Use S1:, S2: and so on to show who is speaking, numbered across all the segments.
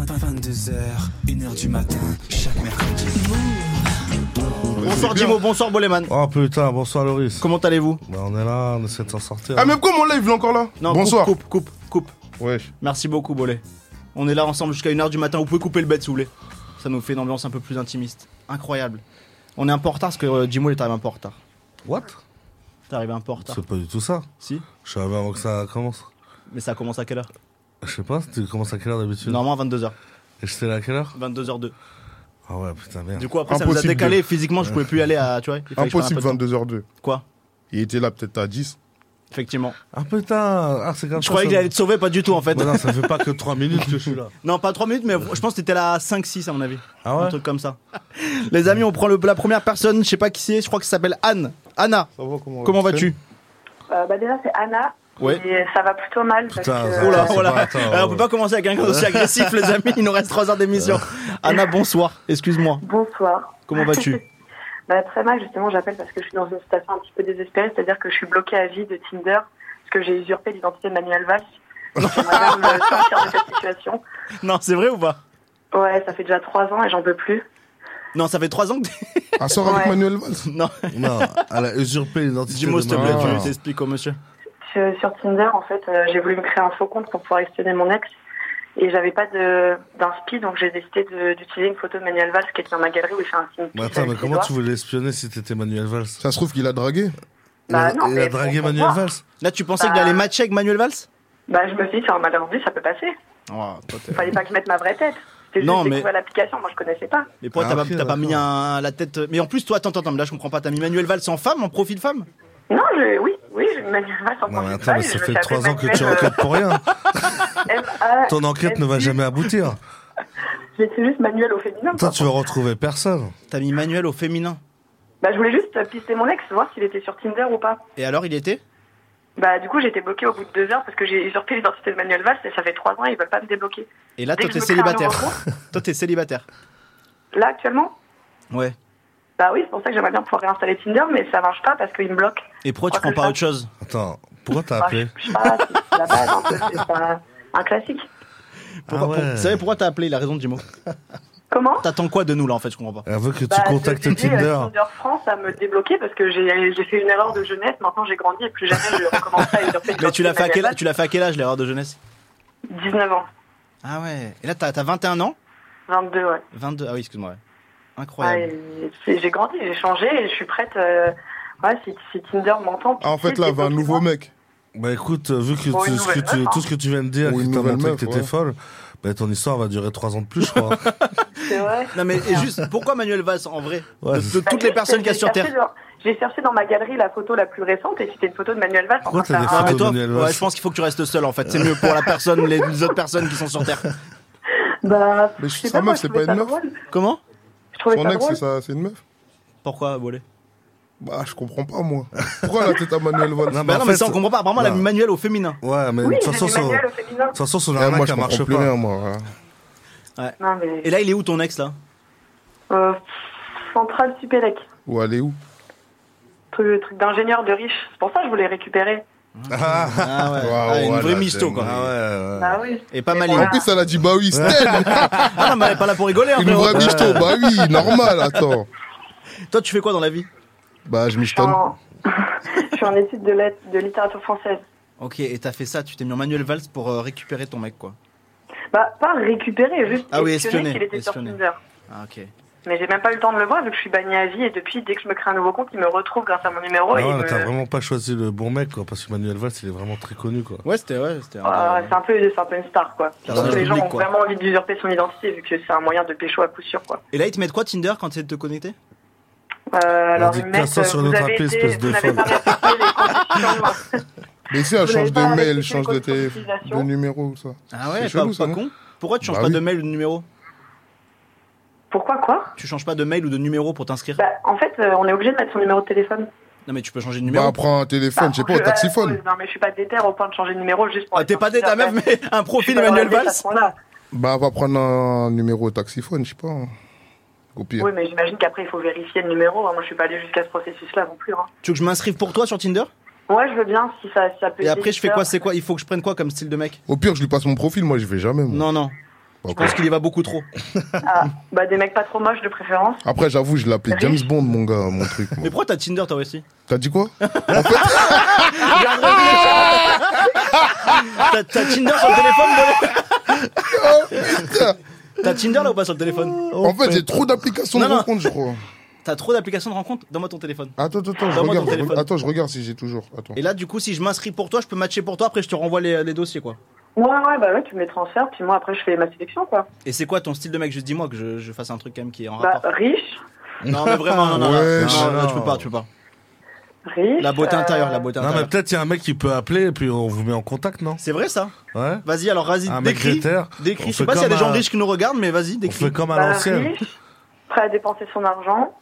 S1: 22h, 1h du matin, chaque mercredi.
S2: Bonsoir Jimo, bonsoir Boleman.
S3: Oh putain, bonsoir Loris.
S2: Comment allez-vous
S3: Bah, on est là, on essaie de s'en sortir.
S4: Ah, même quoi, mon live, il est encore là
S2: Non,
S4: Bonsoir.
S2: coupe, coupe, coupe, coupe.
S3: Wesh.
S2: Merci beaucoup Bolé. On est là ensemble jusqu'à 1h du matin, vous pouvez couper le bête si vous voulez. Ça nous fait une ambiance un peu plus intimiste. Incroyable. On est un peu en retard parce que euh, Jimo il est arrivé un peu en retard.
S3: What
S2: T'es arrivé un peu en retard.
S3: C'est pas du tout ça.
S2: Si
S3: Je suis arrivé avant que ça commence.
S2: Mais ça commence à quelle heure
S3: Je sais pas, tu commences à quelle heure d'habitude
S2: Normalement à 22h.
S3: Et j'étais là à quelle heure
S2: 22h02.
S3: Ah ouais, putain, merde.
S2: Du coup après ça nous a
S4: Impossible
S2: décalé physiquement, je pouvais plus y aller à. Tu vois, il fallait que je prenne un peu
S4: Impossible,
S2: de temps.
S4: 22h02.
S2: Quoi
S4: Il était là peut-être à 10.
S2: Effectivement.
S3: Ah putain, ah, c'est comme
S2: Je
S3: ça,
S2: croyais
S3: ça-
S2: qu'il allait te sauver, pas du tout en fait.
S3: Ouais, non, ça fait pas que 3 minutes que je suis là.
S2: Non, pas 3 minutes, mais je pense que t'étais là à 5-6 à mon avis.
S3: Ah ouais
S2: Un truc comme ça. Les amis, on prend le- la première personne, je sais pas qui c'est, je crois que ça s'appelle Anne. Anna, comment vas-tu
S5: Euh, bah déjà, c'est Anna.
S2: Ouais.
S5: Et ça va plutôt mal. parce
S3: Putain,
S5: que,
S3: ça
S5: euh,
S2: Oh là,
S3: c'est
S2: oh là.
S3: pas- attends, euh.
S2: Alors, on peut
S3: ouais.
S2: pas commencer avec quelqu'un d'aussi agressif, les amis. Il nous reste 3 heures d'émission. Anna, bonsoir. Excuse-moi.
S5: Bonsoir.
S2: Comment vas-tu
S5: Bah, très mal, justement, j'appelle parce que je suis dans une situation un petit peu désespérée, c'est-à-dire que je suis bloquée à vie de Tinder, parce que j'ai usurpé l'identité de Manuel Valls. J'aimerais bien me sortir de cette situation.
S2: Non, c'est vrai ou pas
S5: Ouais, ça fait déjà trois ans et j'en peux plus.
S2: Non, ça fait 3 ans que t'es-
S4: Ah, sort avec
S5: Ouais.
S4: Manuel Valls.
S2: Non,
S3: Non, elle a usurpé l'identité.
S2: dis-moi s'il te
S3: de ma-
S2: plaît,
S3: Ah.
S2: tu t'expliques au monsieur.
S5: Sur, sur Tinder, en fait, euh, j'ai voulu me créer un faux compte pour pouvoir espionner mon ex. Et j'avais pas de- d'inspi, donc j'ai décidé de- d'utiliser une photo de Manuel Valls qui était dans ma galerie où il fait un signe.
S3: Mais
S5: peace
S3: attends,
S5: avec
S3: mais
S5: ses
S3: comment
S5: doigts.
S3: tu voulais espionner si t'étais Manuel Valls
S4: Ça se trouve qu'il a dragué.
S3: Il a-
S5: Bah, non,
S3: il
S5: mais
S3: a dragué
S5: pour- pour
S3: Manuel
S5: voir.
S3: Valls
S2: Là, tu pensais
S5: Bah.
S2: qu'il allait matcher avec Manuel Valls
S5: Bah, je me suis dit, sur un malheur vie, ça peut passer.
S2: Oh, toi, t'es-
S5: Fallait pas que je mette ma vraie tête. J'ai
S2: Non,
S5: juste
S2: mais-
S5: découvert l'application, moi je connaissais pas.
S2: Mais pourquoi
S3: Ah,
S2: t'as
S3: ok,
S2: pas, t'as pas
S3: d'accord.
S2: mis un- la tête Mais en plus, toi, attends, attends, attends, mais là, je comprends pas. T'as mis Manuel Valls en femme, en profil femme
S5: Non, je, oui, oui, je me suis pas sans
S3: Non, mais
S5: profil
S3: attends,
S5: femme,
S3: mais
S5: je
S3: ça
S5: me
S3: fait
S5: tapais
S3: 3 ans que
S5: Manuel,
S3: tu enquêtes pour rien.
S5: euh, M A.
S3: Ton enquête ne va jamais aboutir.
S5: J'étais juste manuel au féminin.
S3: Toi,
S5: quoi.
S3: tu vas retrouver personne.
S2: T'as mis Manuel au féminin.
S5: Bah, je voulais juste pister mon ex, voir s'il était sur Tinder ou pas.
S2: Et alors, il était
S5: Bah, du coup, j'étais bloquée au bout de deux heures parce que j'ai usurpé l'identité de Manuel Valls et ça fait trois ans et ils veulent pas me débloquer.
S2: Et là,
S5: Dès
S2: toi,
S5: que
S2: t'es
S5: je me crée un nouveau
S2: célibataire.
S5: compte,
S2: Toi, t'es célibataire.
S5: Là, actuellement
S2: Ouais.
S5: Bah oui, c'est pour ça que j'aimerais bien pouvoir réinstaller Tinder, mais ça marche pas parce qu'ils me bloquent.
S2: Et pourquoi tu
S5: Quoi
S2: prends
S5: que
S2: pas
S5: ça.
S2: autre chose
S3: Attends, pourquoi t'as
S2: Ah,
S5: Bah,
S3: appelé
S5: je sais pas, c'est la base, hein, c'est- c'est pas un classique.
S2: Pourquoi- pour-
S3: ouais.
S2: C'est vrai, pourquoi t'as appelé La raison du mot.
S5: Comment
S2: T'attends quoi de nous, là, en fait Je comprends pas.
S3: Elle veut que
S5: Bah,
S3: tu contactes
S5: j'ai dit, euh,
S3: Tinder.
S5: Tinder France à me débloquer parce que j'ai j'ai fait une erreur de jeunesse. Maintenant, j'ai grandi et plus jamais je recommencerai à usurper
S2: Mais tu l'as fait à quel
S5: l'identité
S2: âge, tu l'as fait à quel âge l'erreur de jeunesse
S5: de Manuel Valls. 19 ans,
S2: Ah ouais. Et là, t'as t'as 21 ans
S5: 22, ouais.
S2: 22. Ah oui, excuse-moi. ouais.
S5: Ouais,
S2: Incroyable.
S5: et c'est- j'ai grandi, j'ai changé et je suis prête. euh, ouais, si, si Tinder m'entend.
S4: Ah, en fait, là, va un nouveau mec.
S3: Bah écoute, euh, vu que,
S5: hein. Pour
S3: tu-
S5: une
S3: ce
S5: nouvelle
S3: que tu-
S5: meuf, hein.
S3: tout ce que tu viens de dire,
S4: Pour
S3: que
S4: une
S3: t'as
S4: nouvelle
S3: montré
S4: meuf,
S3: que t'étais
S4: ouais.
S3: folle, bah ton histoire va durer 3 ans de plus, je crois.
S5: Ah, C'est vrai.
S2: Non, mais et juste, pourquoi Manuel Valls, en vrai
S3: Ouais,
S2: De-
S3: c'est-
S2: De toutes les personnes qu'il y a sur
S5: Bah, J'ai
S2: Terre.
S5: cherché dans- J'ai cherché dans ma galerie la photo la plus récente et c'était une photo de Manuel Valls.
S3: Pourquoi
S5: Enfin,
S3: t'as des
S5: ça-
S2: Ah, mais
S3: photos de
S2: toi,
S3: Manuel Valls
S2: ouais, je pense qu'il faut que tu restes seul en fait. C'est mieux pour la personne, les, les autres personnes qui sont sur Terre.
S5: Bah,
S4: Mais
S5: je sais
S4: sa
S5: pas, moi,
S4: meuf,
S5: je
S4: c'est
S5: trouvais
S4: pas
S5: ça
S4: une meuf
S5: drôle.
S2: Comment
S5: Je trouvais
S4: Son
S5: ça
S4: ex,
S5: drôle.
S4: c'est ça- c'est une meuf
S2: Pourquoi voler
S4: Bah, je comprends pas, moi. Pourquoi la tête à Manuel Valls
S3: Non,
S2: Bah
S3: en
S2: non, mais
S3: fait,
S2: ça on comprend pas. Apparemment, elle a
S3: bah.
S2: mis Manuel au féminin.
S3: Ouais, mais de
S5: Oui,
S3: toute
S5: j'ai
S3: façon,
S5: dit
S3: son, de
S5: Manuel
S3: toute
S5: au féminin.
S3: façon, son
S4: Eh, Moi,
S3: arnaque,
S4: je
S3: elle marche
S4: comprends plus
S3: pas.
S4: rien, moi. hein.
S5: Non, mais.
S2: Et là, il est où ton ex là
S5: euh, Centrale Supélec.
S4: Ou Bah, elle est où
S5: truc, truc d'ingénieur de riche. C'est pour ça que je voulais récupérer.
S3: Ah,
S2: Ah ouais,
S4: Waouh,
S2: Ah, une
S4: voilà,
S2: vraie misto
S4: c'est-
S2: quoi.
S3: ah
S4: Euh.
S3: ouais, ouais.
S5: Bah oui.
S2: Et pas mal.
S4: En plus, elle a dit, bah oui, Sten
S2: Ah non, mais elle est pas là pour rigoler. Hein,
S4: Une
S2: frérot.
S4: vraie michto, bah oui, normal, attends.
S2: Toi, tu fais quoi dans la vie
S4: Bah, je
S5: Je suis
S4: michtonne.
S5: en- je suis en étude de, lettres- de littérature française.
S2: Ok, et t'as fait ça, tu t'es mis en Manuel Valls pour euh, récupérer ton mec quoi.
S5: Bah, pas récupérer, juste
S2: Ah oui, espionner,
S5: espionner qu'il était
S2: espionner.
S5: sur Tinder.
S2: Ah ok.
S5: Mais j'ai même pas eu le temps de le voir vu que je suis banni à vie et depuis, dès que je me crée un nouveau compte, il me retrouve grâce à mon numéro. et Ah il
S3: Non,
S5: me-
S3: mais Ah t'as vraiment pas choisi le bon mec, quoi, parce que Manuel Valls, il est vraiment très connu, quoi.
S2: Ouais, c'était ouais, c'était.
S5: Ah,
S2: un peu-
S5: c'est un, peu, c'est un peu une star quoi.
S2: Ça
S5: Donc,
S2: reste
S5: les gens
S2: public,
S5: ont
S2: quoi.
S5: vraiment envie d'usurper son identité vu que c'est un moyen de pécho à coup sûr quoi.
S2: Et là, ils te mettent quoi Tinder quand c'est de te connecter
S5: Euh, alors
S3: dit
S5: ils
S3: que
S5: me
S3: t'as
S5: mettent,
S3: ça sur
S5: euh, vous
S3: notre
S5: avez
S3: appli,
S5: été-
S3: espèce de
S5: vous n'avez
S3: folle.
S5: pas respecté les conditions.
S4: Mais si, elle
S5: Vous
S4: change
S5: n'avez
S4: de
S5: pas
S4: mail,
S5: respecté
S4: change
S5: les
S4: de téléphone,
S5: autorisations.
S4: de numéro, ça.
S2: Ah
S4: C'est
S2: ouais,
S4: chelou,
S2: pas,
S4: ça,
S2: pas
S4: non
S2: con. Pourquoi tu changes
S4: Bah
S2: pas de
S4: oui.
S2: mail ou de numéro
S5: Pourquoi quoi
S2: Tu changes pas de mail ou de numéro pour t'inscrire
S5: Bah, en fait, euh, on est obligé de mettre son numéro de téléphone.
S2: Non, mais tu peux changer de
S4: Bah,
S2: numéro.
S4: prends un téléphone, je sais pas, au
S5: Parce que,
S4: taxiphone.
S5: euh, Non, mais je suis pas déter au point de changer de numéro juste pour.
S2: Ah, t'es pas dé ta meuf, mais un profil Manuel
S5: Emmanuel
S2: Valls
S4: Bah, va prendre un numéro au taxiphone, je sais pas. hein. Au pire.
S5: Oui, mais j'imagine qu'après, il faut vérifier le numéro. hein. Moi, je suis pas allée jusqu'à ce processus-là non plus. Hein.
S2: Tu veux que je m'inscrive pour toi sur Tinder
S5: Ouais, je veux bien si ça, si ça peut
S2: Et
S5: aider
S2: après, je fais
S5: Victor.
S2: quoi C'est quoi Il faut que je prenne quoi comme style de mec
S4: Au pire, je lui passe mon profil, moi, je vais jamais, moi.
S2: Non, non. Je pense qu'il y va beaucoup trop.
S5: Ah, bah, des mecs pas trop moches de préférence.
S4: Après, j'avoue, je l'appelais James Bond, mon gars, mon truc. moi.
S2: Mais pourquoi t'as Tinder toi aussi
S4: T'as dit quoi
S2: T'as t'as Tinder sur le téléphone de- T'as Tinder là ou pas sur le téléphone
S4: Oh, En fait, j'ai trop d'applications de
S2: Non, non.
S4: rencontres, je crois.
S2: T'as trop d'applications de rencontres Donne-moi ton téléphone.
S4: Attends, attends, attends, je
S2: Donne-moi ton
S4: regarde, je
S2: téléphone.
S4: re- attends, je regarde si j'ai toujours. Attends.
S2: Et là, du coup, si je m'inscris pour toi, je peux matcher pour toi. Après, je te renvoie les, les dossiers, quoi.
S5: Ouais, ouais, bah ouais, tu me les transfères, puis moi après je fais ma sélection quoi.
S2: Et c'est quoi ton style de mec Juste dis-moi que je, je fasse un truc quand même qui est en
S5: Bah,
S2: rapport.
S5: riche,
S2: Non, mais vraiment, non, non, non,
S4: Ouais,
S2: non,
S3: je-
S2: non, tu peux pas, tu peux pas.
S5: riche.
S2: La beauté
S5: euh,
S2: intérieure, la beauté
S3: Non, mais
S2: intérieure.
S3: peut-être il y a un mec qui peut appeler et puis on vous met en contact, non
S2: C'est vrai ça
S3: Ouais
S2: Vas-y, alors vas-y,
S3: Un mec
S2: décris.
S3: d'éther.
S2: Décris.
S3: On
S2: Je sais
S3: fait
S2: pas s'il y a
S3: comme
S2: des gens
S3: un-
S2: riches qui nous regardent, mais vas-y,
S3: On fait
S2: décris.
S3: comme à
S5: bah,
S3: l'ancienne.
S5: riche, prêt à dépenser son argent.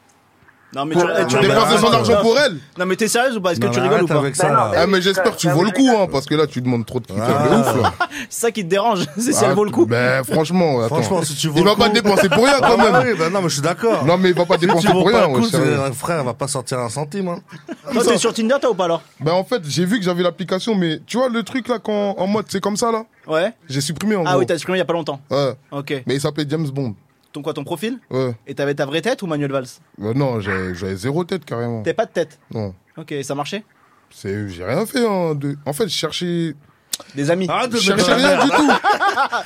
S2: Non, mais
S4: Pour-
S2: eh,
S4: tu dépenses
S3: non, mais
S4: son
S3: arrête,
S4: argent pour elle
S2: Non, mais t'es sérieuse ou pas Est-ce que
S3: Non,
S2: tu
S3: mais
S2: rigoles ou
S3: arrête
S2: pas
S3: avec ça,
S5: Bah, non,
S3: là.
S5: bah,
S4: Ah, mais j'espère que tu vaux le coup, hein, parce que là, tu demandes trop de critères de ouf, là.
S2: C'est ça qui te dérange, c'est Ah.
S3: Bah,
S2: si elle vaut le coup.
S4: Ben, franchement, attends.
S3: Franchement, si tu vaux
S4: Il
S3: le
S4: va pas
S3: coup-
S4: dépenser pour rien,
S3: Ah
S4: quand
S3: ouais,
S4: même.
S3: oui, bah non, mais je suis d'accord.
S4: Non, mais il va pas
S3: Si
S4: dépenser
S3: tu vaux
S4: pour
S3: pas
S4: rien,
S3: le
S4: ouais,
S3: coup,
S4: sérieux.
S3: c'est- frère, elle va pas sortir un centime. Hein.
S2: Toi, t'es sur Tinder, toi ou pas alors
S4: Ben, en fait, j'ai vu que j'avais l'application, mais tu vois, le truc, là, quand, en mode, c'est comme ça, là.
S2: Ouais.
S4: J'ai supprimé, en
S2: Ah
S4: gros.
S2: oui, t'as supprimé il y a pas longtemps.
S4: Ouais.
S2: Ok.
S4: Mais il s'appelait James Bond.
S2: Ton quoi, ton profil
S4: Ouais.
S2: Et t'avais ta vraie tête ou Manuel Valls
S4: Ben non, j'ai- j'avais zéro tête, carrément.
S2: T'avais pas de tête.
S4: Non.
S2: Ok, ça marchait
S4: C'est, j'ai rien fait, hein, de- En fait, je cherchais,
S2: Des amis.
S3: Arrête de
S4: je
S3: me mettre
S4: cherchais
S3: dans la
S4: rien
S3: merde.
S4: du tout.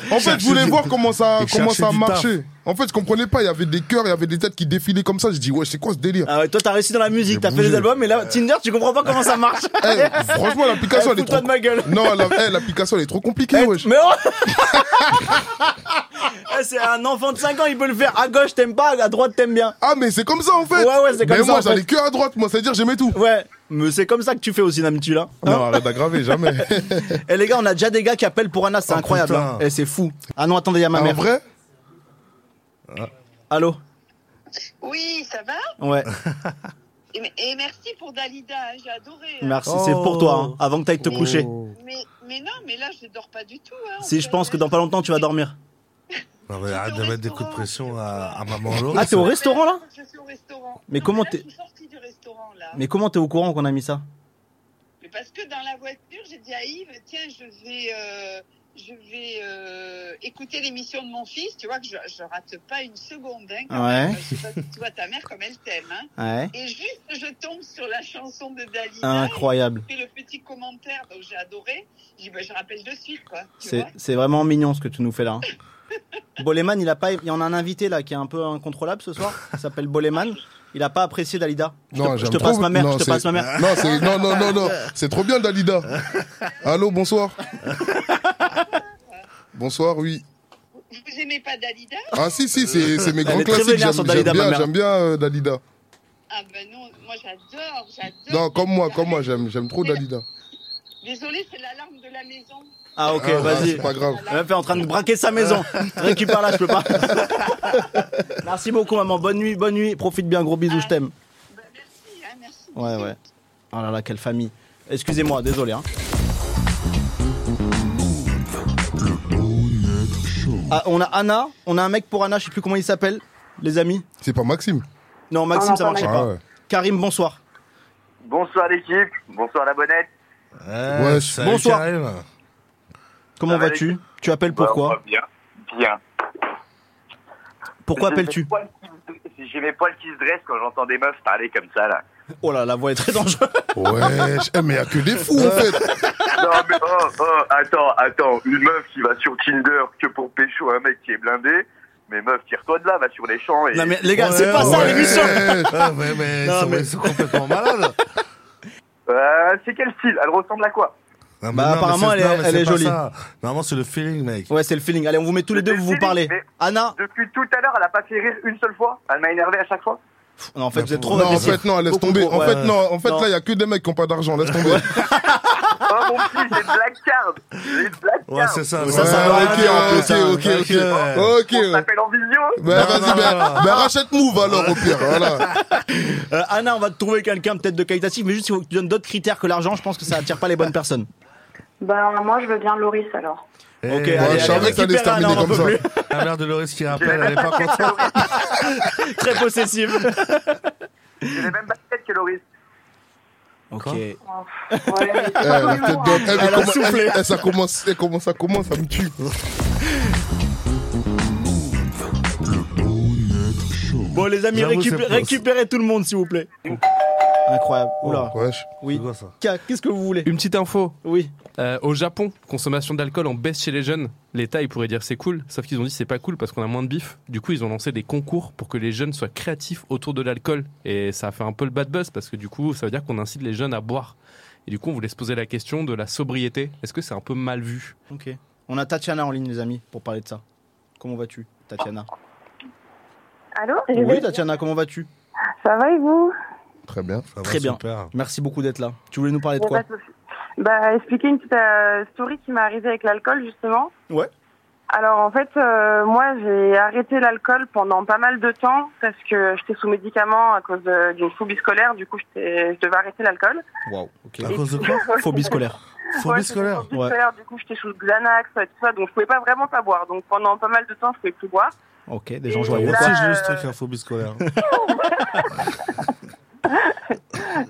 S4: En fait, je voulais
S3: du-
S4: voir comment ça,
S3: Et
S4: comment ça
S3: chercher du
S4: marchait. En fait, je comprenais pas. Il y avait des cœurs, il y avait des têtes qui défilaient comme ça. Je dis, ouais, c'est quoi ce délire?
S2: Ah ouais, toi, t'as réussi dans la musique,
S4: J'ai
S2: t'as fait
S4: bougé.
S2: des albums, mais là, Tinder, tu comprends pas comment ça marche.
S4: Eh, Euh, franchement, l'application, elle est
S2: Fous-toi
S4: trop.
S2: de ma gueule.
S4: Non, la- eh, l'application, elle est trop compliquée,
S2: Eh,
S4: wesh.
S2: Mais oh Eh, C'est un enfant de 5 ans, il peut le faire. À gauche, t'aimes pas, à droite, t'aimes bien.
S4: Ah, mais c'est comme ça, en fait.
S2: Ouais, ouais, c'est comme
S4: Mais
S2: ça,
S4: moi,
S2: en fait.
S4: j'allais que à droite, moi, c'est-à-dire, j'aimais tout.
S2: Ouais, mais c'est comme ça que tu fais aussi, Namtu, là. Hein
S4: Non, arrête d'aggraver, Ah, jamais. Ah,
S2: Eh les gars, on a déjà des gars qui appellent pour Anna, c'est
S3: Oh,
S2: incroyable.
S3: putain.
S2: hein. Eh, c'est fou. Ah non, attendez, il y a ma
S4: En
S2: mère.
S4: vrai?
S2: Allô
S6: Oui, ça va
S2: Ouais,
S6: et, me- et merci pour Dalida, hein, j'ai adoré. hein.
S2: merci, c'est pour toi, hein, avant que t'ailles te
S3: Oh.
S2: coucher.
S6: Mais, mais non, mais là, je dors pas du tout. hein.
S2: Si, je pense que dans pas longtemps, tu vas dormir.
S3: Non, mais arrête de mettre des coups de pression à, à maman l'autre.
S2: Ah, t'es au restaurant, là
S6: Je suis au restaurant.
S2: Mais
S6: Non,
S2: comment
S6: là,
S2: t'es-
S6: Je suis sortie du restaurant, là. Mais...
S2: Mais comment t'es au courant qu'on a mis ça
S6: parce que dans la voiture, j'ai dit à Yves, tiens, je vais, euh, je vais euh, écouter l'émission de mon fils. Tu vois que je, je rate pas une seconde. Hein, quand
S2: Ouais.
S6: même. Je sais pas si tu vois ta mère comme elle t'aime. Hein.
S2: Ouais.
S6: Et juste, je tombe sur la chanson de Dalida.
S2: Incroyable.
S6: Et le petit commentaire, donc j'ai adoré. J'ai dit, bah, je rappelle de suite, quoi. tu
S2: C'est
S6: vois.
S2: c'est vraiment mignon ce que tu nous fais là. hein. Boleman, il a pas, il y en a un invité là qui est un peu incontrôlable ce soir. Il s'appelle Boleman. Il a pas apprécié Dalida. Je
S4: Non,
S2: te, je
S4: j'aime
S2: te
S4: trop.
S2: passe ma mère.
S4: Non,
S2: je te
S4: c'est-
S2: passe ma mère.
S4: Non, c'est, non, non, non, non. C'est trop bien, Dalida. Allô, bonsoir. Bonsoir, oui.
S6: Vous aimez pas Dalida
S4: Ah, si, si, c'est, c'est mes
S2: Elle
S4: grands
S2: est très
S4: classiques. J'aime,
S2: vénère sur
S4: j'aime
S2: Dalida, ma
S4: bien,
S2: mère.
S4: j'aime bien euh, Dalida.
S6: Ah ben non, moi j'adore, j'adore.
S4: Non, comme moi, comme moi, j'aime, j'aime trop Dalida.
S6: Désolée, c'est l'alarme de la maison.
S2: Ah ok,
S4: Ah,
S2: vas-y.
S4: C'est pas grave.
S2: La meuf est en train de braquer sa maison. Récupère là, je peux pas. Merci beaucoup maman. Bonne nuit, bonne nuit. Profite bien, gros bisous, je t'aime.
S6: Ben, merci, hein, merci.
S2: Ouais ouais. Oh là là, quelle famille. Excusez-moi, désolé. Hein. Ah, on a Anna, on a un mec pour Anna, je sais plus comment il s'appelle, les amis.
S4: C'est pas Maxime.
S2: Non, Maxime,
S5: Ah non,
S2: ça
S5: pas
S2: marchait
S4: Ah
S2: pas.
S4: ouais.
S2: Karim, bonsoir.
S7: Bonsoir l'équipe, bonsoir la bonnette.
S3: Ouais,
S4: Ouais,
S3: salut,
S2: bonsoir.
S3: Karim.
S2: Comment
S7: Ça va,
S2: vas-tu Tu appelles pourquoi
S7: Bah, Bien, bien.
S2: Pourquoi
S7: J'ai mes
S2: appelles-tu
S7: poils qui- J'ai mes poils qui se dressent quand j'entends des meufs parler comme ça là.
S2: Oh là, la voix est très dangereuse.
S4: Ouais, eh, mais y a que des fous,
S2: Euh,
S4: en fait.
S7: Non mais oh, oh, attends, attends, une meuf qui va sur Tinder que pour pécho un mec qui est blindé, mais meuf, tire-toi de là, va sur les champs et...
S2: Non mais les gars,
S3: Ouais,
S2: c'est pas ça
S3: ouais.
S2: l'émission.
S3: Ah, mais, mais,
S2: Non,
S3: ils sont-
S2: mais-
S3: ils sont complètement malades.
S7: Euh, c'est quel style Elle ressemble à quoi
S3: Non, mais
S2: Bah,
S3: mais
S2: apparemment,
S3: c'est-
S2: elle est-
S3: non, mais
S2: elle
S3: c'est
S2: est
S3: pas
S2: jolie.
S3: ça. Normalement, c'est le feeling, mec.
S2: Ouais, c'est le feeling. Allez, on vous met tous les deux, vous vous parlez.
S7: Mais-
S2: Anna,
S7: Depuis tout à l'heure, elle a pas fait rire une seule fois Elle m'a énervé à chaque fois
S2: Pff, non, en fait,
S3: Mais
S2: vous êtes trop
S3: pour-
S4: Non, en
S2: agressifs.
S4: fait, non, laisse
S2: Beaucoup
S4: tomber.
S2: trop,
S4: En
S2: ouais.
S4: fait, non, en fait,
S2: Non.
S4: là, y a que des mecs qui ont pas d'argent. Laisse tomber.
S7: Oh mon petit, j'ai de la card J'ai de la card
S3: Ouais, c'est ça. c'est
S2: Ouais, ça, ça va rien dire, en
S4: ouais,
S2: plus,
S4: ok,
S2: hein.
S4: ok, ok,
S3: Ouais, ouais.
S4: ok.
S7: On
S4: ouais.
S7: s'appelle en visio
S4: Ben,
S3: Non, non,
S4: vas-y, ben,
S3: non.
S4: ben, rachète Move alors, au pire. Voilà.
S2: Euh, Anna, on va te trouver quelqu'un peut-être de qualitatif, mais juste il faut que tu donnes d'autres critères que l'argent. Je pense que ça attire pas les bonnes personnes.
S5: Bah, moi je veux bien Loris alors.
S3: Eh,
S2: Ok,
S3: ouais,
S2: allez,
S4: je savais
S2: allez,
S4: que ça allait se
S2: récupère Anna, on
S4: terminer
S2: en peut
S4: comme
S2: plus.
S4: ça.
S3: La mère de Loris qui rappelle, elle est pas contente.
S2: Très possessive.
S7: J'ai les mêmes baskets que Loris.
S2: Ok.
S3: Quoi
S5: Ouais, mais c'est
S4: Eh,
S5: pas
S4: la
S5: tout le
S4: tête
S5: monde,
S4: d'homme. Eh, mais
S2: Elle a
S4: comment-
S2: soufflé.
S4: eh, eh, ça commence, eh, comment ça commence, ça me tue.
S2: Bon, les amis,
S3: J'avoue,
S2: récup-
S3: c'est pas-
S2: récupérez tout le monde, s'il vous plaît. Incroyable.
S3: Oh,
S2: Oula.
S4: Wesh.
S2: Oui.
S3: C'est quoi, ça
S2: Ka- Qu'est-ce que vous voulez
S8: Une petite info.
S2: Oui.
S8: Euh, au Japon, consommation d'alcool en baisse chez les jeunes. L'État, ils pourraient dire c'est cool, sauf qu'ils ont dit c'est pas cool parce qu'on a moins de bif. Du coup, ils ont lancé des concours pour que les jeunes soient créatifs autour de l'alcool. Et ça a fait un peu le bad buzz parce que du coup, ça veut dire qu'on incite les jeunes à boire. Et du coup, on voulait se poser la question de la sobriété. Est-ce que c'est un peu mal vu
S2: Ok. On a Tatiana en ligne, les amis, pour parler de ça. Comment vas-tu, Tatiana
S9: Allô
S2: Oui, Tatiana, comment vas-tu
S9: Ça va et vous
S4: Très bien.
S3: Ça va,
S2: Très bien.
S3: super.
S2: Merci beaucoup d'être là. Tu voulais nous parler de
S9: Bon,
S2: quoi
S9: bah, Sophie. Bah, expliquer une petite euh, story qui m'est arrivée avec l'alcool, justement.
S2: Ouais.
S9: Alors, en fait, euh, moi, j'ai arrêté l'alcool pendant pas mal de temps parce que j'étais sous médicaments à cause de- d'une phobie scolaire. Du coup, j'étais- je devais arrêter l'alcool.
S2: Waouh, ok.
S3: À cause de quoi
S2: Phobie scolaire.
S9: Ouais,
S3: Phobie
S9: c'était
S3: scolaire.
S9: phobie
S2: Ouais.
S9: scolaire, Du coup, j'étais sous le Xanax et tout ça. Donc, je pouvais pas vraiment pas boire. Donc, pendant pas mal de temps, je pouvais plus boire.
S2: Ok, des gens
S9: Et bah,
S3: Moi
S2: joyeux.
S9: là-
S3: aussi, j'ai eu ce truc, hein, phobie scolaire.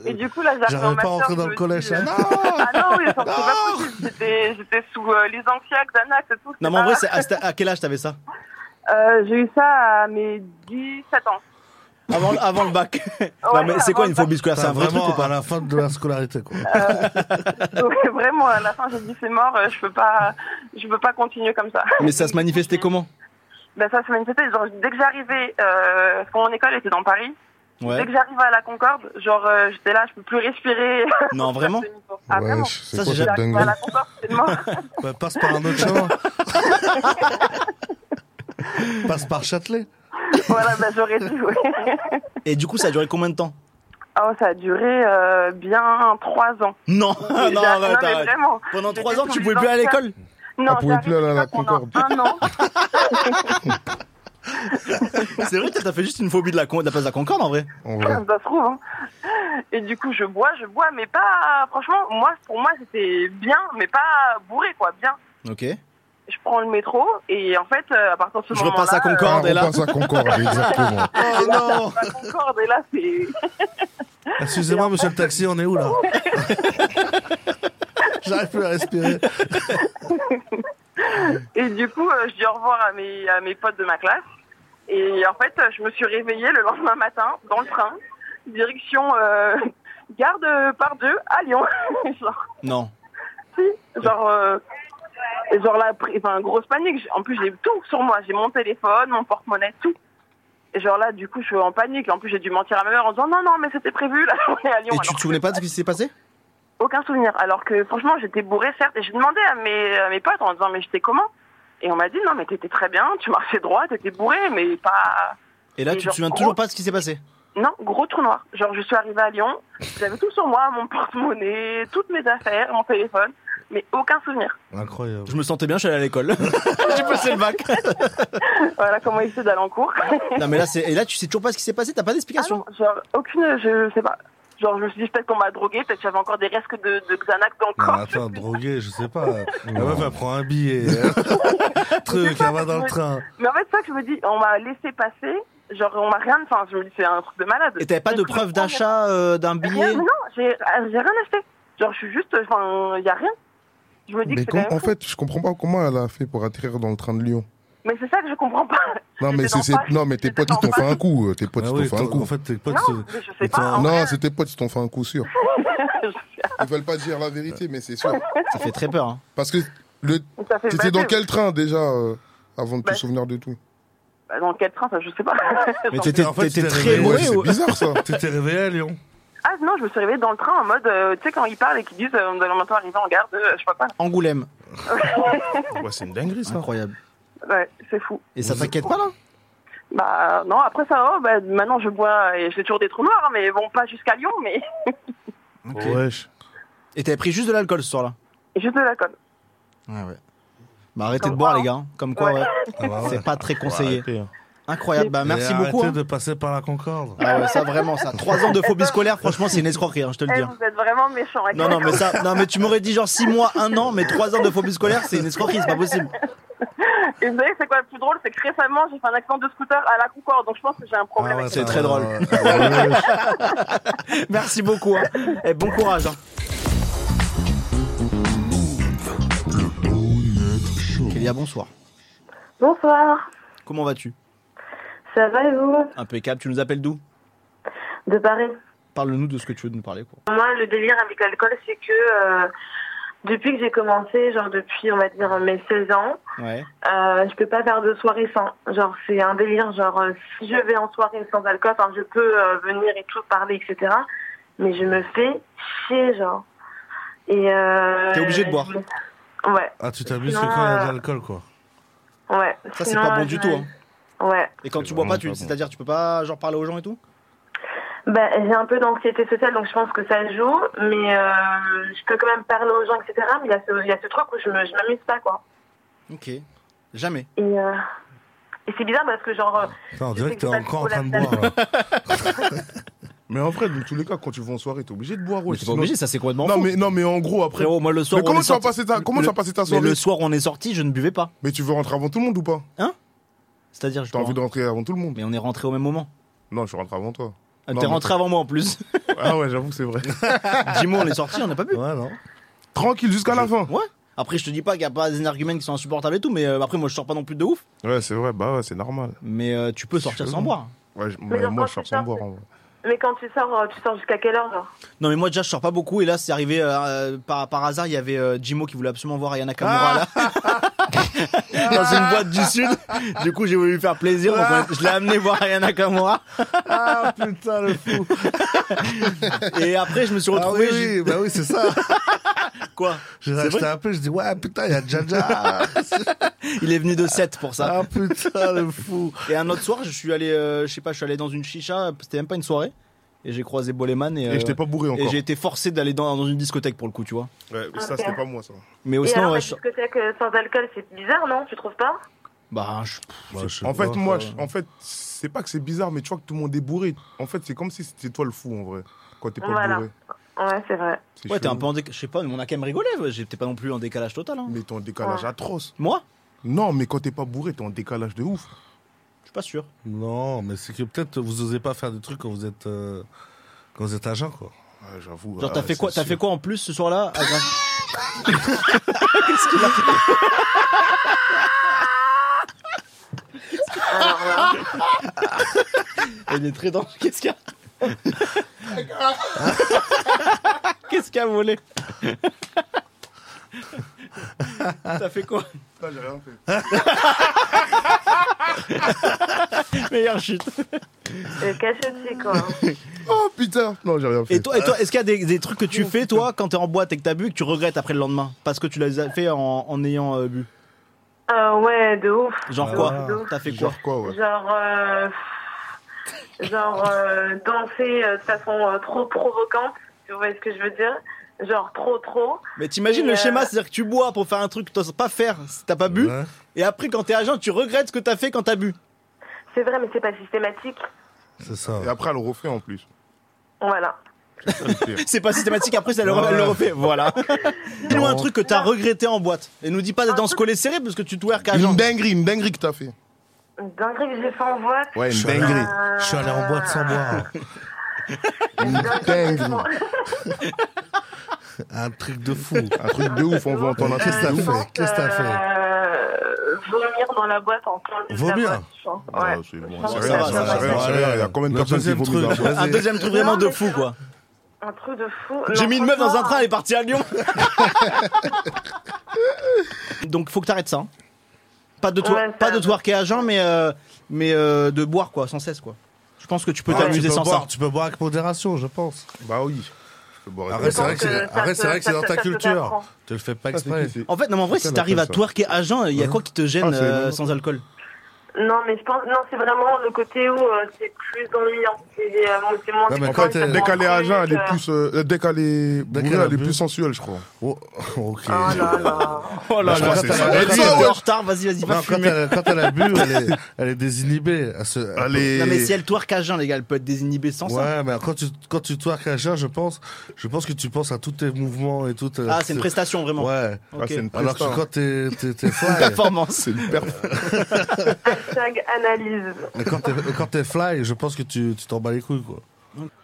S9: Et du coup, là, j'arrive
S3: J'arrive Euh,
S9: en
S3: pas à
S9: master.
S3: rentrer dans
S9: je
S3: le
S9: me
S3: collège.
S9: suis,
S3: ça.
S9: euh,
S3: Non
S9: Ah non, oui, enfin, c'est pas possible. J'étais- J'étais sous euh, les antiacs, Xanax et tout. c'était
S2: Non, mais en
S9: pas-
S2: vrai, c'est à, sta- à quel âge t'avais ça
S9: Euh, j'ai eu ça à mes 17 ans.
S2: avant, avant le bac. non,
S9: Ouais,
S2: mais c'est quoi
S9: avant
S2: une
S9: ça.
S2: phobie scolaire C'est
S3: T'as
S2: un vrai truc
S3: vraiment
S2: ou pas
S3: à la fin de la scolarité, quoi.
S9: Donc vraiment, à la fin, j'ai dit c'est mort, euh, je peux pas, je peux pas continuer comme ça.
S2: Mais ça se manifestait comment
S9: Ben ça se manifestait. Genre, dès que j'arrivais, euh, parce que mon école était dans Paris, dès
S2: Ouais.
S9: que j'arrivais à la Concorde, genre euh, j'étais là, je peux plus respirer.
S2: Non, vraiment
S9: Ah vraiment.
S4: Wesh. C'est
S2: Ça, c'est
S4: quoi cette
S9: J'arrivais à
S4: dinguerie
S9: la Concorde, c'est mort.
S3: Bah, passe par un autre chemin. passe par Châtelet.
S9: voilà, ben j'aurais dit oui.
S2: Et du coup, ça a duré combien de temps
S9: Oh, ça a duré euh, bien trois ans.
S2: Non,
S9: J'ai-
S2: non, arrête,
S9: mais
S2: arrête.
S9: vraiment.
S2: Pendant
S9: J'étais
S2: trois ans,
S9: sous
S2: tu
S9: les
S2: pouvais plus aller à
S9: antiacs.
S2: l'école
S9: Non,
S4: Ah, pouvait plus aller à la
S9: pendant un an. Ah.
S2: C'est vrai que t'as fait juste une phobie de la, con- de la place de la Concorde en vrai.
S4: En
S9: Ça
S4: vrai.
S9: se trouve. hein. Et du coup, je bois, je bois, mais pas. Franchement, moi, pour moi, c'était bien, mais pas bourré, quoi. Bien.
S2: Ok.
S9: Je prends le métro et en fait, euh, à partir de ce
S2: Je
S9: moment-là,
S2: repasse à
S4: Ah,
S2: Concorde
S4: on
S2: et là. Oh,
S4: passe à Concorde, exactement.
S9: euh, là, ça repasse à Concorde et là, c'est.
S3: Excusez-moi, monsieur le taxi, on est où là J'arrive plus à respirer.
S9: Et du coup, euh, je dis au revoir à mes à mes potes de ma classe. Et en fait, euh, je me suis réveillée le lendemain matin dans le train, direction euh, gare de Pardieu à Lyon. Genre,
S2: Non.
S9: Si, genre, euh, genre la, pri- enfin, grosse panique. J'ai- En plus, j'ai tout sur moi. J'ai mon téléphone, mon porte-monnaie, tout. Et genre là, du coup, je suis en panique. En plus, j'ai dû mentir à ma mère en disant non, non, mais c'était prévu la journée à Lyon.
S2: Et tu
S9: Alors,
S2: te souvenais pas de ce qui s'est passé
S9: aucun souvenir. Alors que franchement, j'étais bourrée, certes. Et j'ai demandé à mes, à mes potes en disant mais j'étais comment Et on m'a dit non, mais t'étais très bien, tu marchais droit, t'étais bourrée, mais pas.
S2: Et là,
S9: Et
S2: tu te
S9: genre,
S2: souviens
S9: gros-
S2: toujours pas de ce qui s'est passé
S9: Non, gros trou noir. Genre, je suis arrivée à Lyon, j'avais tout sur moi, mon porte-monnaie, toutes mes affaires, mon téléphone, mais aucun souvenir.
S3: Incroyable.
S2: Je me sentais bien, je suis allé à l'école. J'ai passé le bac.
S9: Voilà comment il fait d'aller en cours.
S2: Non, mais là, c'est- et là, tu sais toujours pas ce qui s'est passé, t'as pas
S9: Ah
S2: d'explication.
S9: non, genre, aucune, je sais pas. Genre, je me suis dit peut-être qu'on m'a drogué, peut-être que j'avais encore des risques de, de Xanax dans le
S3: Non,
S9: corps.
S3: attends, drogué, je sais pas. La meuf, elle prend un billet. Truc, elle va dans le train.
S9: Mais en fait, c'est ça que je me dis, on m'a laissé passer, genre, on m'a rien, enfin, je me dis, c'est un truc de malade.
S2: Et t'avais pas
S9: Je
S2: de
S9: pouvais
S2: preuve
S9: prendre
S2: d'achat euh, d'un
S9: rien.
S2: billet
S9: Non, j'ai euh, j'ai rien acheté. Genre, je suis juste, enfin, il y a rien. Je me dis
S4: Mais
S9: que c'est quand
S4: comme,
S9: même
S4: en
S9: fou.
S4: fait, je comprends pas comment elle a fait pour atterrir dans le train de Lyon.
S9: Mais c'est ça que je comprends pas.
S4: Non, mais,
S9: J'étais
S4: c'est,
S9: dans
S4: c'est- non, mais tes
S9: J'étais
S4: potes, ils
S9: dans
S4: t'ont
S9: Paris.
S4: fait un coup. euh, Tes potes,
S3: Ah
S4: ils
S3: oui,
S4: t'ont fait un
S3: toi, en
S4: coup.
S3: fait, tes potes.
S9: Non,
S3: se-
S9: mais je sais
S3: mais
S9: pas.
S3: t'en-
S9: en
S4: Non,
S9: vrai,
S4: c'est tes potes, ils t'ont fait un coup sûr. Ils veulent pas dire la vérité, mais c'est sûr.
S2: Ça fait très peur. hein.
S4: Parce que le...
S9: ça fait
S4: t'étais dans
S9: baver.
S4: quel train déjà euh, avant de te
S9: Bah,
S4: souvenir de tout
S9: Bah, Dans quel train, ça, je sais pas.
S2: Mais
S9: Genre-
S2: t'étais
S3: en fait,
S2: t'étais
S3: tu t'es
S2: très
S3: réveillé,
S4: Ouais,
S2: doué
S4: c'est
S2: ou
S4: bizarre ça.
S3: T'étais réveillé à Lyon.
S9: Ah non, je me suis réveillée dans le train en mode, euh, tu sais, quand ils parlent et qu'ils disent, euh, nous allons maintenant arriver en gare de, je sais pas quoi.
S2: Angoulême.
S3: Ouais, c'est une dinguerie, ça.
S2: Incroyable.
S9: Ouais, c'est fou.
S2: Et ça t'inquiète pas là
S9: Bah non, après ça, oh, bah, maintenant je bois et j'ai toujours des trous noirs, mais bon, pas jusqu'à Lyon, mais
S3: Wesh.
S2: Et t'avais pris juste de l'alcool ce soir-là
S9: juste de la conne.
S2: Ah Ouais, ouais. Bah arrêtez
S9: Comme
S2: de boire
S9: quoi,
S2: les gars, hein. comme quoi
S9: Ouais.
S2: ouais.
S3: Ah bah ouais.
S2: c'est pas très
S3: Ouais,
S2: conseillé.
S3: arrêtez, hein.
S2: Incroyable, bah merci
S3: Et
S2: beaucoup.
S3: Arrêtez de
S2: hein.
S3: passer par la Concorde.
S2: Ah ouais, ça vraiment, ça. Trois ans de phobie scolaire, franchement, c'est une escroquerie, hein, je te le
S9: Eh,
S2: dis. hein.
S9: vous êtes vraiment méchants.
S3: Eh,
S9: avec
S2: Non, non, mais ça, non, mais tu m'aurais dit genre six mois, un an, mais trois ans de phobie scolaire, c'est une escroquerie, c'est pas possible.
S9: Et vous savez, c'est quoi le plus drôle C'est que récemment, j'ai fait un accident de scooter à la Concorde, donc je pense que j'ai un problème
S3: Ah ouais,
S9: avec
S2: c'est
S3: ça,
S2: très
S3: ouais,
S2: drôle.
S3: ouais, ouais. Wesh.
S2: Merci beaucoup. hein. Et bon courage. hein. Kélia, bonsoir.
S9: Bonsoir,
S2: Comment vas-tu
S5: Ça va et vous
S2: Impeccable. Tu nous appelles d'où
S5: De Paris.
S2: Parle-nous de ce que tu veux nous parler. Quoi.
S5: Moi, le délire avec l'alcool, c'est que euh, depuis que j'ai commencé, genre depuis, on va dire, mes 16 ans,
S2: Ouais.
S5: euh, je peux pas faire de soirée sans. Genre, c'est un délire. Genre, euh, si je vais en soirée sans alcool, enfin, je peux euh, venir et tout, parler, etc. Mais je me fais chier, genre. Et. Euh,
S2: T'es obligé de boire.
S5: je me- Ouais,
S3: Ah, tu t'abuses que
S5: Sinon,
S3: quand il y a
S5: euh,
S3: de l'alcool, quoi.
S5: ouais.
S2: Ça, c'est
S5: Sinon,
S2: pas bon
S5: euh,
S2: du
S5: je-
S2: tout. Hein.
S5: Ouais.
S2: Et quand
S3: C'est
S2: tu bois pas,
S3: vraiment
S2: tu,
S3: pas bon.
S2: c'est-à-dire tu peux pas genre parler aux gens et tout
S5: Bah, j'ai un peu d'anxiété sociale, donc je pense que ça joue, mais euh, je peux quand même parler aux gens, etc. Mais il y, a ce- il y a ce truc où je me- je m'amuse pas, quoi.
S2: Ok. Jamais.
S5: Et, euh, et c'est bizarre parce que, genre, euh,
S3: Putain, on
S5: Je
S3: dirait
S5: sais
S3: que
S5: que
S3: t'es
S5: c'est pas
S3: encore en train de
S5: trop la
S3: boire. là.
S4: Mais en vrai, dans tous les cas, quand tu vas en soirée, t'es obligé de boire. ouais,
S2: Mais t'es pas
S4: sinon-
S2: obligé, ça c'est complètement
S4: Non
S2: fou.
S4: mais, non, mais en gros, après.
S2: Frérot, moi le soir.
S4: Mais
S2: où on
S4: comment
S2: est
S4: tu vas
S2: sorti-
S4: passer ta, comment
S2: le-
S4: tu vas passer ta
S2: Mais
S4: soirée
S2: le soir où on est sorti, je ne buvais pas.
S4: Mais tu veux rentrer avant tout le monde ou pas
S2: C'est-à-dire, je
S4: T'as
S2: bois-
S4: envie de rentrer avant tout le monde
S2: Mais on est rentré au même moment.
S4: Non, je rentre avant toi.
S2: Ah,
S4: Non,
S2: T'es
S4: mais-
S2: rentré avant moi en plus.
S4: Ah ouais, j'avoue que c'est vrai.
S2: Dis-moi, on est sorti, on n'a pas bu.
S3: Ouais, non.
S4: Tranquille jusqu'à la fin.
S2: Après, je te dis pas qu'il y a pas des arguments qui sont insupportables et tout, mais euh, après, moi, je sors pas non plus de ouf.
S4: Ouais, c'est vrai, bah ouais, c'est normal.
S2: Mais euh, tu peux sortir sans
S4: Sûrement.
S2: boire.
S4: Ouais, je-
S5: Mais
S4: ouais,
S5: non,
S4: moi,
S5: quand
S4: je sors
S5: tu
S4: sans
S5: sors,
S4: boire en vrai.
S5: mais quand tu sors, euh, tu sors jusqu'à quelle heure, genre
S2: Non, mais moi, déjà, je sors pas beaucoup. Et là, c'est arrivé euh, par, par hasard. Il y avait euh, Jimo qui voulait absolument voir Ayana Kamura
S3: Ah.
S2: là. dans une boîte du Sud. Du coup, j'ai voulu lui faire plaisir. donc on est- je l'ai amené voir Ayana Kamura.
S3: Ah, putain, le fou.
S2: Et après, je me suis
S3: Ah oui,
S2: retrouvé.
S3: oui, bah oui, c'est ça.
S2: j'ai- Quoi
S3: Je
S2: C'est
S3: je t'ai
S2: vrai
S3: appelé, je dis, ouais, putain, il y a Jaja.
S2: Il est venu de 7 pour ça.
S3: Ah, putain, le fou.
S2: Et un autre soir, je suis allé, euh, je sais pas, je suis allé dans une chicha. C'était même pas une soirée. Et j'ai croisé Boleman. Et,
S4: Et
S2: euh,
S4: je t'ai pas bourré
S2: et
S4: encore.
S2: j'ai été forcé d'aller dans, dans une discothèque pour le coup, tu vois.
S4: Ouais,
S5: Ah,
S4: mais ça, c'était pas moi, ça.
S2: Mais euh,
S5: Et
S2: sinon,
S5: alors,
S2: ouais,
S5: la
S2: je-
S5: discothèque euh, sans alcool, c'est bizarre, non Tu trouves pas
S2: bah, je
S4: En fait, moi, je- en fait, c'est pas que c'est bizarre, mais tu vois que tout le monde est bourré. En fait, c'est comme si c'était toi le fou, en vrai. Quand t'es pas
S5: Voilà.
S4: bourré.
S5: Ouais, c'est vrai.
S4: C'est
S2: Ouais, t'es un
S4: chelou.
S2: peu en décalage. Je sais pas, mais on a quand même rigolé. ouais. J'étais pas non plus en décalage total. hein.
S4: Mais t'es en décalage
S5: Ouais.
S4: atroce.
S2: Moi
S4: Non, mais quand t'es pas bourré, t'es en décalage de ouf.
S2: Je suis pas sûr.
S3: Non, mais c'est que peut-être vous osez pas faire des trucs quand vous êtes, euh, quand vous êtes agent, quoi.
S4: Ouais, j'avoue. ah,
S2: Genre,
S4: ouais,
S2: t'as fait
S4: c'est
S2: quoi T'as
S4: sûr.
S2: fait quoi en plus ce soir-là à Grasse- Qu'est-ce qu'il a fait
S5: Alors là,
S2: Il est très dans. Qu'est-ce qu'il a Qu'est-ce qu'il a volé T'as fait quoi
S4: Putain, j'ai rien fait.
S2: Meilleure chute.
S5: euh, cachotté, quoi.
S4: Oh putain Non, j'ai rien fait.
S2: Et toi, et toi est-ce qu'il y a des, des trucs que tu fais, toi, quand t'es en boîte et que t'as bu, que tu regrettes après le lendemain Parce que tu l'as fait en, en ayant euh, bu.
S5: Euh, ouais, de ouf.
S2: Genre
S3: Ah
S2: quoi
S5: ouais.
S2: T'as fait quoi
S4: Genre quoi, ouais
S5: Genre, euh, genre euh, danser euh, de façon euh, trop provocante, tu vois ce que je veux dire Genre trop trop.
S2: Mais t'imagines le
S5: Et, euh,
S2: schéma, c'est-à-dire que tu bois pour faire un truc que t'oses pas faire si t'as pas bu,
S3: Ouais.
S2: et après quand t'es agent, tu regrettes ce que t'as fait quand t'as bu.
S5: C'est vrai, mais c'est pas systématique.
S3: C'est ça.
S4: Et après, elle le refait en plus.
S5: Voilà.
S4: C'est ça, le pire.
S2: C'est pas systématique, après ça le, re-
S3: Ouais.
S2: elle le refait. Voilà. Dis-nous un
S3: Non.
S2: truc que t'as regretté en boîte. Et nous dis pas d'être dans ce collet serré parce que tu twerk agent.
S4: Une dinguerie, une dinguerie que t'as fait.
S5: Dinguerie que j'ai fait en boîte.
S4: Ouais,
S3: Je
S4: une
S3: suis allé-
S4: dinguerie.
S5: Euh,
S3: Je suis allé en boîte sans boire.
S4: Une dinguerie.
S5: Dinguerie.
S3: Un truc de fou.
S4: Un truc de ouf, on veut entendre un truc
S3: Qu'est-ce que t'as
S4: de
S5: je
S4: ouf.
S3: fait
S5: pense,
S3: Qu'est-ce que t'as fait
S5: euh, Vomir dans la boîte en plein milieu de la
S3: Vomir
S5: boîte, je pense.
S4: Ah,
S5: Ouais.
S4: c'est bon,
S5: Ça
S4: c'est
S5: va,
S4: rien,
S2: ça
S4: c'est
S2: va, ça
S4: rien,
S3: va.
S4: c'est rien. Il y a combien de
S3: Le
S4: personnes qui
S3: deuxième
S4: vomissent dans la
S3: truc.
S4: boîte
S2: Un deuxième truc vraiment de fou quoi.
S5: Un truc de fou.
S2: J'ai
S5: Non,
S2: mis une meuf dans un train,
S5: franchement,
S2: elle est partie à Lyon. Donc faut que t'arrêtes ça. hein. Pas de, twer-
S5: Ouais, ça
S2: pas de
S5: va.
S2: twerker agent, mais, euh, mais euh, de boire quoi, sans cesse quoi. Je pense que tu peux
S3: Ah, tu
S2: t'amuser
S3: peux
S2: sans
S3: boire-
S2: ça.
S3: Tu peux boire avec modération, je pense.
S4: Bah oui. Je peux boire
S3: Arrête,
S5: je
S3: c'est
S5: pense
S3: vrai que c'est-
S5: ça
S3: arrête, c'est
S5: te-
S3: vrai que c'est
S5: ça
S3: dans
S5: te-
S3: ta
S5: ça te
S3: culture.
S5: t'apprend.
S3: Tu le fais pas
S4: Ça, hein. Ah, c'est
S3: exprès.
S4: qui, c'est-
S2: En fait, non, mais en vrai,
S4: Putain,
S2: si t'arrives à
S4: l'appelle ça.
S2: twerker agent, il y a
S4: Ouais.
S2: quoi qui te gêne
S4: Ah, c'est
S2: euh,
S4: énorme.
S2: sans alcool
S5: Non, mais je pense. Non, c'est vraiment le côté où euh, c'est plus ennuyant. C'est euh, c'est moins.
S3: Ouais, mais
S5: c'est
S3: quand
S5: moins-
S3: t'es-
S5: ça te
S4: Dès qu'elle est
S5: rend
S4: à jeun, elle est
S5: compte,
S4: plus. euh, Dès qu'elle est
S3: Dès qu'elle
S4: bourrée,
S3: a
S4: elle est
S3: bu.
S4: plus sensuelle, je crois.
S3: Oh, ok.
S5: euh,
S10: Ah,
S5: Oh là là.
S2: Oh
S3: là là.
S2: Elle
S3: Vas-y,
S2: dit, t'es
S3: ouais.
S2: en retard, vas-y, vas-y, va
S3: euh, Non, quand,
S2: fumer.
S3: elle, quand elle a bu, elle est, elle est désinhibée. Elle se-
S4: Elle est.
S2: Non, mais si elle twerk agent, les gars, elle peut être désinhibée sans ça.
S3: Ouais, mais quand tu, quand tu twerk à jeun, je pense, je pense que tu penses à tous tes mouvements et tout. euh,
S2: Ah, c'est une prestation vraiment.
S3: Ouais.
S4: Ah,
S2: Ok.
S4: c'est une
S3: Alors que
S4: presta.
S3: quand t'es, t'es, t'es
S2: Une
S3: fly,
S2: performance.
S4: C'est une perf.
S5: euh, Hashtag analyse.
S3: mais quand t'es, quand t'es fly, je pense que tu, tu t'en bats les couilles, quoi.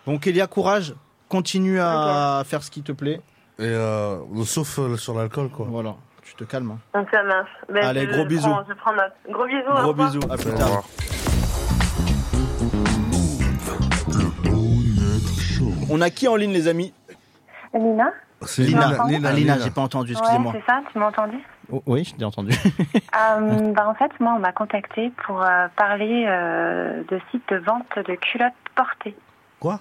S2: Donc, Elia, courage. Continue à faire ce qui te plaît.
S3: Et euh, sauf euh, sur l'alcool, quoi.
S2: Voilà, tu te calmes. hein.
S5: Donc ça marche. Ben,
S2: Allez,
S5: je
S2: gros
S5: prends-
S2: bisous.
S5: Je prends note. Gros bisous. au
S2: Gros
S5: revoir.
S2: bisous, à plus
S4: Au
S2: tard.
S4: revoir.
S2: On a qui en ligne, les amis
S10: Lina
S3: C'est
S10: Lina,
S2: Ah, Lina, j'ai pas entendu, excusez-moi.
S10: Ouais, c'est ça, tu m'as entendu
S2: Oh, oui, je t'ai entendu.
S10: Euh, bah, en fait, moi, on m'a contacté pour euh, parler euh, de sites de vente de culottes portées.
S3: Quoi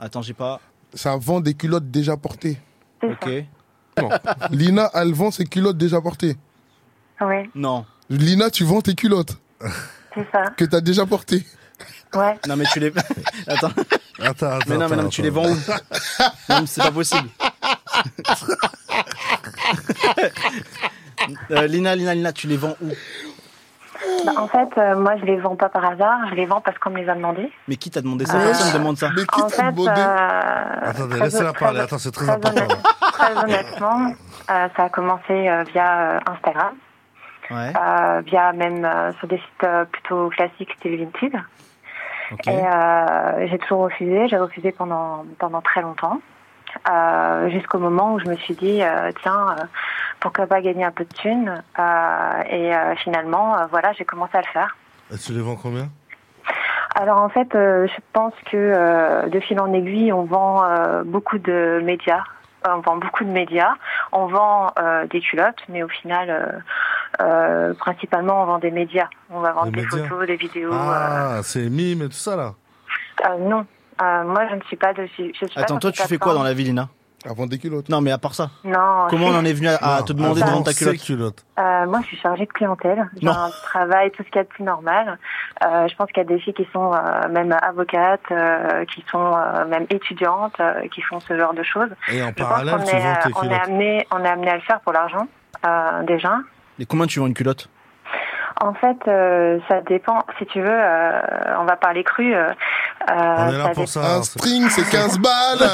S2: Attends, j'ai pas.
S4: Ça vend des culottes déjà portées.
S10: C'est
S2: Ok.
S4: Lina, elle vend ses culottes déjà portées.
S10: ça. Oui,
S2: Non.
S4: Lina, tu vends tes culottes
S10: c'est ça.
S4: que t'as déjà portées.
S10: Ouais.
S2: Non, mais tu les. Attends,
S3: Attends,
S4: Ah,
S3: attends.
S2: mais non, mais non, mais
S3: attends,
S2: tu les
S3: attends.
S2: vends où Non, mais c'est pas possible. Euh, Lina, Lina, Lina, tu les vends où
S10: Bah, en fait, euh, moi, je les vends pas par hasard. Je les vends parce qu'on me les a demandés.
S2: Mais qui t'a demandé ça
S10: Euh,
S2: Personne demande ça.
S4: Mais qui
S10: en fait,
S4: t'a demandé
S10: euh,
S3: Attendez,
S10: très-
S3: laissez-la
S10: très-
S3: parler. Attends, c'est très
S10: très
S3: important.
S10: honnête- très honnêtement, euh, ça a commencé euh, via euh, Instagram,
S2: Ouais.
S10: euh, via même euh, sur des sites euh, plutôt classiques style Vinted.
S2: Ok.
S10: Et euh, j'ai toujours refusé, j'ai refusé pendant, pendant très longtemps, euh, jusqu'au moment où je me suis dit, euh, tiens, euh, pourquoi pas gagner un peu de thunes euh, Et euh, finalement, euh, voilà, j'ai commencé à le faire.
S3: Et Tu les vends combien
S10: Alors en fait, euh, je pense que euh, de fil en aiguille, on vend euh, beaucoup de médias. Euh, On vend beaucoup de médias, on vend euh, des culottes, mais au final, euh, euh, principalement, on vend des médias. On va vendre
S3: Des
S10: des,
S3: médias.
S10: photos, des vidéos.
S3: Ah, c'est mime et tout ça là.
S10: euh, euh, non, Euh, moi, je ne suis pas dessus. Je suis pas
S2: Attends,
S10: sur
S2: toi,
S10: cette
S2: tu fais quoi dans
S10: plateforme.
S2: la vie, Lina
S4: Elle vend des culottes.
S2: Non, mais à part ça,
S10: Non,
S2: comment on
S10: je-
S2: en est venu à, à
S3: Non,
S2: te demander de
S3: elle
S2: vendre
S3: vend
S2: ta
S3: ses
S2: culotte
S3: culottes.
S10: Euh, moi, je suis chargée de clientèle. J'ai
S2: Non.
S10: un travail, tout ce qu'il y a de plus normal. Euh, je pense qu'il y a des filles qui sont euh, même avocates, euh, qui sont euh, même étudiantes, euh, qui font ce genre de choses.
S3: Et en
S10: Je pense
S3: parallèle,
S10: qu'on
S3: tu
S10: est,
S3: vends
S10: on
S3: tes
S10: est
S3: culottes.
S10: amené, on est amené à le faire pour l'argent. euh, déjà.
S2: Et combien tu vends une culotte
S10: En fait, euh, ça dépend. Si tu veux, euh, on va parler cru. euh, euh,
S3: On est là
S10: ça
S3: pour
S10: dé-
S3: ça.
S4: Un
S3: hein, c'est-
S4: string, c'est 15 balles.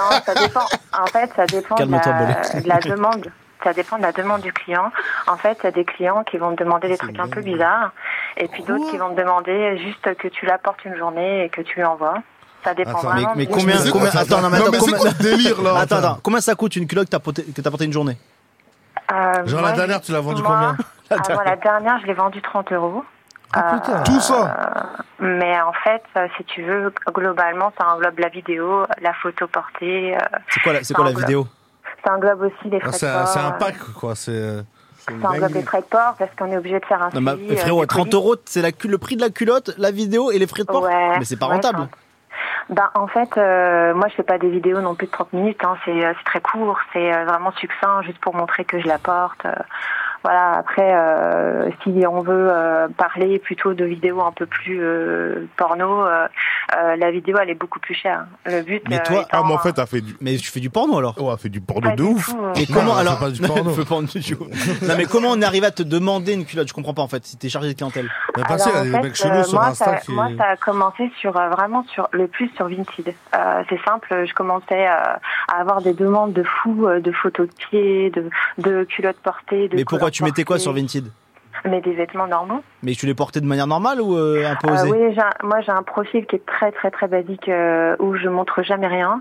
S10: Non, ça dépend. En fait, ça dépend de
S2: Calme-toi,
S10: la,
S2: Bollé.
S10: de la demande. Ça dépend de la demande du client. En fait, il y a des clients qui vont me demander des trucs un peu bizarres, et puis d'autres qui vont me demander juste que tu l'apportes une journée et que tu lui envoies. Ça dépend
S3: Attends,
S2: mais,
S10: vraiment.
S2: mais
S10: du-
S2: combien,
S4: c'est-
S2: combien Attends, non, mais
S4: non, mais
S2: attends,
S4: c'est
S2: combien-
S4: quoi ce délire là
S2: attends, attends, combien ça coûte une culotte que t'as portée que t'as portée une journée
S10: Euh,
S3: Genre
S10: moi,
S3: la dernière, tu l'as vendu
S10: moi,
S3: combien
S10: ah, moi, la dernière, je l'ai vendue 30 euros. Euh,
S4: Tout ça.
S10: mais en fait, euh, si tu veux, globalement, ça englobe la vidéo, la photo portée, euh,
S2: C'est quoi, la- c'est quoi la
S10: Non,
S2: vidéo
S10: ça englobe aussi les frais
S3: Ah,
S10: de
S3: C'est un
S10: port,
S3: c'est un
S10: euh,
S3: pack quoi. C'est. Bah,
S10: Ça englobe les frais de port parce qu'on est obligé de faire un
S2: Non, mais
S10: suivi, euh,
S2: frérot,
S10: du
S2: 30
S10: colis.
S2: euros, c'est la cu- le prix de la culotte, la vidéo et les frais de port.
S10: Ouais,
S2: mais c'est pas
S10: ouais, hein.
S2: rentable.
S10: c'est un- Ben, en fait, euh, moi, je fais pas des vidéos non plus de 30 minutes. hein. C'est euh, c'est très court, c'est euh, vraiment succinct, juste pour montrer que je la porte. euh, voilà. Après, euh, si on veut euh, parler plutôt de vidéos un peu plus euh, porno, euh, euh, la vidéo, elle est beaucoup plus chère. Le but.
S2: Mais
S10: euh,
S2: toi,
S10: étant,
S11: Ah, mais en
S10: euh,
S11: fait, elle fait du,
S2: Mais tu fais du porno alors
S11: oh, elle fait du
S10: pas
S11: porno de
S10: du
S11: ouf.
S10: tout, euh,
S2: Mais comment
S3: elle
S2: alors
S3: fait pas du porno.
S2: Fais pas du tout. Non mais comment on arrive à te demander une culotte Je comprends pas en fait. Si t'es chargé de clientèle.
S3: Mais passé, il
S10: Alors,
S3: y a
S10: en
S3: des
S10: fait,
S3: mecs
S10: euh,
S3: chelous sur
S10: moi,
S3: Insta
S10: ça,
S3: qui.
S10: moi, ça a commencé sur euh, vraiment sur le plus sur Vinted. Euh, c'est simple, je commençais euh, à avoir des demandes de fous, euh, de photos de pieds, de, de culottes portées. De
S2: mais pourquoi
S10: couleurs
S2: tu mettais quoi
S10: portées.
S2: sur Vinted
S10: Mais des vêtements normaux.
S2: Mais tu les portais de manière normale ou euh, un peu
S10: Euh,
S2: osé
S10: oui, j'ai un- moi j'ai un profil qui est très très très basique euh, où je montre jamais rien.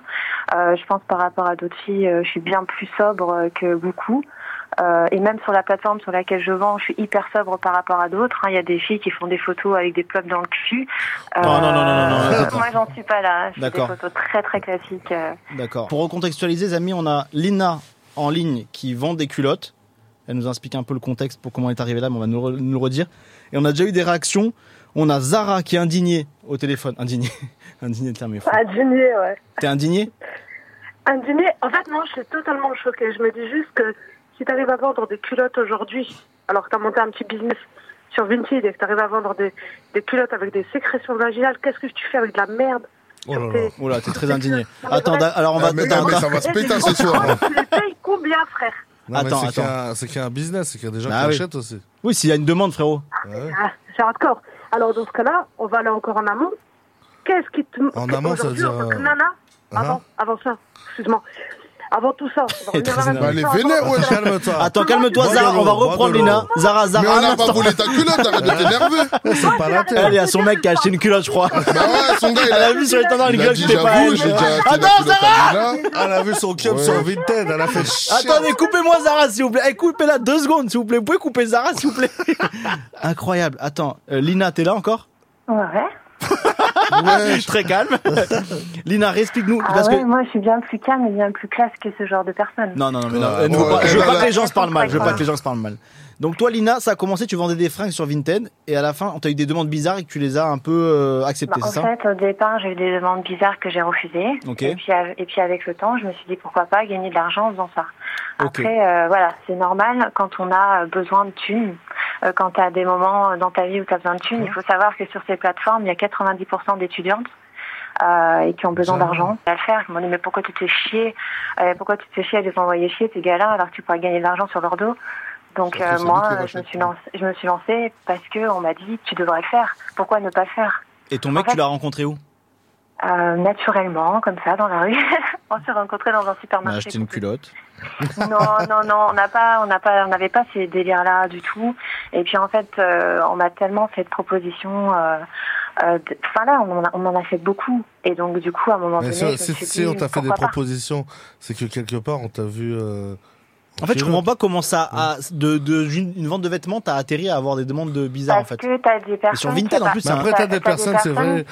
S10: Euh, je pense par rapport à d'autres filles, euh, je suis bien plus sobre euh, que beaucoup. Euh, et même sur la plateforme sur laquelle je vends, je suis hyper sobre par rapport à d'autres. hein. Il y a des filles qui font des photos avec des plopes dans le cul.
S2: Oh,
S10: Euh,
S2: Non, non, non, non, non, non, attends.
S10: moi j'en suis pas là. hein. Je fais des
S2: D'accord.
S10: photos très très classiques. euh.
S2: D'accord. Pour recontextualiser, les amis, on a Lina en ligne qui vend des culottes. Elle nous explique un peu le contexte pour comment elle est arrivée là, mais on va nous, re- nous le redire. Et on a déjà eu des réactions. On a Zara qui est indignée au téléphone. Indignée. indignée de la meilleure.
S5: Ah, Junier, ouais.
S2: T'es indignée
S5: Un dîner, en fait, non, je suis totalement choquée. Je me dis juste que si tu arrives à vendre des culottes aujourd'hui, alors que tu as monté un petit business sur Vinted et que tu arrives à vendre des, des culottes avec des sécrétions vaginales, qu'est-ce que tu fais avec de la merde
S3: Oh là là.
S5: T'es-
S2: Oh là, t'es très indignée. Attends, da- alors on va.
S4: Ah, mais,
S2: attends,
S4: ah, mais
S2: attends.
S4: ça va se
S5: Eh,
S4: péter
S5: des
S4: ce
S5: grosses
S4: soir.
S5: grosses, Tu les payes combien, frère
S3: Non, mais
S2: Attends,
S3: c'est qu'il y a- C'est qu'il y a un business, c'est qu'il y a des gens
S2: Ah
S3: qui
S2: oui.
S3: achètent aussi.
S2: Oui, s'il y a une demande, frérot.
S3: Ouais, ouais.
S5: ah, C'est hardcore. Alors, dans ce cas-là, on va aller encore en amont. Qu'est-ce qui te.
S3: En amont, ça veut
S5: aujourd'hui,
S3: dire,
S5: en tant que
S3: euh,
S5: nana,
S3: hein
S5: avant, avant ça, excuse-moi. Avant tout ça, on va
S2: Très
S5: revenir
S4: Bah,
S2: énervé.
S5: à la
S4: elle est
S5: question, avant-
S4: vénère, ouais.
S3: Calme-toi.
S2: Attends, calme-toi,
S3: Bois de
S2: Zara.
S3: l'eau,
S2: On va
S3: bois de
S2: reprendre
S3: l'eau.
S2: Lina. Zara,
S4: Mais
S2: Zara,
S4: on
S2: un
S4: a pas
S2: instant.
S4: volé ta culotte, arrête de t'énerver.
S3: C'est pas la
S2: Elle, il
S3: tête.
S2: y a son mec qui a acheté une culotte, je crois.
S4: Bah ouais, son gars, il
S2: Elle
S4: a,
S2: a vu sur les tendons une
S4: il a
S2: culotte,
S4: dit
S2: c'était pas
S4: j'avoue,
S2: elle.
S4: j'ai déjà acheté la
S2: Attends,
S4: culotte à Lina.
S3: Elle a vu son club
S4: Ouais.
S3: sur Vinted, elle a fait chier.
S2: Attendez, coupez-moi Zara, s'il vous plaît. Eh, coupez-la deux secondes, s'il vous plaît. Vous pouvez couper Zara, s'il vous plaît. Incroyable. Attends, euh, Lina, t'es là encore
S10: Ouais.
S2: Très calme. Lina, explique-nous.
S10: Ah
S2: parce
S10: ouais,
S2: que...
S10: moi je suis bien plus calme et bien plus classe que ce genre de personne.
S2: Non, non, non, mais non.
S3: Ouais,
S2: euh, ne veux
S3: ouais,
S2: pas- je veux
S3: ouais,
S2: pas
S3: ouais.
S2: que les gens se parlent mal. Je veux pas
S10: D'accord.
S2: que les gens se parlent mal. Donc toi, Lina, ça a commencé, tu vendais des fringues sur Vinted et à la fin, on t'a eu des demandes bizarres et que tu les as un peu euh,
S10: Bah,
S2: acceptées,
S10: en
S2: c'est ça
S10: fait, au départ, j'ai eu des demandes bizarres que j'ai refusées.
S2: Ok.
S10: Et, puis, av- et puis avec le temps, je me suis dit pourquoi pas gagner de l'argent en faisant ça.
S2: Ok.
S10: Après, euh, voilà, c'est normal quand on a euh, besoin de thunes. euh, Quand tu as des moments euh, dans ta vie où tu as besoin de thunes, il faut savoir que sur ces plateformes, il y a 90% d'étudiantes euh, et qui ont besoin d'argent à le faire. Ils m'ont dit mais pourquoi tu te fais chier Euh, Pourquoi tu te fais chier à les envoyer chier ces gars-là alors que tu pourrais gagner de l'argent sur leur dos donc euh,
S2: c'est
S10: moi,
S2: nous qui
S10: euh, je me, suis lancée, je me suis lancée parce que on m'a dit tu devrais le faire. Pourquoi ne pas le faire
S2: Et ton mec,
S10: en fait-
S2: tu l'as rencontré où
S10: euh, naturellement, comme ça, dans la rue. on s'est rencontrés dans un
S2: On a
S10: supermarché.
S2: acheté Bah, une culotte.
S10: non, non, non, on n'a pas, on n'a pas, on n'avait pas ces délires-là du tout. Et puis en fait, euh, on m'a tellement fait de propositions. euh, euh, de- Enfin là, on en, a, on en a fait beaucoup. Et donc du coup, à un moment
S3: Mais
S10: donné,
S3: si,
S10: je me
S3: si-
S10: suis
S3: si
S10: dit,
S3: on t'a fait des
S10: pourquoi pas
S3: propositions, c'est que quelque part on t'a vu. euh,
S2: En fait, je
S3: culotte.
S2: comprends pas comment ça, a, de, de- d'une une vente de vêtements, t'as atterri à avoir des demandes de bizarres en
S10: Parce
S2: fait.
S10: que t'as des personnes.
S2: Et sur Vinted,
S10: qui
S2: en plus,
S10: par- Bah,
S2: c'est un- Après, t'as des personnes, c'est vrai, ils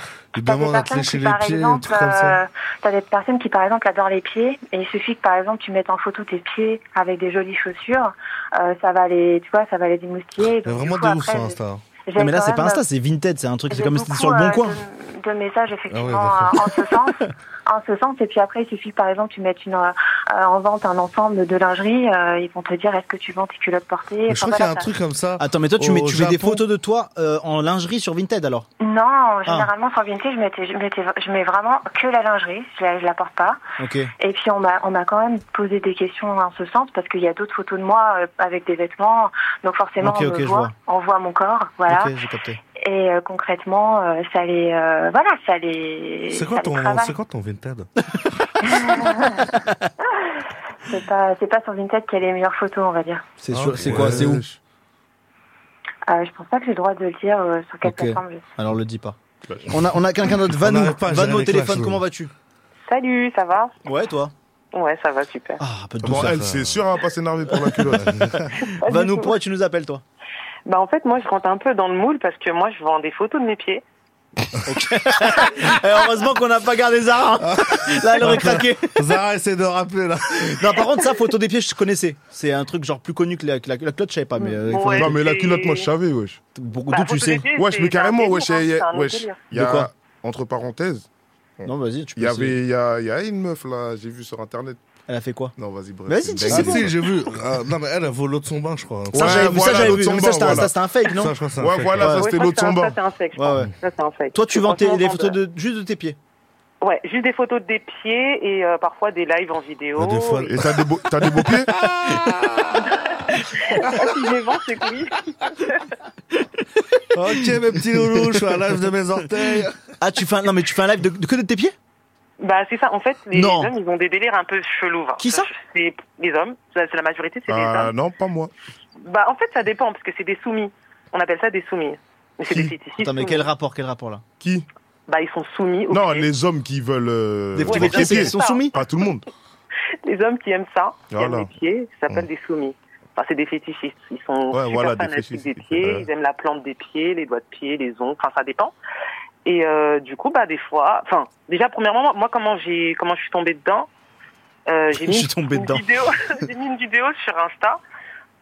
S10: t'as des
S2: demandent à te
S10: personnes
S2: lécher
S10: qui,
S2: les
S10: par
S2: pieds, des
S10: exemple,
S2: trucs comme ça.
S10: euh, T'as des personnes qui, par exemple, adorent les pieds, et il suffit que, par exemple, tu mettes en photo tes pieds avec des jolies chaussures, euh, ça va les, tu vois, ça va les démoustiller.
S2: Mais
S10: Donc, du
S2: vraiment
S10: coup,
S2: de ouf, hein,
S10: après,
S2: ça,
S10: j'ai-
S2: Insta.
S10: j'ai
S2: Non, mais là,
S10: quand
S2: c'est pas
S10: même-
S2: Insta, c'est Vinted, c'est un truc, c'est
S10: j'ai
S2: comme si c'était
S10: beaucoup,
S2: sur le
S10: euh,
S2: bon coin.
S10: De, de messages, effectivement,
S2: Ah
S10: euh, en ce sens. En ce sens, et puis après, il suffit que, par exemple, tu mettes une, euh, euh, en vente un ensemble de lingerie, euh, ils vont te dire est-ce que tu vends tes culottes portées. Enfin, euh, voilà, ça-
S3: comme ça.
S2: Attends, mais toi, tu,
S3: au
S2: mets, tu mets des
S3: Japon.
S2: photos de toi euh, en lingerie sur Vinted alors
S10: Non, généralement sur Vinted, je, mettais, je, mettais, je mets vraiment que la lingerie, je la, je la porte pas.
S2: Ok.
S10: Et puis on m'a on m'a quand même posé des questions en ce sens parce qu'il y a d'autres photos de moi euh, avec des vêtements, donc forcément
S2: Ok,
S10: on
S2: ok,
S10: me
S2: je
S10: voit,
S2: vois.
S10: on voit mon corps, voilà.
S2: Ok, j'ai capté.
S10: Et euh, concrètement, euh, ça les, euh, voilà, ça les.
S3: C'est quoi
S10: ça les
S3: ton,
S10: travaille.
S3: c'est quoi ton Vinted
S10: C'est pas, c'est pas sur Vinted qu'il y a les meilleures photos, on va dire.
S2: C'est
S3: Ah,
S2: sûr,
S3: ok.
S2: c'est quoi, c'est où
S10: Euh, je pense pas que j'ai le droit de le dire euh, sur quelle
S2: Ok.
S10: plateforme. je-
S2: Alors le dis pas. On a, Bah, on a quelqu'un d'autre. Vanou,
S3: On n'arrive pas à gérer
S2: Vanou au
S3: les clashs,
S2: téléphone,
S3: nous.
S2: comment vas-tu
S12: Salut, ça va
S2: Ouais, toi
S12: Ouais, ça va, super.
S2: Ah, peu de
S4: Bon,
S2: douceur.
S4: elle, c'est sûr, elle va pas s'énerver pour la culotte.
S2: Vanou, pourquoi tu nous appelles, toi
S12: Bah, en fait, moi, je rentre un peu dans le moule parce que moi, je vends des photos de mes pieds.
S2: Eh, Heureusement qu'on n'a pas gardé Zara. hein.
S3: Ah.
S2: Là, elle aurait craqué.
S3: Zara essaie de rappeler, là.
S2: Non, par contre, ça, photo des pieds, je connaissais. C'est un truc genre plus connu que la, que la, la culotte, je savais pas. Mais, euh, il faut-
S4: Ouais, Non, mais la c'est- culotte, moi, je savais, wesh.
S2: Beaucoup
S4: Bah,
S2: d'où
S4: photo
S2: tu sais.
S4: des pieds, Wesh, mais c'est carrément, un délire, wesh, hein, il y a- c'est un autre wesh, délire. il y a-
S2: De quoi
S4: Entre parenthèses.
S2: Non, vas-y, tu peux
S4: Il y
S2: essayer.
S4: avait, il y a, il Ah, y a une meuf là, j'ai vu sur internet.
S2: Elle a fait quoi
S4: Non, vas-y, bref.
S2: Vas-y,
S4: c'est une
S2: dis,
S4: dinguerie.
S2: c'est bon.
S3: Si, j'ai vu. Ah, non, mais elle, elle vaut l'eau de son bain, je crois.
S4: Ça, j'avais vu, ça, j'avais vu. Mais ça, c'était un- ça, c'était un fake, non
S3: Ça, je crois que c'est un
S4: Ouais,
S3: fake.
S4: voilà, ça,
S12: Ouais,
S4: c'était
S12: ça,
S4: l'eau de
S12: c'est un-
S4: son bain.
S12: Ça, c'est un fake. je
S2: Ouais,
S12: pense.
S2: ouais.
S12: Ça, c'est un fake.
S2: Toi, tu
S12: Parce que
S2: vantais des
S12: franchement,
S2: photos
S12: vendre-
S2: de, juste de tes pieds.
S12: Ouais, juste des photos des pieds et euh, parfois des lives en vidéo.
S4: Et t'as des, beaux- t'as des beaux pieds
S12: Ah, si je les vends, c'est que oui.
S3: Ok, mes petits loulous, je fais un live de mes orteils.
S2: Ah, tu fais un, non, mais tu fais un live de, de- que de tes pieds
S12: Bah, c'est ça. En fait, les
S2: Non.
S12: hommes, ils ont des délires un peu chelous. hein.
S2: Qui ça
S12: C'est les hommes. Ça, C'est la majorité, c'est les
S4: Ah
S12: hommes.
S4: non, pas moi.
S12: Bah, en fait, ça dépend parce que c'est des soumis. On appelle ça des soumis. Mais c'est des fétichistes.
S2: Attends, mais
S12: soumis.
S2: quel rapport, quel rapport là
S4: Qui
S12: Bah, ils sont soumis. aux-
S4: Non, les hommes qui veulent. euh,
S12: Des
S4: voir
S12: petits
S4: les
S12: pieds,
S4: pieds.
S12: ils sont soumis
S4: Pas tout le monde.
S12: Les hommes qui aiment ça, qui
S4: Voilà. Mm.
S12: aiment les pieds, ça s'appelle des soumis. Enfin, c'est des fétichistes. Ils sont
S4: Ouais,
S12: super
S4: voilà, des
S12: fanatiques des,
S4: fétichistes.
S12: pieds.
S4: Ouais.
S12: Ils aiment la plante des pieds, les doigts de pied, les ongles. Enfin, ça dépend. Et euh, du coup, bah, des fois, enfin, déjà, premièrement, moi, comment j'ai, comment je suis tombée dedans euh, J'ai
S2: Je
S12: mis
S2: suis tombée
S12: une
S2: dedans.
S12: vidéo, j'ai mis une vidéo sur Insta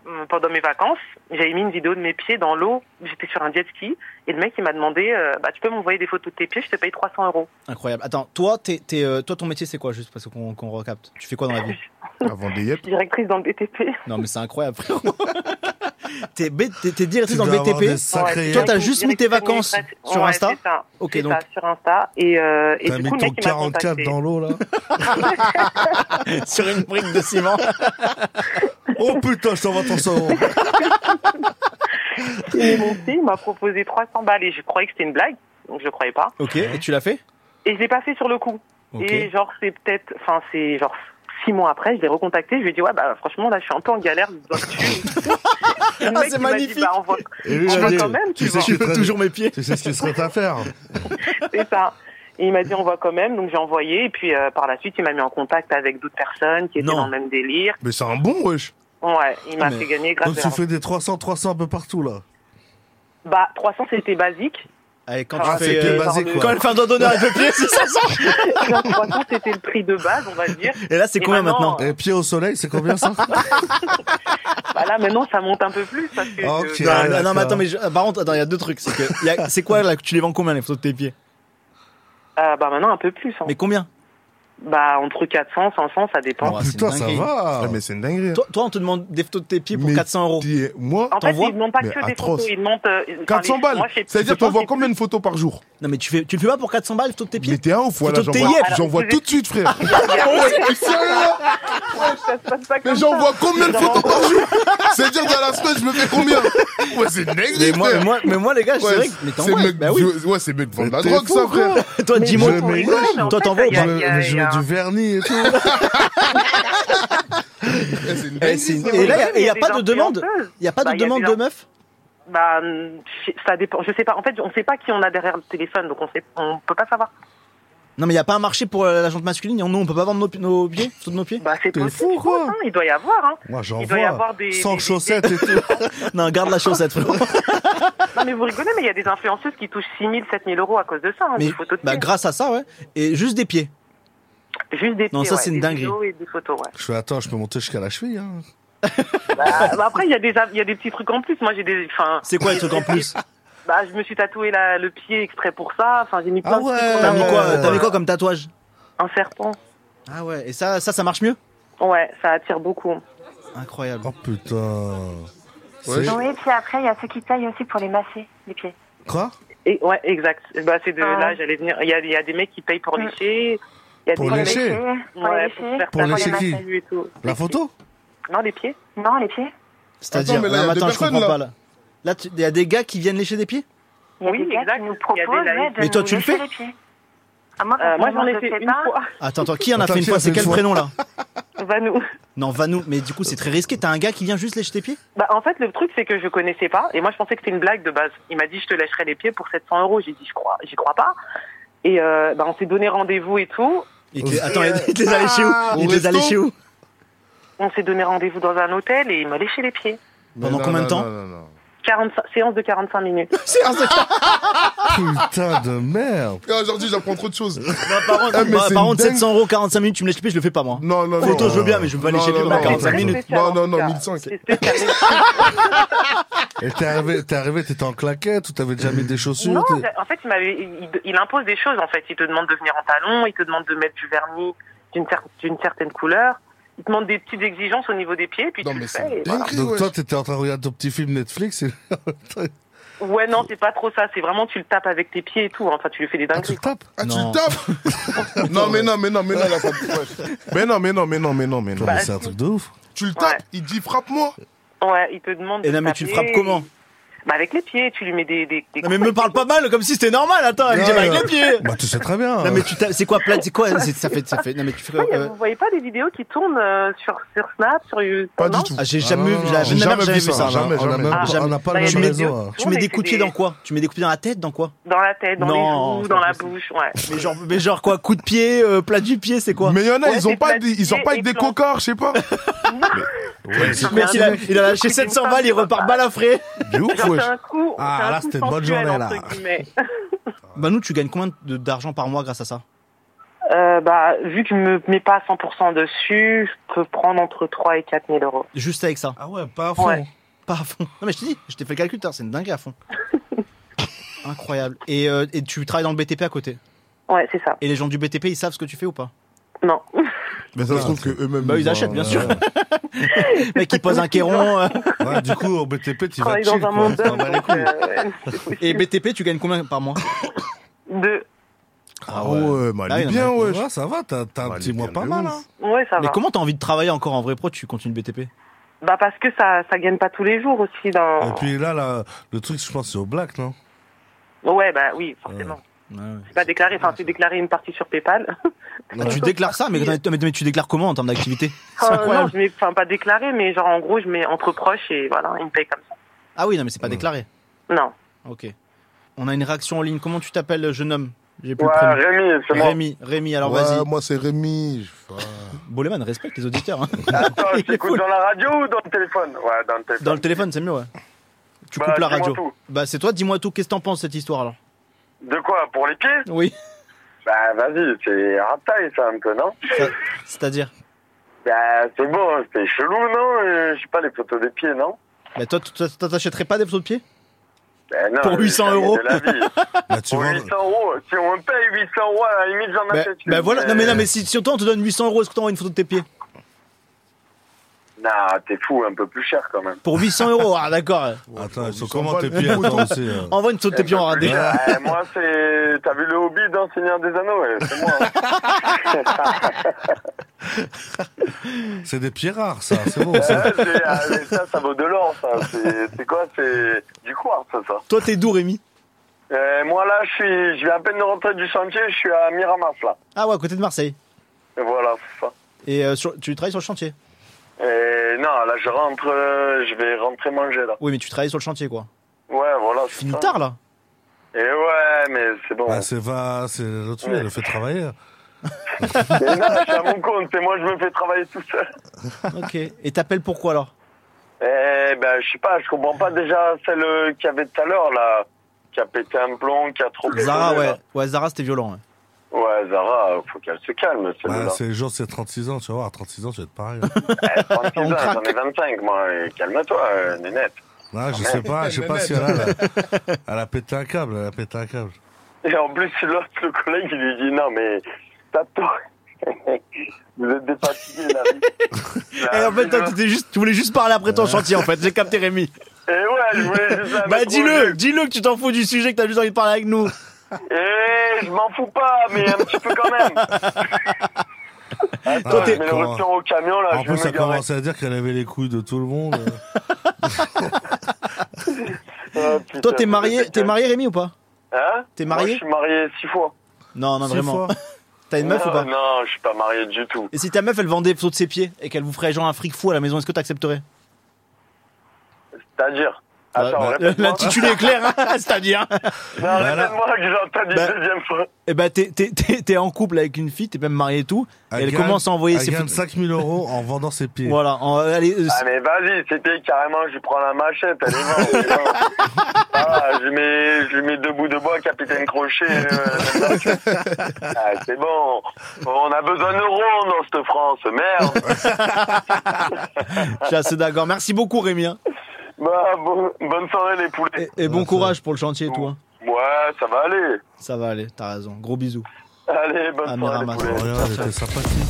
S12: euh, pendant mes vacances. J'avais mis une vidéo de mes pieds dans l'eau. J'étais sur un jet ski et le mec il m'a demandé, euh, bah, tu peux m'envoyer des photos de tes pieds Je te paye 300 euros.
S2: Incroyable. Attends, toi, t'es, t'es, euh, toi ton métier, c'est quoi Juste parce qu'on, qu'on recapte. Tu fais quoi dans la vie
S4: Avant des yep.
S12: Directrice dans le BTP.
S2: Non, mais c'est incroyable, frérot. t'es, B- t'es, t'es directrice
S3: Tu
S2: dans
S3: dois avoir
S2: BTP.
S3: des sacrés-
S2: Toi, t'as juste mis tes vacances sur
S12: Ouais,
S2: Insta.
S12: c'est ça.
S2: Ok,
S12: C'est
S2: donc.
S12: ça, sur Insta. Et, euh, et
S3: T'as
S12: du
S3: mis
S12: coup, le
S3: ton
S12: mec, il m'a
S3: 44
S12: contacté.
S3: dans l'eau, là.
S2: sur une brique de ciment.
S3: oh putain, je t'envoie ton sang.
S12: Il est monté, il m'a proposé 300 balles et je croyais que c'était une blague, donc je croyais pas.
S2: Ok, et tu l'as fait
S12: Et je l'ai pas fait sur le coup.
S2: Ok.
S12: Et genre, c'est peut-être, enfin, c'est genre six mois après, je l'ai recontacté, je lui ai dit, ouais, bah franchement, là, je suis un peu en galère. je dois te tuer. Le
S2: Ah,
S12: mec, il m'a dit, Bah, envoie-
S3: Et lui, il
S12: envoie
S3: a dit,
S12: quand même, tu
S3: sais
S12: vois.
S3: ce qui serait-
S2: toujours mes pieds.
S3: Tu sais ce qui serait à faire.
S12: C'est ça. Et il m'a dit, on voit quand même, donc j'ai envoyé, et puis euh, par la suite, il m'a mis en contact avec d'autres personnes qui étaient
S3: Non.
S12: dans le même délire.
S4: Mais c'est un bon, wesh.
S12: Ouais, il m'a
S3: Ah, Mais-
S12: fait gagner grâce
S3: Donc
S12: à
S3: tu fais des 300, 300 un peu partout, là.
S12: Bah, 300, c'était basique.
S2: Allez, quand
S12: Ah,
S2: tu
S12: c'est
S2: fais. euh,
S12: pied basé, quoi.
S2: Quand elle fait un doigt d'honneur avec le pied, c'est ça, ça
S12: Non, 300, c'était le prix de base, on va dire.
S2: Et là, c'est combien maintenant
S3: Et pied au soleil, c'est combien
S12: Euh,
S3: ça
S12: Bah là, maintenant, ça monte un peu plus. Parce que,
S2: non, Ah, non, non, mais attends, mais je- par contre, attends, il y a deux trucs. C'est que, il y a- c'est quoi là que tu les vends combien les photos de tes pieds
S12: Euh, bah maintenant, un peu plus. hein.
S2: Mais combien
S12: Bah, entre 400, 500, ça dépend.
S4: Ouais, mais c'est une dinguerie.
S2: Toi, toi, on te demande des photos de tes pieds pour 400 euros.
S4: Moi,
S12: En fait, ils ne demandent pas que des photos, ils demandent... euh, enfin,
S4: 400
S12: les-
S4: balles.
S12: moi, je sais-
S4: C'est-à-dire,
S12: je pense
S4: t'envoies combien de photos par jour
S2: Non, mais tu, fais, tu le fais pas pour 400 balles, photos de tes pieds
S4: Mais t'es un ouf, voilà.
S2: Photos de tes
S4: j'envoie-
S2: yeux.
S4: J'envoie tout de suite, frère.
S13: Mais j'envoie combien de photos par jour C'est-à-dire, dans la semaine, je me fais combien Ouais, c'est dingue,
S2: Mais moi- mais moi- mais moi, les gars, c'est vrai que- mais t'envoies,
S13: c'est mec,
S2: bah oui.
S13: Ouais, c'est mec vendre la
S2: t'es
S13: drogue,
S2: fou,
S13: ça,
S2: quoi.
S13: frère.
S2: Toi,
S13: Mais
S2: dis-moi,
S13: je
S2: toi,
S13: m'énerve.
S2: toi, Toi, t'envoies au-
S13: Je mets-
S2: y a-
S13: je
S2: y a-
S13: mets du vernis et tout. Eh, c'est une
S2: Et,
S13: dinguerie,
S2: c'est une-
S13: ça.
S2: et là, il n'y a,
S12: des
S2: pas de demande.
S12: influenceuses.
S2: Il n'y a pas
S12: Bah,
S2: de
S12: y a
S2: demande
S12: des
S2: de
S12: in-
S2: meufs
S12: Bah, hum, je sais- ça dépend. Je sais pas. En fait, on sait pas qui on a derrière le téléphone, donc on sait, on peut pas savoir.
S2: Non, mais il n'y a pas un marché pour euh, la jante masculine. Nous, on peut pas vendre nos, pi- nos pieds, photos de nos pieds
S12: Bah, c'est fou, quoi Il doit y avoir, hein.
S2: Moi, j'en
S12: Il doit y vois, avoir des- sans des- des- chaussettes
S2: et tout. non, garde la chaussette, frérot.
S12: non, mais vous rigolez, mais il y a des influenceuses qui touchent 6 000, 7 000 euros à cause de
S10: Ah,
S12: ça, hein,
S2: Mais
S12: des photos de
S2: bah,
S12: pieds.
S2: grâce à ça, ouais. Et juste des pieds.
S12: Juste des
S2: Non,
S12: pieds,
S2: ça,
S12: ouais,
S2: c'est une
S12: des
S2: dinguerie.
S12: vidéos et des photos, ouais.
S3: Je fais, attends, je peux monter jusqu'à la cheville, hein.
S12: Bah, bah, après, il y, a des av- il y a des petits trucs en plus. Moi, j'ai des. enfin,
S2: C'est quoi les
S12: j'ai-
S2: trucs en plus
S12: Bah, je me suis tatoué la- le pied exprès pour ça. Enfin, j'ai mis plein
S2: Ah T'as
S12: de trucs.
S2: mis quoi euh, T'as mis quoi comme tatouage
S12: Un serpent.
S2: Ah ouais, et ça, ça, ça marche mieux
S12: Ouais, ça attire beaucoup.
S2: Incroyable.
S3: Oh putain. C'est-
S10: Oui, puis après, il y a ceux qui payent aussi pour les masser, les pieds.
S3: Quoi
S12: Et, ouais, exact. Bah, c'est de
S10: Ah. Mm.
S12: là, j'allais venir. Il y a, il y a des mecs qui payent pour lécher. Il y a
S3: Pour
S12: des
S3: lécher
S10: Pour
S12: Ouais,
S10: les
S12: pour
S10: pieds.
S12: faire
S3: Pour
S12: ça,
S3: lécher
S12: les
S3: qui
S12: massages et tout.
S3: La photo
S12: Non, les pieds.
S10: Non, les pieds.
S2: C'est-à-dire,
S10: Attends, mais là,
S2: non,
S10: y a
S2: mais
S10: des
S2: attends, je
S10: personnes,
S2: comprends
S10: là.
S2: pas là. Là, il y a des gars qui viennent lécher des pieds
S10: Il y a des gars qui nous proposent ouais, de
S2: Mais toi,
S10: nous
S2: tu le
S10: lécher
S2: fais
S10: les pieds. Ah, moi,
S12: Euh, moi, j'en ai
S10: personnellement, je
S12: fait
S10: le fais
S12: une
S10: pas.
S12: fois.
S2: Attends, attends, qui en a
S12: Attends,
S2: fait une
S12: qui
S2: fois
S12: a
S2: C'est
S12: fait
S2: quel
S12: une fois
S2: prénom là
S12: Va nous.
S2: Non, Vanou, mais du coup, c'est très risqué. T'as un gars qui vient juste lécher tes pieds
S12: Bah, en fait, le truc, c'est que je connaissais pas. Et moi, je pensais que c'était une blague de base. Il m'a dit, je te lâcherai les pieds pour 700 euros. J'ai dit, je crois, j'y crois pas. Et euh, bah, on s'est donné rendez-vous et tout.
S2: Il te- Attends, il te les a léchés où
S12: Ah,
S2: Il
S12: au
S2: te les a
S12: resto
S2: léchés où
S12: On s'est donné rendez-vous dans un hôtel et il m'a léché les pieds.
S2: Pendant combien de temps
S12: 45, séance de 45 minutes.
S2: Séance de 45
S3: Putain de merde.
S13: Ah, Aujourd'hui, j'apprends trop de choses.
S2: Par contre,
S13: Ah, mais
S2: bah,
S13: c'est
S2: par
S13: une
S2: contre,
S13: dingue.
S2: 700 euros, 45 minutes, tu me lèches les pieds, je le fais pas moi.
S13: Non, non,
S2: Photo,
S13: non.
S2: je veux bien, mais je veux pas
S13: Non,
S2: lécher les
S13: non,
S2: pieds
S13: non,
S2: pendant 45
S13: non,
S2: minutes.
S13: Non, non, non, 1500.
S3: Et t'es arrivé, t'es arrivé, t'étais en claquette ou t'avais déjà mis des chaussures
S12: Non,
S3: t'es-
S12: en fait, il, m'avait- il, il impose des choses. En fait, il te demande de venir en talon, il te demande de mettre du vernis d'une, cer- d'une certaine couleur. Il te demande des petites exigences au niveau des pieds, puis tu le fais. et voilà.
S3: Donc toi, t'étais en train de regarder ton petit film Netflix et...
S12: Ouais, non, c'est pas trop ça. C'est vraiment tu le tapes avec tes pieds et tout. Enfin, tu lui fais des dingueries.
S3: quoi.
S13: Ah, tu
S12: Non.
S13: tapes Non, mais non, mais non, mais non, la femme.
S4: Mais non, mais non, mais non, mais non, mais non.
S12: Bah, c'est un truc
S3: de ouf.
S13: Tu le tapes, il dit frappe-moi.
S12: Ouais, il te demande.
S2: Et
S12: de
S2: non, mais tu le
S12: taper.
S2: frappes comment
S12: Bah, avec les pieds. Tu lui mets des. des, des
S2: Non, mais me parle pas mal comme si c'était normal, attends, elle me dit
S3: Ouais,
S2: bah, avec les
S3: ouais.
S2: pieds
S3: Bah, tu sais très bien.
S2: Non, mais tu tapes- c'est quoi, plat C'est quoi c'est- Ça fait. Ça fait... Non, mais tu fais.
S12: Ouais, y a-
S2: euh,
S12: Vous voyez pas des vidéos qui tournent euh, sur, sur Snap, sur YouTube non
S2: Ah, j'ai jamais, vu- la-
S3: J'ai
S2: la mère,
S3: jamais
S2: j'avais
S3: vu ça, jamais,
S2: On a
S3: jamais.
S2: même-
S3: Ah,
S2: jamais.
S3: on n'a pas le
S2: Tu
S3: même
S2: mets-
S3: réseau, hein.
S2: Tu mets
S12: Ouais,
S2: des
S12: c'est
S2: coups de pied
S12: des-
S2: dans quoi Tu mets des coups de pied dans la tête, dans quoi
S12: Dans la tête, dans
S2: Non,
S12: les joues,
S2: c'est
S12: dans
S2: pas
S12: la bouche, ouais.
S2: Mais genre, mais genre quoi Coup de pied, euh, plat du pied, c'est quoi
S4: Mais y en a, ils ont pas, des- ils ont pas des cocards, je sais pas.
S2: Ouais, c'est mec, il a, il a lâché 700 balles, il repart balafré.
S4: De
S12: Genre, c'est un coup,
S2: Ah,
S12: c'est un
S2: là,
S12: coup
S2: c'était une bonne
S12: sensuel,
S2: journée, là.
S12: entre guillemets.
S2: Bah nous, tu gagnes combien de- d'argent par mois grâce à ça
S12: Euh, bah, vu que je me mets pas à 100% dessus, je peux prendre entre 3 et 4 000 euros.
S2: Juste avec ça. Ah ouais, pas à
S12: fond. Ouais.
S2: Pas à fond. Non mais je te dis, je t'ai fait le calcul, putain, c'est une dinguerie à fond. Incroyable. Et, euh, et tu travailles dans le BTP à côté
S12: Ouais, c'est ça.
S2: Et les gens du BTP, ils savent ce que tu fais ou pas
S12: Non.
S4: Mais ça se trouve que eux-mêmes.
S2: Bah ils
S4: voient,
S2: achètent, bien
S4: ouais.
S2: sûr. Mec, ils posent un quéron. euh.
S3: Ouais, du coup, au BTP, tu vas
S12: travaille
S3: chill,
S12: dans
S3: quoi.
S12: un monde euh,
S3: Tu t'en bats les couilles.
S2: Et BTP, tu gagnes combien par mois
S7: euh,
S12: Deux.
S3: Ah
S4: ouais, mais
S2: Ah, il y en a
S3: bien,
S2: un
S3: ouais.
S2: peu.
S3: ça va, t'as t'as un petit mois pas
S2: de
S3: mal,
S2: ouf.
S3: hein.
S12: Ouais, ça
S2: Mais
S12: va.
S2: comment t'as envie de travailler encore en vrai pro Tu continues le BTP
S12: Bah, parce que ça, ça gagne pas tous les jours aussi
S3: Et
S2: Ah.
S12: dans.
S3: puis là, là, le truc, je pense, c'est au black, non
S12: Ouais, bah oui, forcément.
S2: Ouais.
S12: C'est pas déclaré, enfin, c'est déclaré une partie sur PayPal.
S2: Ah, tu déclares ça, mais, mais- mais tu déclares comment en termes d'activité C'est
S12: Euh,
S2: incroyable.
S12: non, je mets, enfin, pas déclaré, mais genre, en gros, je mets entre proches et voilà, ils me payent comme ça.
S2: Ah oui, non, mais c'est pas déclaré.
S12: Non.
S2: Ok. On a une réaction en ligne. Comment tu t'appelles, jeune homme J'ai plus
S13: Ouais,
S2: le prénom.
S13: Rémi, c'est moi.
S2: Rémi, Rémi, alors
S13: Ouais,
S2: vas-y.
S13: Moi, c'est Rémi.
S2: Boleman, respecte les auditeurs. hein.
S13: Attends,
S2: Il est fou.
S13: dans
S7: la radio ou dans le téléphone Ouais, dans le téléphone.
S2: Dans le téléphone, c'est mieux, ouais. Tu
S7: Bah,
S2: coupes la
S7: dis-moi
S2: radio.
S7: tout.
S2: Bah, c'est toi, dis-moi tout. Qu'est-ce que t'en penses, cette histoire alors
S7: De quoi Pour les pieds
S2: Oui.
S7: Bah vas-y, c'est un taille ça un peu, non
S2: C'est-à-dire
S7: Bah c'est bon, c'est chelou, non Euh, Je sais pas, les photos des pieds, non
S2: Mais bah, toi, toi, toi, t'achèterais pas des photos de pied
S7: Bah, non,
S2: Pour
S7: mais
S2: 800
S7: jamais
S2: euros.
S7: de la vie.
S2: tu
S7: Pour
S2: vois.
S7: 800 euros, si on me paye 800 euros, à la limite j'en
S2: Ben
S7: achète une, Euh,
S2: voilà, non mais, non, mais si, si toi on te donne 800 euros, est-ce que t'envoies une photo de tes pieds
S7: Nah, t'es fou, un peu plus cher quand même.
S2: Pour 800 euros, ah d'accord.
S3: Attends, ils sont
S7: comment tes pieds, attends, aussi, euh.
S2: Envoie une photo de tes pieds, on aura
S7: Plus
S2: des.
S7: cher. Eh, moi, c'est. T'as vu le hobby dans Seigneur des Anneaux ouais, C'est moi. hein.
S3: C'est des pieds rares, ça. C'est bon.
S7: Eh,
S3: ça.
S7: c'est- ah, mais ça, ça vaut de l'or, ça. C'est c'est quoi C'est du quartz, ça. ça.
S2: Toi t'es doux, Rémi
S7: Euh, moi, là, je suis. Je viens à peine de rentrer du chantier, je suis à Miramas, là.
S2: Ah ouais, à côté de Marseille.
S7: Et Voilà, c'est ça.
S2: Et euh, sur- tu travailles sur le chantier
S7: Et non, là, je rentre. euh, Je vais rentrer manger, là.
S2: Oui, mais tu travailles sur le chantier quoi.
S7: Ouais, voilà. c'est
S2: Fini
S7: ça.
S2: tard là
S7: Et ouais, mais c'est bon.
S3: Ah, c'est va, c'est l'autre, elle le fait travailler.
S7: Mais non, je suis à mon compte, c'est moi, je me fais travailler tout seul.
S2: Ok. Et t'appelles pourquoi alors
S7: Eh ben, je sais pas, je comprends pas déjà celle euh, qu'il y avait tout à l'heure, là, qui a pété un plomb, qui a trop...
S2: Zara,
S7: picolé,
S2: ouais. Ouais, Zara c'était violent.
S7: là.
S2: ouais.
S7: Ouais, Zara, euh, faut qu'elle se calme,
S3: Bah,
S7: celle-là.
S3: c'est le jour, c'est 36 ans, tu vas voir, à 36 ans, tu vas être pareil. hein.
S7: Eh, 36 ans, j'en ai 25, moi, euh, calme-toi, euh, nénette.
S3: Non, je sais pas, je sais pas si elle a, elle a- elle a pété un câble, elle a pété un câble.
S7: Et en plus, l'autre, le collègue, il lui dit, non, mais, tape-toi. Vous êtes des fatigués, là.
S2: Et Eh, en fait, toi, t'étais juste- tu voulais juste parler après ton chantier en fait. J'ai capté Rémi.
S7: Et Ah, Eh ouais, je voulais juste la
S2: Bah
S7: mettre au
S2: dis-le,
S7: jeu.
S2: dis-le que tu t'en fous du sujet, que t'as juste envie de parler avec nous.
S7: Eh, je m'en fous pas, mais un petit peu quand même. Attends,
S2: Ah,
S3: Toi, t'es-
S7: je Ah, mets le retour au camion, là,
S3: En
S7: je vais
S3: plus,
S7: me
S3: ça
S7: garer.
S3: commençait à dire qu'elle avait les couilles de tout le monde. euh.
S7: Ah, putain,
S2: Toi, t'es marié, t'es marié Rémi ou pas
S7: Hein
S2: T'es marié
S7: Moi, je suis marié six fois.
S2: Non, non,
S7: Six
S2: vraiment.
S7: fois.
S2: T'as une meuf
S7: non,
S2: ou pas
S7: Non, je suis pas marié du tout.
S2: Et si ta meuf elle vendait des photos de ses pieds et qu'elle vous ferait genre un fric fou à la maison, est-ce que t'accepterais
S7: C'est-à-dire Attends,
S2: bah,
S7: répète-moi.
S2: l'intitulé est clair, hein, c'est-à-dire.
S7: Non, répète-moi que j'entends une
S2: Bah,
S7: deuxième fois.
S2: Eh bah t'es, t'es, t'es, t'es en couple avec une fille, t'es même marié et tout, et elle
S3: gagne-
S2: commence à envoyer
S3: elle
S2: ses
S3: gagne
S2: photos.
S3: 5000 euros en vendant ses pieds.
S2: Voilà, en- allez, euh,
S7: Ah, mais vas-y, c'était carrément, je prends la machette, elle est morte. putain. ah, je mets, je mets deux bouts de bois, capitaine crochet. euh, ah, c'est bon. On a besoin d'euros dans cette France, merde.
S2: je suis assez d'accord. Merci beaucoup Rémi. hein.
S7: bah, bon- bonne soirée, les poulets.
S2: Et bon courage pour le chantier et tout. hein.
S7: Ouais, ça va aller.
S2: Ça va aller, t'as raison. Gros bisous.
S7: Allez, bonne
S2: Ah,
S7: soirée, les
S2: Miramas.
S7: poulets.
S3: Regarde, elle était sympathique.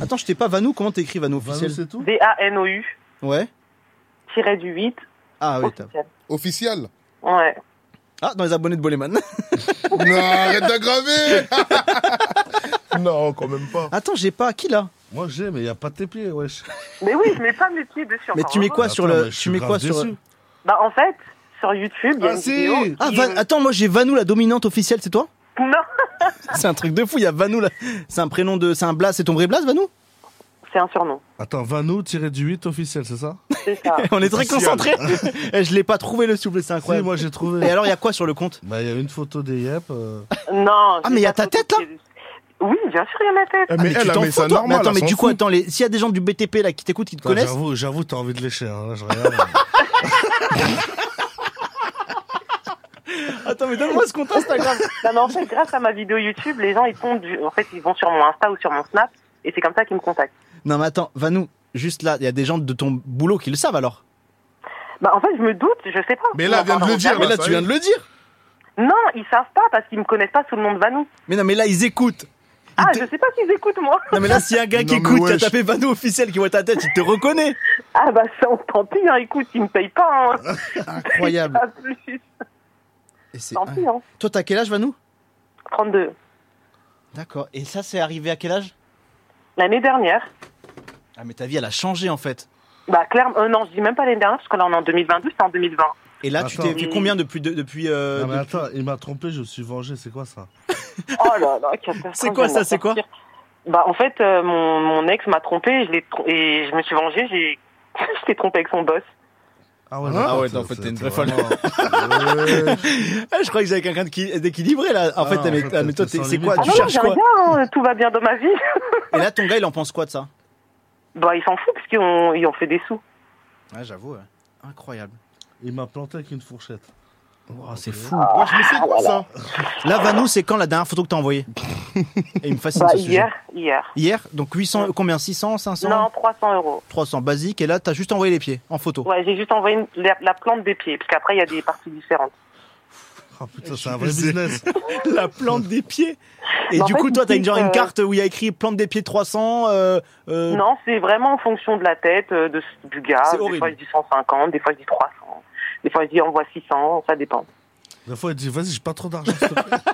S2: Attends, je t'ai pas Vanou, comment t'écris Vanou officiel
S9: D-A-N-O-U,
S2: Ouais.
S9: tiré du 8.
S2: Ah oui, t'as. Officiel
S9: Ouais.
S2: Ah, dans les abonnés de Boleman.
S13: Non, arrête d'aggraver
S2: non, quand même pas. Attends, j'ai pas. Qui là
S3: Moi, j'ai, mais il n'y a pas de tes pieds, wesh.
S9: Mais oui, je mets pas mes pieds dessus.
S2: Mais
S9: encore
S2: tu mets quoi
S9: heureux.
S2: sur le. Tu mets quoi sur.
S9: Bah en fait, sur YouTube, il y a une vidéo.
S2: Ah,
S9: qui- euh,
S2: Van- Attends, moi j'ai Vanou la dominante officielle, c'est toi
S9: Non,
S2: C'est un truc de fou, il y a Vanou là. C'est un prénom de. C'est un Blas, c'est ton vrai Blas, Vanou
S9: c'est un surnom.
S3: Attends, Vanou tiré du 8 officiel, c'est ça
S9: C'est ça.
S2: On est très concentrés. Eh, je l'ai pas trouvé le souple, c'est incroyable.
S3: Si, moi, j'ai trouvé.
S2: Et alors, il y a quoi sur le compte
S3: Bah, il y a une photo des Yep. euh.
S9: Non.
S2: Ah, mais il y a ta tête là
S9: Oui, bien sûr, il y a ma tête.
S2: Ah, tu t'en fous, toi Mais attends, mais du coup, attends, les- s'il y a des gens du BTP là qui t'écoutent, qui te
S3: Putain,
S2: connaissent.
S3: J'avoue, j'avoue, t'as envie de lécher. Hein. Là, je regarde.
S2: Attends, mais donne-moi ce compte Instagram.
S9: non, mais en fait, grâce à ma vidéo YouTube, les gens ils tombent du... En fait, ils vont sur mon Insta ou sur mon Snap et c'est comme ça qu'ils me contactent.
S2: Non, mais attends, Vanou, juste là, il y a des gens de ton boulot qui le savent alors.
S9: Bah en fait, je me doute, je sais pas.
S2: Mais là,
S9: On
S2: viens de
S9: va pas
S2: le
S9: en
S2: dire,
S9: parler.
S2: là, Mais là, tu viens de le dire.
S9: Non, ils savent pas parce qu'ils me connaissent pas sous le nom de Vanou.
S2: Mais non, mais là, ils écoutent.
S9: Ah, je sais pas s'ils écoutent moi.
S2: Non, mais là, s'il y a un gars qui écoute, qui a tapé Vanou officiel, qui voit ta tête, il te reconnaît.
S9: Ah bah ça, tant pis, hein, écoute, ils me payent pas. Hein.
S2: Incroyable.
S9: Pas plus.
S2: Et c'est-
S9: Tant pis, hein.
S2: Toi, t'as quel âge, Vanou
S9: 32.
S2: D'accord. Et ça, c'est arrivé à quel âge
S9: L'année dernière,
S2: Ah, mais ta vie, elle a changé en fait.
S9: bah clairement, euh, non, je dis même pas l'année dernière parce que là on est en 2022, c'est en 2020.
S2: Et là, tu
S3: Attends.
S2: t'es fait combien depuis. de- depuis, euh,
S3: non, mais
S2: depuis-
S3: attends, il m'a trompé, je me suis vengé, c'est quoi ça
S9: Oh là là, catastrophe,
S2: C'est quoi
S9: je viens
S2: ça,
S9: de
S2: c'est quoi
S9: sortir. Bah en fait, euh, mon, mon ex m'a trompé je l'ai trom- et je me suis vengée, j'ai je t'ai trompé avec son boss.
S3: Ah ouais,
S2: Ah
S3: d'accord,
S2: ouais, non, en fait,
S3: c'est-
S2: t'es une
S3: c'est
S2: vraie folle.
S3: vraiment-
S2: Ah, je crois que j'avais quelqu'un de qui- d'équilibré là. En
S3: Ah
S2: fait,
S3: non,
S2: mais,
S3: en fait,
S2: ah, mais toi,
S3: c'est
S2: t'es-
S3: sans
S2: c'est quoi
S9: ah
S2: Tu
S9: non,
S2: cherches
S9: j'ai
S2: quoi
S9: rien, euh, tout va bien dans ma vie.
S2: Et là, ton gars, il en pense quoi de ça
S9: bah il s'en fout parce qu'ils ont, ils ont fait des sous.
S2: Ouais, j'avoue, ouais. Incroyable.
S3: Il m'a planté avec une fourchette.
S2: Oh, c'est fou.
S3: Ouais, je me
S12: Ah,
S3: sais quoi ça
S2: Là, Vanou, c'est quand la dernière photo que t'as envoyée Et il me fascine
S12: Bah,
S2: ce sujet.
S12: hier, hier.
S2: Hier Donc 800, combien 600, 500
S12: Non, 300 euros.
S2: 300 basique. Et là, t'as juste envoyé les pieds en photo.
S12: Ouais, j'ai juste envoyé une- la, la plante des pieds, parce qu'après, il y a des parties différentes.
S3: Oh putain, c'est un vrai business.
S2: la plante des pieds. Et
S12: Mais en
S2: du
S12: fait,
S2: coup, toi,
S12: ils
S2: t'as une, genre une
S12: disent, euh,
S2: carte où il y a écrit plante des pieds 300. euh, euh,
S12: Non, c'est vraiment en fonction de la tête euh, de, du gars.
S2: C'est
S12: Des
S2: horrible.
S12: fois, je dis 150, des fois, je dis 300. Des fois, je dis envoie 600, ça dépend.
S3: La fois, il dit Vas-y, j'ai pas trop d'argent.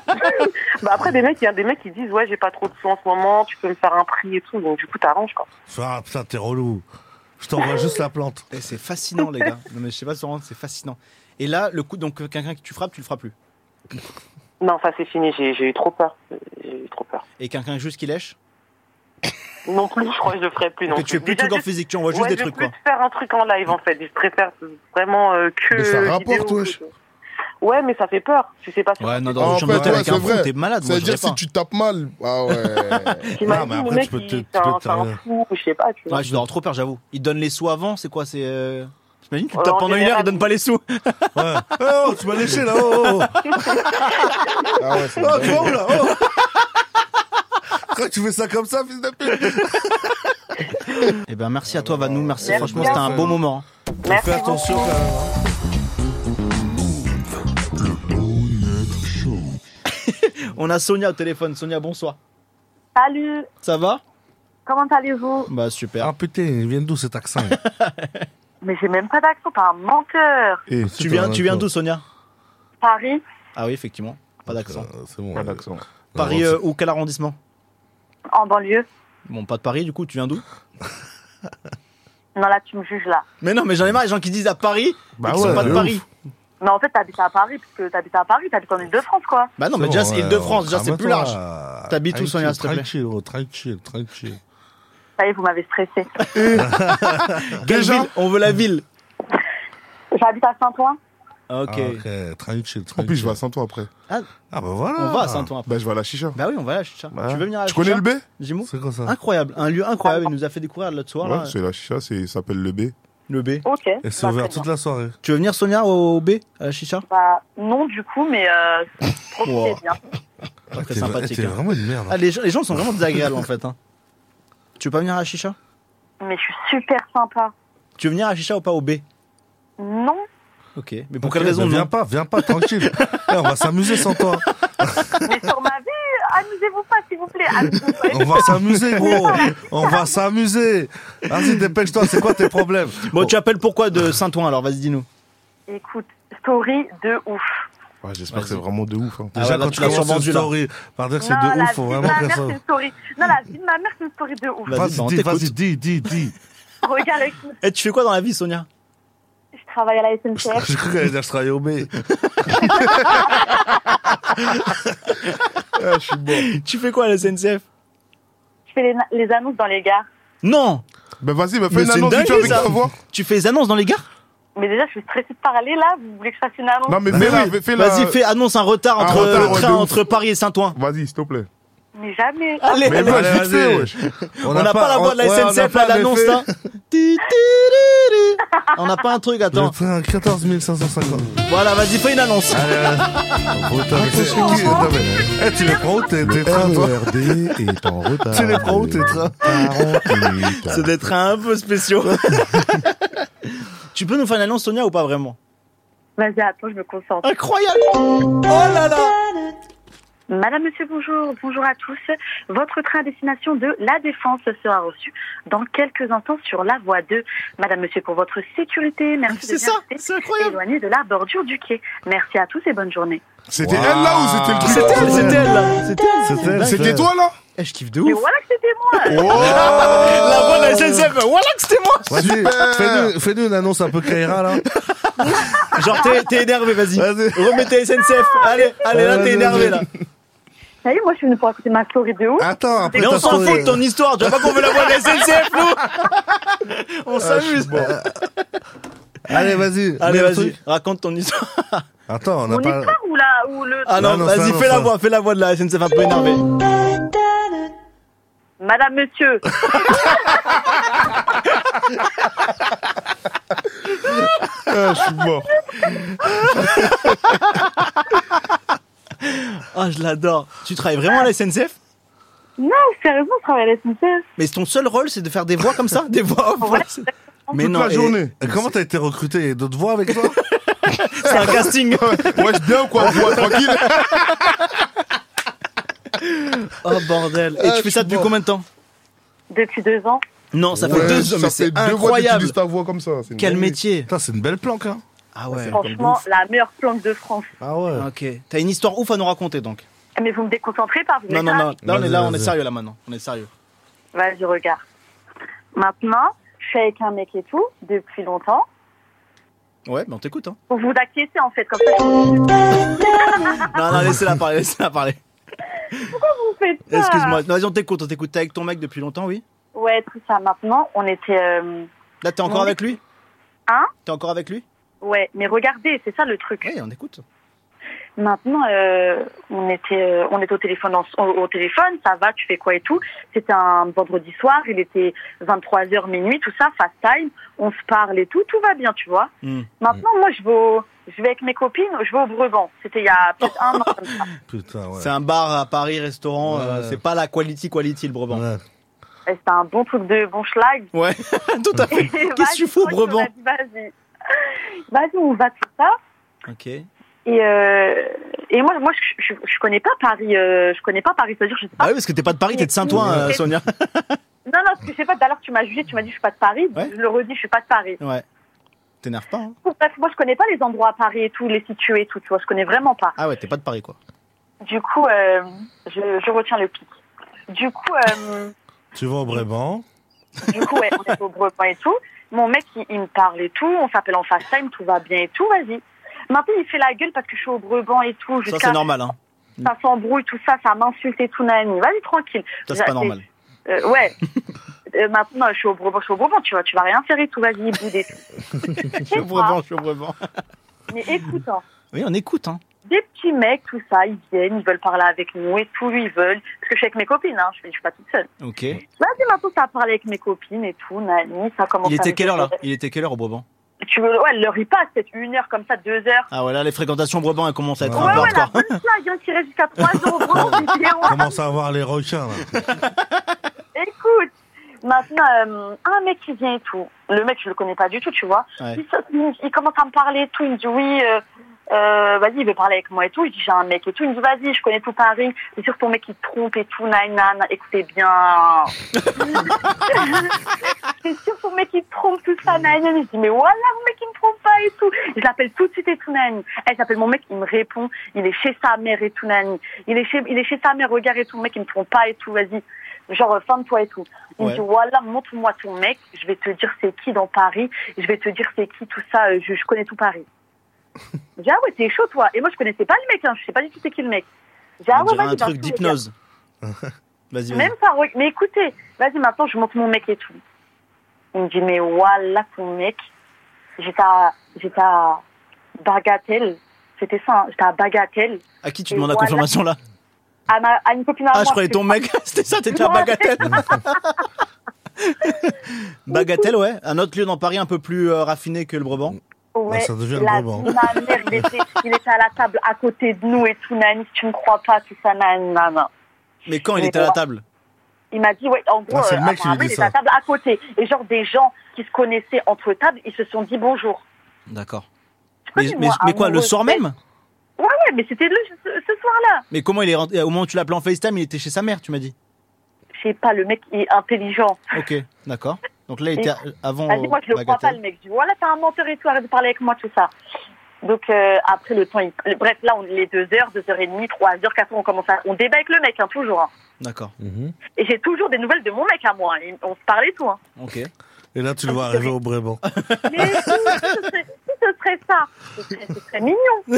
S12: Bah après, des mecs, il y a des mecs qui disent Ouais, j'ai pas trop de sous en ce moment, tu peux me faire un prix et tout. Donc, du coup, t'arranges, quoi.
S3: Ah putain, t'es relou. Je t'envoie juste la plante.
S2: Et Eh, c'est fascinant, les gars. Non, mais je sais pas, Soran, c'est fascinant. Et là, le coup, donc euh, quelqu'un que tu frappes, tu le frappes plus.
S12: Non, ça, c'est fini, j'ai j'ai eu trop peur. J'ai eu trop peur.
S2: Et quelqu'un juste qui lèche.
S12: Non plus, je crois que je le ferai plus. Non
S2: Que tu fais plus de
S12: Déjà,
S2: trucs en
S12: j'ai-
S2: physique, tu envoies juste
S12: ouais,
S2: des
S12: je vais
S2: trucs, quoi.
S12: plus faire un truc en live, en fait. Je préfère vraiment euh, que.
S13: Mais ça rapporte,
S12: vidéo.
S13: wesh.
S12: Ouais, mais ça fait peur. Tu sais pas si
S2: Ouais, non,
S13: Ah,
S2: dans une
S13: en
S2: chambre
S13: fait,
S2: d'hôtel
S13: ouais,
S2: avec
S13: c'est
S2: un fou,
S13: vrai.
S2: t'es malade. moi,
S13: C'est-à-dire
S2: je dirais
S13: si
S2: pas.
S13: tu tapes mal. Ah ouais.
S12: T'imagines, le mec, il- c'est un- c'est un fou, je sais pas, tu vois.
S2: Ouais, je dois avoir trop peur, j'avoue. Ils donnent les sous avant, c'est quoi C'est. Euh... J'imagine, tu
S12: Ouais,
S2: tapes
S12: Oh, en
S2: pendant une heure,
S12: général,
S2: ils donnent pas les sous.
S3: Ouais. Oh, tu m'as léché là. Oh, oh, oh.
S13: Ah ouais, c'est
S3: Oh, tu vois où là oh.
S13: Quand tu fais ça comme ça, fils de pute.
S2: Eh ben, merci à toi, Vanou. Merci.
S13: Merci
S2: Franchement, c'était
S13: à
S2: un
S13: vous.
S2: beau moment. hein.
S12: Merci attention, hein. beaucoup.
S2: On a Sonia au téléphone. Sonia, bonsoir.
S14: Salut,
S2: Ça va
S14: comment allez-vous
S2: Bah super.
S3: Ah putain, il vient d'où cet accent
S14: Mais j'ai même pas d'accent, t'es un menteur.
S3: Eh,
S2: Tu viens, tu viens
S3: d'accord.
S2: d'où, Sonia
S14: Paris,
S2: Ah oui, effectivement. Pas d'accent.
S3: Euh, C'est bon.
S4: Pas d'accent.
S2: Paris euh, ou quel arrondissement
S14: en banlieue.
S2: Bon, pas de Paris, du coup. Tu viens d'où
S14: Non, là, tu me juges là.
S2: Mais non, mais j'en ai marre. Les gens qui disent à Paris,
S3: Bah
S2: et qui
S3: ouais,
S2: sont pas de
S3: de
S2: Paris.
S14: Mais en fait, t'habites à Paris, puisque t'habites à Paris, t'habites en Ile-de-France, quoi.
S2: Bah non, mais
S3: C'est
S2: déjà,
S3: bon,
S2: c'est
S3: ouais,
S2: Île-de-France.
S3: on
S2: Déjà, c'est plus
S3: calme-toi.
S2: large. T'habites où, Sonia, s'il te plaît
S3: Tranquille, oh, tranquille, tranquille.
S14: Ça y est, vous m'avez stressé.
S2: Quelle ville On veut la
S3: Mm.
S2: ville.
S14: J'habite à Saint-Ouen.
S2: euh, Ok.
S3: Ah, ok,
S13: En
S3: tranquille,
S13: plus, je
S3: tranquille.
S13: vais à Saint-Ouen après.
S2: Ah,
S3: Ah bah voilà.
S2: on va à Saint-Ouen après.
S13: Bah, je vais à la chicha.
S2: Bah oui, on va là, Chicha.
S13: Bah.
S2: Tu veux venir à la
S13: Tu connais
S2: Chicha
S13: le B
S2: Jimo
S3: C'est quoi ça Ah.
S2: Incroyable, un lieu incroyable. Il nous a fait découvrir l'autre soir.
S13: Ouais,
S2: là.
S13: c'est la chicha, c'est- il s'appelle le B.
S2: Le B.
S14: Ok.
S3: Et c'est
S12: Bah,
S3: ouvert toute la soirée.
S2: Tu veux venir, Sonia, au B, à la Chicha
S14: Bah, non, du coup, mais euh,
S2: Wow.
S14: profitez bien.
S2: Pas Très
S3: Ah, T'es vra-
S2: sympathique.
S3: t'es
S2: hein.
S3: vraiment une merde.
S2: Ah, les, gens, les gens sont vraiment désagréables en fait. hein. Tu veux pas venir à la Chicha
S14: Mais je suis super sympa.
S2: Tu veux venir à la Chicha ou pas au B
S14: Non,
S2: Ok. Mais pour
S3: Ok,
S2: quelle raison
S3: bah, Viens
S2: non
S3: pas, viens pas, tranquille. Eh, on va s'amuser sans toi.
S14: mais sur ma vie, amusez-vous pas, s'il vous plaît. Amusez-vous pas.
S3: On va s'amuser, gros. On va s'amuser. Vas-y, dépêche-toi. C'est quoi tes problèmes
S2: Bon, tu appelles pourquoi de Saint-Ouen alors Vas-y, dis-nous.
S14: Écoute, story de ouf.
S13: Ouais, J'espère que
S2: Vas-y.
S13: c'est vraiment de ouf. hein.
S2: Ah ouais,
S3: Déjà,
S2: là,
S3: quand
S2: tu
S3: tu
S2: l'as
S3: commences une
S2: survendu, là.
S3: story par dire que c'est
S14: Non,
S3: de
S14: la
S3: ouf,
S14: vie
S3: faut
S14: de
S3: vraiment
S14: ma
S3: que
S14: mère,
S3: ça.
S14: c'est une story. Non, la vie de ma mère, c'est une story de ouf.
S2: Vas-y, bah, on
S3: Vas-y, dis,
S2: t'écoute.
S3: vas-y, dis, dis, dis.
S14: Regarde, écoute,
S2: Et tu fais quoi dans la vie, Sonia
S14: je travaille à la SNCF.
S3: Je crois qu'elle allait dire je travaille au B.
S13: Ah, je suis bon.
S2: Tu fais quoi à la SNCF
S14: Je fais les, les annonces dans les gares.
S2: Non
S13: Bah, vas-y, bah,
S2: Mais
S13: fais une
S2: c'est
S13: annonce
S2: une
S13: vite fait avec
S2: dinguerie, ça.
S13: ta voix.
S2: Tu fais des annonces dans les gares
S14: Mais déjà, je suis stressée de parler là. Vous voulez que je fasse une annonce
S13: Non, mais
S2: Bah
S13: fais
S2: oui.
S13: la. fais la-
S2: Vas-y, fais annonce un retard
S13: Un
S2: entre,
S13: retard,
S2: le
S13: ouais,
S2: train
S13: de ouf.
S2: entre Paris et Saint-Ouen.
S13: Vas-y, s'il te plaît.
S14: Mais jamais.
S2: Allez,
S13: Mais
S2: allez.
S13: bah,
S3: allez,
S13: vite fait,
S3: Eh ben, vas-y.
S13: wesh.
S2: On n'a pas, la voix de la
S3: ouais, on a
S2: SNCF,
S3: pas
S2: là, l'annonce,
S3: l'effet.
S2: là. Ti, ti, ri, ri. On n'a pas un truc,
S3: Le
S2: attends.
S3: train 14 550.
S2: Voilà, vas-y, fais une annonce.
S3: Allez,
S13: Euh,
S3: allez. Oh, putain, mais c'est-
S13: Attention.
S3: Attends, mais- Eh, tu les prends où tes tes trains, toi
S13: RD est en retard.
S3: Tu les prends où tes trains
S2: C'est des trains un peu spéciaux. tu peux nous faire une annonce, Sonia, ou pas vraiment
S14: Vas-y, attends, je me concentre.
S2: Incroyable Oh là là
S14: Madame, monsieur, bonjour. Bonjour à tous. Votre train à destination de La Défense sera reçu dans quelques instants sur la voie 2. Madame, monsieur, pour votre sécurité, merci
S2: C'est
S14: de bien
S2: ça,
S14: rester
S2: c'est incroyable
S14: éloigné de la bordure du quai. Merci à tous et bonne journée.
S13: C'était elle là ou c'était le truc
S2: C'était elle, c'était elle, là. C'était elle.
S3: C'était elle,
S13: C'était toi là Oh
S2: Eh, je kiffe de
S14: Mais
S2: ouf
S14: voilà que c'était moi
S2: La voix de la SNCF, voilà que c'était moi
S3: Vas-y,
S13: Super.
S3: fais-nous fais-nous une annonce un peu Kaira là.
S2: Genre, t'es- t'es énervé, vas-y.
S3: Vas-y.
S2: Remettez SNCF. Allez, allez, là,
S3: Vas-y,
S2: t'es énervé, là.
S14: Ça y est, moi, je suis venue pour écouter ma story de ouf.
S3: Attends, après
S2: Mais on
S3: ta
S2: s'en
S3: story.
S2: fout de ton histoire. Tu vois pas qu'on veut la voix de la SNCF, nous On
S3: Ah,
S2: s'amuse.
S3: Allez, vas-y. mets
S2: Allez,
S3: le
S2: vas-y,
S3: truc.
S2: raconte ton histoire.
S3: Attends, on n'a
S14: Mon
S3: pas.
S14: histoire ou, la, ou le...
S2: Ah non,
S3: Non, non, ça,
S2: vas-y,
S3: non,
S2: fais la
S3: ça.
S2: voix, fais la voix de la SNCF un peu énervée.
S14: Madame, monsieur.
S4: Ah, je suis mort.
S2: Ah, je l'adore. Tu travailles vraiment à la SNCF
S5: Non, sérieusement, je travaille à la SNCF.
S2: Mais ton seul rôle, c'est de faire des voix comme ça Des voix off
S3: Toute la
S2: et-
S3: journée. Comment t'as été recruté Il y a d'autres voix avec toi
S2: C'est un casting.
S13: Wesh, bien quoi, voix tranquille.
S2: Oh bordel. Et
S13: Ah,
S2: tu fais
S13: je
S2: ça
S13: suis
S2: depuis
S13: mort.
S2: combien de temps
S14: Depuis deux ans.
S2: Non, ça fait
S4: Ouais,
S2: deux ans, mais
S4: ça
S2: c'est
S4: fait deux fois que tu
S2: incroyable.
S4: utilises ta voix comme ça. c'est une
S2: Quel
S4: dinguerie.
S2: métier
S3: Putain, c'est une belle planque, hein
S2: Ah ouais.
S14: Franchement, la meilleure planque de France.
S3: Ah ouais.
S2: Ok. T'as une histoire ouf à nous raconter donc.
S14: Mais vous me déconcentrez pas, vous
S2: Non,
S14: êtes
S2: non,
S14: là
S2: non. Là, on est,
S3: Vas-y,
S2: là, on est
S3: vas-y.
S2: sérieux là maintenant. On est sérieux.
S14: Vas-y, regarde. Maintenant, je suis avec un mec et tout, depuis longtemps.
S2: Ouais, mais on t'écoute. Hein.
S14: Pour vous acquiescer, en fait, comme ça.
S2: Non, non, laissez-la parler, laissez-la parler.
S14: Pourquoi vous faites ça
S2: Excuse-moi. Non, Vas-y, on t'écoute, on t'écoute. T'es avec ton mec depuis longtemps, oui
S14: Ouais, tout ça. Maintenant, on était. euh,
S2: Là, t'es encore
S14: Non.
S2: avec lui
S14: Hein
S2: T'es encore avec lui
S14: Ouais, mais regardez, c'est ça le truc.
S2: Ouais, on écoute.
S14: Maintenant, euh, on était, euh, on était au téléphone, en- au, au téléphone, ça va, tu fais quoi et tout. C'était un vendredi soir, il était 23 h minuit, tout ça, fast time. On se parle et tout, tout va bien, tu vois. Maintenant, moi, je vais, au- je vais avec mes copines, je vais au Bregan. C'était il y a peut-être un an. comme ça.
S3: Putain, ouais.
S2: C'est un bar à Paris, restaurant. euh,
S3: Ouais.
S2: c'est pas la quality, quality le Brabant.
S14: Et C'était un bon truc de bon schlag.
S2: Ouais, tout à fait.
S14: Et
S2: Qu'est-ce
S14: vas-y,
S2: que tu fous,
S14: franchement, on
S2: Brabant
S14: a dit, Vas-y, vas-y, on va tout ça.
S2: Ok.
S14: Et, euh, et moi, moi, je, je, je connais pas Paris. euh, je connais pas Paris. C'est-à-dire, je sais
S2: Bah oui, parce que t'es pas de Paris, t'es de Saint-Ouen, euh, Sonia.
S14: Non, non, parce que je sais pas, tout à l'heure tu m'as jugé, tu m'as dit je suis pas de Paris.
S2: Ouais.
S14: Je le redis, je suis pas de Paris.
S2: Ouais. T'énerve pas, hein
S14: Bref, moi je connais pas les endroits à Paris et tout, les situés et tout, tu vois, je connais vraiment pas.
S2: Ah ouais, t'es pas de Paris, quoi.
S14: Du coup, euh, je, je retiens le pic. Du coup, euh,
S3: Tu vas au Brébant
S14: du coup, ouais, on est au Breton et tout. Mon mec, il, il me parle et tout, on s'appelle en FaceTime, tout va bien et tout, vas-y. Maintenant, il fait la gueule parce que je suis au Breban et tout.
S2: Ça,
S14: jusqu'à-
S2: c'est normal, hein.
S14: Ça s'embrouille, tout ça, ça m'insulte et tout, nani. Vas-y, tranquille.
S2: Ça, c'est pas
S14: J'ai-
S2: normal.
S14: Euh, ouais. Euh, maintenant, je suis au Breban, je suis au Breban, tu vois, tu vas rien faire et tout, vas-y, boude et tout.
S2: Je suis au Brabant, je suis au Brabant.
S14: Mais écoute, hein,
S2: Oui, on écoute, hein.
S14: des petits mecs, tout ça, ils viennent, ils veulent parler avec nous et tout, ils veulent. Parce que je suis avec mes copines, hein, je fais- je suis pas toute seule.
S2: Ok. Il
S14: Vas-y, maintenant, ça a parlé avec mes copines et tout, Nani, ça commence à-
S2: était quelle heure, là Il était quelle heure au Brabant
S14: Tu veux, ouais, l'heure, il passe, peut-être une heure comme ça, deux heures.
S2: Ah ouais, là, les fréquentations au Brabant, elles commencent à être
S14: Ouais,
S2: un peu
S14: ouais, la
S2: hardcore.
S14: bonne blague, hein, qui reste jusqu'à trois heures au grand vidéo.
S3: Commence à avoir les requins,
S14: Bah
S3: là.
S14: Écoute, maintenant, euh, un mec qui vient et tout. Le mec, je le connais pas du tout, tu vois.
S3: Ouais.
S14: Il, saute, il- il commence à me parler et tout. Il me dit oui, euh, euh, vas-y, il veut parler avec moi et tout. Je dis j'ai un mec et tout. Il me dit vas-y, je connais tout Paris. C'est sûr que ton mec il te trompe et tout. Nan, nan, écoutez bien. C'est sûr que ton mec il te trompe, tout
S2: Mm.
S14: ça, nan, nan. Je dis mais voilà, mon mec il me trompe pas et tout. Je l'appelle tout de suite et tout, nan. Elle s'appelle mon mec, il me répond. Il est chez sa mère et tout, nan. Il est chez, il est chez sa mère, regarde et tout. Mon mec il me trompe pas et tout, vas-y. Genre, ferme-toi et tout. Il
S15: Ouais.
S14: me dit, voilà, montre-moi ton mec, je vais te dire c'est qui dans Paris, je vais te dire c'est qui, tout ça, euh, je, je connais tout Paris. J'ai dit, ah ouais, t'es chaud, toi. Et moi, je connaissais pas le mec, hein, je sais pas du tout c'est qui le mec. J'ai dit, ah
S2: On
S14: ouais,
S2: dirait
S14: vas-y,
S2: un
S14: bah,
S2: truc
S14: tout, les gars.
S2: d'hypnose. Vas-y, vas-y.
S14: Même ça, re- mais écoutez, vas-y, maintenant, je montre mon mec et tout. Il me dit, mais voilà, ton mec, j'étais à, j'étais à Bagatelle, c'était ça, hein, j'étais à Bagatelle.
S2: À qui tu
S14: Et
S2: demandes la
S14: voilà.
S2: confirmation, là
S14: à, ma- à une copine à
S2: Ah,
S14: moi.
S2: je croyais ton mec. C'était ça, t'étais à
S14: Non.
S2: Bagatelle. Bagatelle, ouais. Un autre lieu dans Paris un peu plus euh, raffiné que le Brabant.
S14: Ouais,
S2: Ah, ça devient le
S14: la
S2: Brabant.
S14: vie de ma mère, il était, il était à la table à côté de nous et tout, Nani, si tu me crois pas, tout ça, Nani, nan, nan.
S2: Mais quand il était à la table
S14: Il m'a dit, ouais, en gros,
S2: Ah, c'est le
S14: euh,
S2: mec qui lui
S14: apparemment,
S2: dit
S14: il était
S2: ça.
S14: à la table à côté. Et genre, des gens qui se connaissaient entre tables, ils se sont dit bonjour.
S2: D'accord.
S14: Pourquoi
S2: Mais,
S14: tu
S2: mais,
S14: vois
S2: mais quoi, le
S14: amoureuse
S2: soir même
S14: Ouais, ouais, mais c'était le, ce, ce soir-là.
S2: Mais comment il est rentré Au moment où tu l'appelais en FaceTime, il était chez sa mère, tu m'as dit.
S14: Je sais pas, le mec est intelligent.
S2: Ok, d'accord. Donc là, Ah, il
S14: Et-
S2: était avant.
S14: Elle dit, moi, je le crois pas,
S2: Bagatelle.
S14: le mec. Je dis, voilà, t'es un menteur et tout, arrête de parler avec moi, tout ça. Donc, euh, après, le temps, il- le- bref, là, on est les 2 heures, 2 heures et demie, 3 heures, 4 heures, on commence à, on débat avec le mec, hein, toujours. hein.
S2: D'accord.
S3: Mhm.
S14: Et j'ai toujours des nouvelles de mon mec à moi. hein. Il- On se parlait tout. Hein.
S2: Ok.
S3: Et là, tu le vois arriver au Brébant.
S14: Mais si, ce serait, si, ce serait ça, ce serait, ce serait mignon.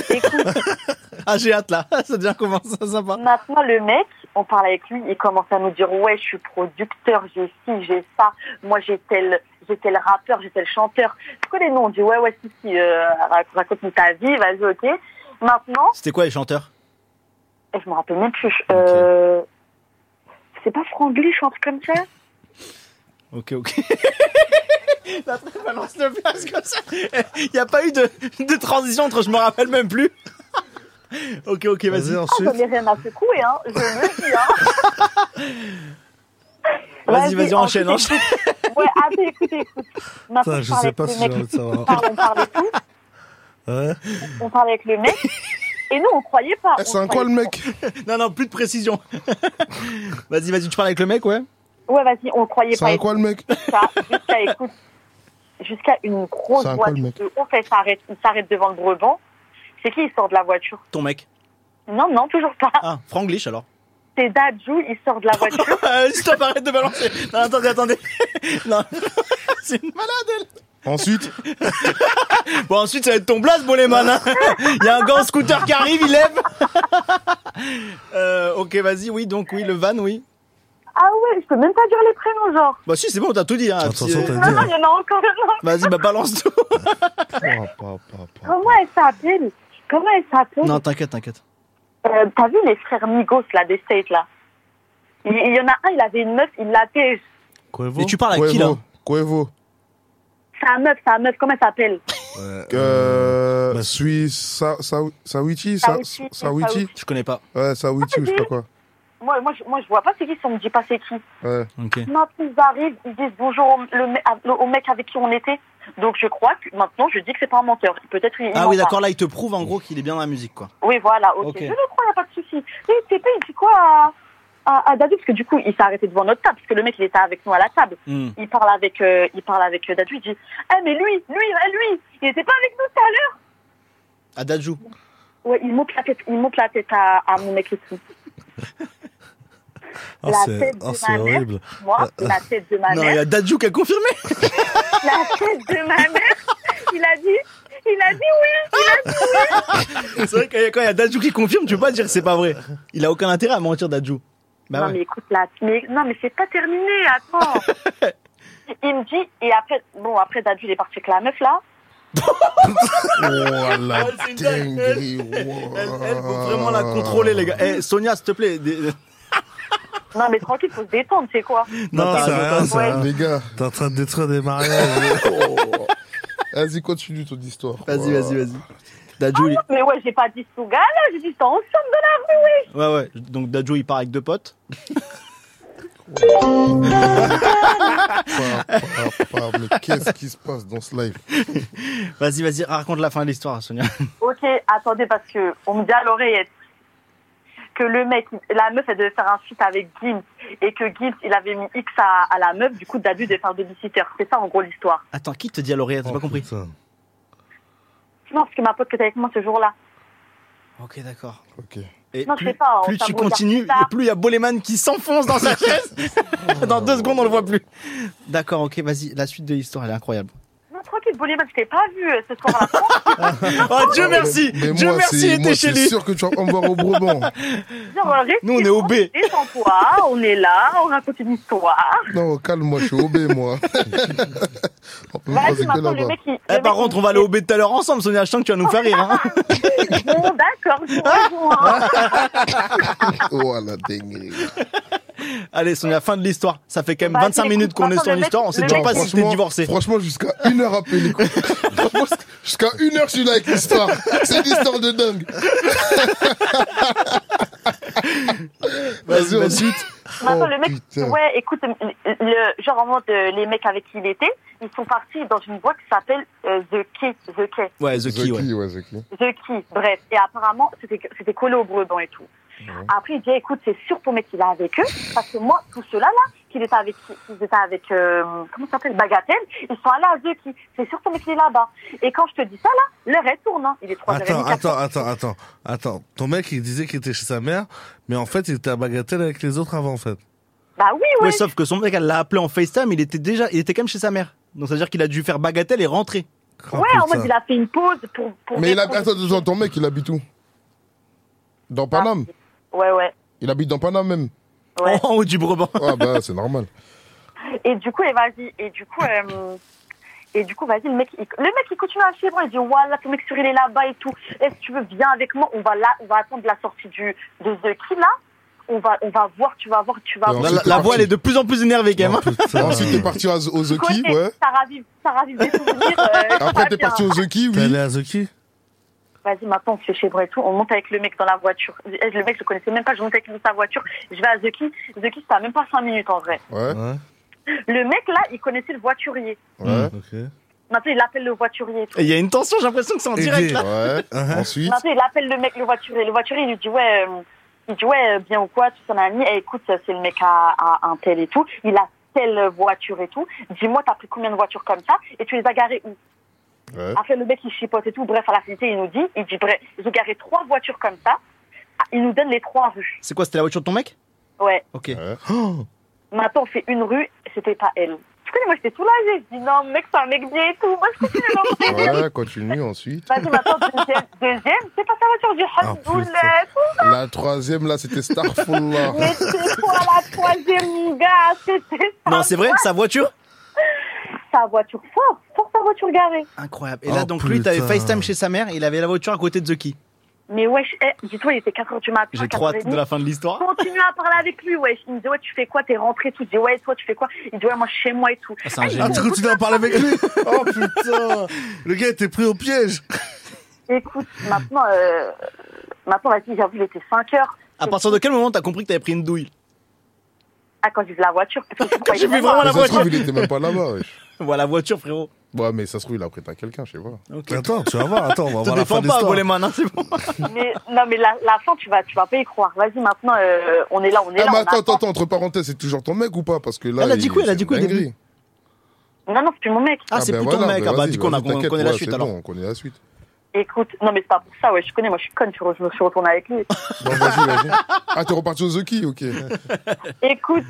S14: Écoute,
S2: Ah, j'ai hâte là. Ça devient comment ça, sympa.
S14: maintenant le mec, on parle avec lui, il commence à nous dire ouais, je suis producteur, j'ai ci, j'ai ça, moi j'ai tel, j'ai tel rappeur, j'ai tel chanteur. Tu connais nous, on dit ouais, ouais, si, si, euh, rac- raconte-nous ta vie, vas-y, ok. Maintenant,
S2: C'était quoi les chanteurs
S14: et je me rappelle même plus. euh, C'est pas franglish ou un truc comme ça
S2: Ok, ok. La trêve balance le place comme ça. Il n'y a pas eu de, de transition entre je me rappelle même plus. ok, ok, vas-y.
S14: Ah, j'en ai rien à secouer, hein. Je me dis, hein.
S2: Vas-y, vas-y,
S14: Vas-y,
S2: enchaîne,
S14: ensuite,
S2: enchaîne.
S14: Ouais, ah, attends, écoute, écoute. Maintenant,
S3: Putain,
S14: je
S3: je
S14: parle
S3: sais
S14: avec
S3: pas
S14: le
S3: si
S14: mec
S3: j'ai envie de
S14: qui-
S3: savoir.
S14: on parlait tout,
S3: Ouais.
S14: on parlait avec le mec, et nous, on croyait pas. On croyait pas.
S2: Non, non, plus de précision. vas-y, vas-y, tu parles avec le mec, ouais
S14: Ouais, vas-y, on croyait
S2: C'est
S14: pas.
S2: un quoi, le
S14: mec Jusqu'à, écoute, jusqu'à une grosse
S2: C'est un
S14: voiture.
S2: quoi, le mec
S14: de ouf, elle s'arrête, il s'arrête devant le Breban. C'est qui, il sort de la voiture
S2: Ton mec.
S14: Non, non, toujours pas.
S2: Ah, Franglish alors.
S14: C'est Dadju, il sort de la voiture.
S2: Euh, Stop, arrête de balancer. Non, attendez, attendez. Non. C'est une malade, elle. Ensuite Bon, ensuite, ça va être ton blast, Boleman. hein. Il y a un gars en scooter qui arrive, il lève. Euh, ok, vas-y, oui, donc, oui, le van, oui.
S14: Ah ouais, je peux même pas dire les prénoms, genre.
S2: Bah, si, c'est bon, t'as tout dit. Hein, petit-
S14: Non, non, il y en a encore un autre.
S2: Vas-y, bah, balance tout.
S14: Comment elle s'appelle Comment elle s'appelle
S2: Non, t'inquiète, t'inquiète.
S14: Euh, T'as vu les frères Migos, là, des States, là il, il y en a un, il avait une meuf, il l'a pêche.
S2: Et tu parles avec qui, là
S13: Cuevo. Cuevo.
S14: Sa meuf, sa meuf, comment elle s'appelle
S13: Euh,
S2: bah,
S13: Suisse, Sa- Sa- Sawiti, Sa-
S14: Sawiti,
S13: Sawiti.
S14: Sawiti.
S2: Je connais pas.
S13: Ouais, Sawiti ou je sais pas quoi.
S14: moi, moi, je, moi, je vois pas c'est qui, si on me dit pas c'est qui.
S13: Ouais.
S14: Maintenant, ils arrivent, ils disent bonjour au, le me- à- au mec avec qui on était. Donc, je crois que maintenant, je dis que c'est pas un menteur. Peut-être il. il
S2: Ah oui,
S14: ment
S2: d'accord,
S14: pas.
S2: là, il te prouve en gros qu'il est bien dans la musique, quoi.
S14: Oui, voilà, ok.
S2: Ok.
S14: Je le crois, y a pas de souci. Et TP, il dit quoi à, à, à Dadju Parce que du coup, il s'est arrêté devant notre table, parce que le mec, il était avec nous à la table.
S2: Hmm.
S14: Il parle avec, euh, il parle avec euh, Dadju, il dit Eh, mais lui, lui, eh, lui, il était pas avec nous tout à l'heure
S2: À Dadju.
S14: Ouais, il monte la tête, il monte la tête à, à mon mec ici.
S3: Ah,
S14: la
S3: c'est-
S14: tête
S3: ah,
S14: de
S3: c'est
S14: ma mère,
S3: horrible.
S14: moi,
S3: Euh,
S14: la tête de ma
S2: Non, il y
S14: mère,
S2: a Dadju qui a confirmé.
S14: la tête de ma mère, il a dit, il a dit oui, il a dit oui.
S2: C'est vrai que quand il y a Dadju qui confirme, tu peux pas dire que c'est pas vrai. Il a aucun intérêt à mentir, Dadju. Bah
S14: non,
S2: ouais.
S14: mais écoute, là, mais, non, mais c'est pas terminé, attends. il me dit, et après, bon, après, Dadu, il est parti avec la meuf, là.
S13: Oh la
S2: Ah, c'est une dingue.
S13: dinguerie.
S2: Elle, elle faut vraiment la contrôler, les gars. Eh, Sonia, s'il te plaît. des-
S14: Non, mais tranquille, faut se détendre, c'est quoi
S3: Non,
S2: t'as
S3: c'est
S2: raison,
S3: rien,
S2: t'as
S3: ça.
S2: raison.
S13: Les gars.
S3: Ah,
S13: Oh.
S3: T'es en train de détruire des mariages.
S13: Vas-y, continue ton histoire.
S2: Vas-y,
S13: quoi.
S2: vas-y, vas-y. Dadju, il-
S14: Mais ouais, j'ai pas dit ce gars, là, j'ai dit, t'es ensemble de la rue, oui.
S2: ouais, ouais. Donc, Dadju, il part avec deux potes.
S13: Pa- pa- pa- mais Qu'est-ce qui se passe dans ce live
S2: Vas-y, vas-y, raconte la fin de l'histoire, Sonia.
S14: Ok, attendez, parce que on me dit à l'oreillette que le mec, la meuf, elle devait faire un feat avec Gims et que Gims, il avait mis X à, à la meuf, du coup, Dadu devait faire babysitter. C'est ça, en gros, l'histoire.
S2: Attends, qui te dit à l'oreille T'as
S13: Oh,
S2: pas compris
S14: Non, parce que ma pote que t'es avec moi ce jour-là.
S2: Ok, d'accord.
S13: Ok.
S2: Et
S14: Non, je
S2: plus,
S14: sais pas, hein, on
S2: plus tu
S14: s'aborde
S2: continues,
S14: plus tard.
S2: et plus il y a Boleman qui s'enfonce dans sa chaise.
S13: Oh.
S2: dans deux secondes, on le voit plus. D'accord, ok, vas-y. La suite de l'histoire, elle est incroyable.
S14: Non, tranquille, Boleman, je t'ai pas vu euh, ce soir-là.
S2: Oh Dieu merci,
S13: Mais
S2: Dieu
S13: moi,
S2: merci,
S13: Ah, c'est-
S2: il était
S13: moi,
S2: chez
S13: C'est
S2: lui.
S13: sûr que tu vas pas me voir au Brabant.
S2: Nous, on est au B.
S14: Détends-toi, on est là, on raconte une histoire.
S13: Non, calme-moi, je suis OB, moi. On peut me
S14: Vas-y,
S13: croiser que
S14: maintenant, Bah, le
S13: là-bas.
S14: mec, il...
S2: Eh, par contre, on va aller au B tout à l'heure ensemble, Sonia. Je sens que tu vas nous faire rire. Hein.
S14: Bon, d'accord, je vous rejoins.
S13: Oh la dinguerie.
S2: Allez, Sonia, fin de l'histoire. Ça fait quand même
S14: Bah,
S2: 25
S14: écoute,
S2: minutes qu'on est
S14: maintenant,
S2: sur
S14: le mec-
S2: l'histoire. On sait
S14: le
S2: toujours
S14: mec-
S2: pas si t'es
S13: Franchement-
S2: divorcé.
S13: Franchement, jusqu'à une heure après les couilles. Franchement, Jusqu'à une heure, je suis là avec l'histoire. C'est une histoire de dingue. Vas-y,
S2: vas-y.
S13: ensuite. Oh,
S14: Maintenant, le mec,
S13: putain.
S14: ouais, écoute, le- le- genre en mode euh, les mecs avec qui il était, ils sont partis dans une boîte qui s'appelle euh, The Key. The Key.
S2: Ouais, The Key, ouais.
S13: ouais, The Key.
S14: The Key, bref. Et apparemment, c'était c'était collé au breban et tout. Après, il dit, écoute, c'est sûr ton mec, il est avec eux, parce que moi, tout cela là, qu'ils étaient avec, qu'ils étaient avec, euh, comment ça s'appelle, Bagatelle, ils sont allés à The Key. C'est sûr ton mec, il est là-bas. Et quand je te dis ça, là, l'heure, elle tourne, hein. Il est 3h30.
S3: Attends,
S14: 4h.
S3: attends, attends, attends, attends. Ton mec, il disait qu'il était chez sa mère, mais en fait, il était à Bagatelle avec les autres avant, en fait.
S14: Bah oui, oui.
S2: Ouais, sauf que son mec, elle l'a appelé en FaceTime. Il était déjà, il était quand même chez sa mère. Donc, ça veut dire qu'il a dû faire bagatelle et rentrer.
S13: Oh,
S14: ouais, en mode, il a fait une pause pour, pour
S13: Mais il
S14: répondre.
S13: habite. Attends, attends, ton mec, il habite où Dans Paname
S2: Ah.
S14: Ouais, ouais.
S13: Il habite dans Paname même.
S14: Ouais.
S2: En haut du breban.
S13: Ah bah, c'est normal.
S14: Et du coup, et vas-y, et du coup, euh, et du coup, vas-y, le mec, il, le mec, il continue à chier, il dit, voilà, ton mec sur il est là-bas et tout. Est-ce que tu veux, viens avec moi, on va là, on va attendre la sortie du, de The Key, là. on va, on va voir, tu vas voir, tu vas
S2: La,
S14: voir.
S2: la- la voix, elle est de plus en plus énervée, quand même.
S13: Ensuite, t'es parti aux aux Oki,
S14: Connais,
S13: ouais.
S14: Ça ravive, ça ravive des souvenirs. euh,
S13: Après,
S14: ça
S13: t'es
S14: vient.
S13: parti aux Oki, oui. T'es allé à Zoki
S14: Vas-y, maintenant on se fait chez moi et tout. On monte avec le mec dans la voiture. Eh, Le mec, je le connaissais même pas. Je monte avec lui dans sa voiture. Je vais à The Key. The Key, ça a même pas 5 minutes en vrai.
S13: Ouais.
S14: Le mec là, il connaissait le voiturier.
S13: Ouais.
S3: Hmm,
S14: Maintenant, il appelle le voiturier et tout.
S2: Et Il y a une tension, j'ai l'impression que c'est en direct là.
S13: Ouais.
S3: Uh-huh.
S4: Hein
S13: Ensuite.
S14: Maintenant, il appelle le mec, le voiturier. Le voiturier, il lui dit ouais, euh, il dit ouais, euh, bien ou quoi, tout ça, ami. Eh, écoute, c'est le mec à, à un tel et tout. Il a telle voiture et tout. Dis-moi, t'as pris combien de voitures comme ça et tu les as garées où
S13: Ouais.
S14: Après, le mec, il chipote et tout. Bref, à la finalité, il nous dit, il dit, bref, ils ont garé trois voitures comme ça. Ah, Il nous donne les trois rues.
S2: C'est quoi, c'était la voiture de ton mec
S14: Ouais.
S2: Ok. Oh.
S14: Maintenant, on fait une rue, c'était pas elle. Tu connais, moi, j'étais soulagée. Je dis, non, mec, c'est un mec bien et tout. Moi, je continue dans mon délire.
S13: Ouais, continue ensuite.
S14: Vas-y, maintenant, deuxième, deuxième, Bah, c'est pas sa voiture. Je dis,
S13: Ah.
S14: Hamdoullah, tout ça.
S13: La troisième, là, c'était Starfall.
S14: Mais c'est quoi la troisième, mon gars C'était ça.
S2: Non, c'est vrai, sa voiture
S14: Sa voiture fort, fort sa voiture garée.
S2: Incroyable.
S13: Oh,
S2: Et là, donc, lui, t'avais
S14: putain.
S2: FaceTime chez sa mère, il avait la voiture à côté de The Key.
S14: Ah, Mais wesh, eh, dis-toi, il était 4h du matin.
S2: J'ai trop hâte
S14: 4h30.
S2: de la fin de l'histoire.
S14: Continue à parler avec lui, wesh. Il me dit, ouais, tu fais quoi T'es rentré, et tout. Je dis, ouais, toi, tu fais quoi Il dit, ouais, moi, je suis chez moi et tout.
S2: c'est un
S14: Eh,
S3: Ah, tu
S14: écoute,
S3: continues à parler avec lui Oh putain Le gars était pris au piège
S14: Écoute, maintenant, euh, maintenant, vas-y, j'avoue, il était 5h.
S2: À partir de quel moment t'as compris que t'avais pris une douille
S14: Ah, quand j'ai vu la voiture, parce que je
S2: Quand j'ai
S14: croyais
S2: vu
S14: vraiment-
S2: vraiment la
S13: ça se
S2: voiture.
S13: trouve, il était même pas là-bas, wesh.
S2: Voilà, la voiture, frérot.
S13: Ouais, mais ça se trouve, il a prêté à quelqu'un, je sais pas.
S3: Attends, tu vas voir, attends, on va
S13: Te
S3: voir la
S13: défends
S3: fin de
S13: pas,
S3: l'histoire.
S13: Goleman,
S2: c'est bon.
S14: Mais, non, mais la, la fin, tu vas, tu vas pas y croire. Vas-y, maintenant, euh, on est là, on est
S13: Ah,
S14: là.
S13: mais attends,
S14: on
S13: attends,
S14: attend.
S13: attends, entre parenthèses, c'est toujours ton mec ou pas Parce que là.
S2: Elle a dit
S13: il-
S2: quoi, elle a
S13: c'est
S2: dit quoi au
S13: une
S2: début
S13: dinguerie.
S14: Non, non, c'est plus mon mec.
S2: Ah, c'est
S13: ben
S2: plus ton
S13: voilà,
S2: mec.
S13: ben
S2: Ah, bah,
S13: vas-y,
S2: du coup, on a-
S13: vas-y,
S2: on connaît
S13: t'inquiète,
S2: la
S13: ouais,
S2: suite,
S13: c'est
S2: alors.
S13: bon, on connaît la suite.
S14: Écoute, non, mais c'est pas pour ça, ouais, je connais, moi, je suis conne, tu vois, je me suis retournée avec lui.
S13: Bon, vas-y, vas-y. Ah, t'es reparti aux Zoki, ok.
S14: Écoute,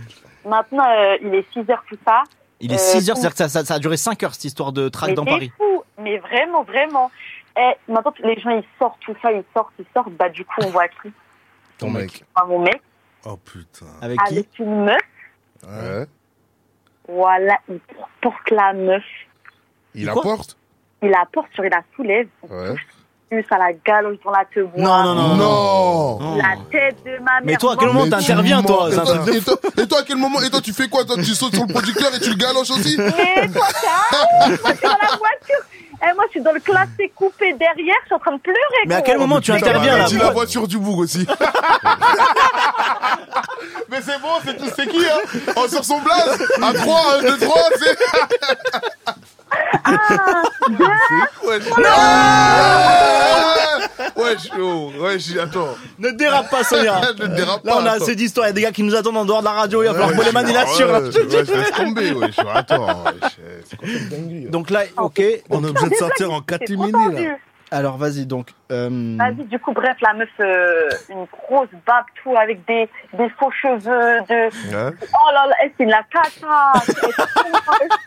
S14: maintenant, euh, il est 6h plus tard.
S2: Il est
S14: Euh,
S2: 6 heures,
S14: tout-
S2: c'est-à-dire que ça, ça- ça a duré 5 heures cette histoire de traque
S14: mais
S2: dans
S14: t'es
S2: Paris.
S14: fou, mais vraiment, vraiment. Et maintenant, les gens, ils sortent, tout ça, ils sortent, ils sortent. Bah, du coup, on voit qui
S2: Ton mec.
S14: Enfin, mon mec,
S3: Oh putain.
S2: Avec qui
S14: avec une meuf.
S13: Ouais.
S14: Voilà, il porte la meuf.
S13: Il apporte
S14: Il la porte sur, il la soulève.
S13: Ouais.
S14: Plus à la galoche dans la te voir.
S13: non, non.
S14: La tête de ma mère.
S13: Mais tu
S2: t'interviens,
S13: mens.
S2: toi,
S13: et
S2: c'est un
S13: toi,
S2: truc de
S13: et toi- et toi, à quel moment Et toi, tu fais quoi Toi, tu sautes sur le producteur et tu le galoches aussi
S14: Mais toi, t'as- moi, je suis dans la voiture. Et moi, je suis dans le classé coupé derrière, je suis en train de pleurer. gros.
S13: Putain, bah, dis la voiture du bourg aussi. Mais c'est bon, c'est tout, c'est qui, hein On sort son blaze À 3, 1, 2, 3, c'est.
S2: Ah,
S13: Ouais, je- ouais, je- oh, ouais, je- attends.
S2: Ne dérape pas, Sonia.
S13: Ne dérape
S2: Là,
S13: pas,
S2: on a
S13: attends.
S2: assez d'histoires. Il y a des gars qui nous attendent en dehors de la radio. Il va falloir
S13: Ouais,
S2: que Boleman, il
S13: ouais,
S2: assure. là.
S13: ouais, ouais, je laisse tomber, ouais, je- attends, ouais, je- c'est quoi cette dinguerie
S2: Donc là,
S14: Ah,
S2: ok.
S3: On est obligé de sortir en 4 minutes là.
S2: Alors, vas-y, donc. euh,
S14: Vas-y, du coup, bref, la meuf, euh, une grosse babe, tout, avec des, des faux cheveux, de... Oh là là, eh, c'est de la cata C'est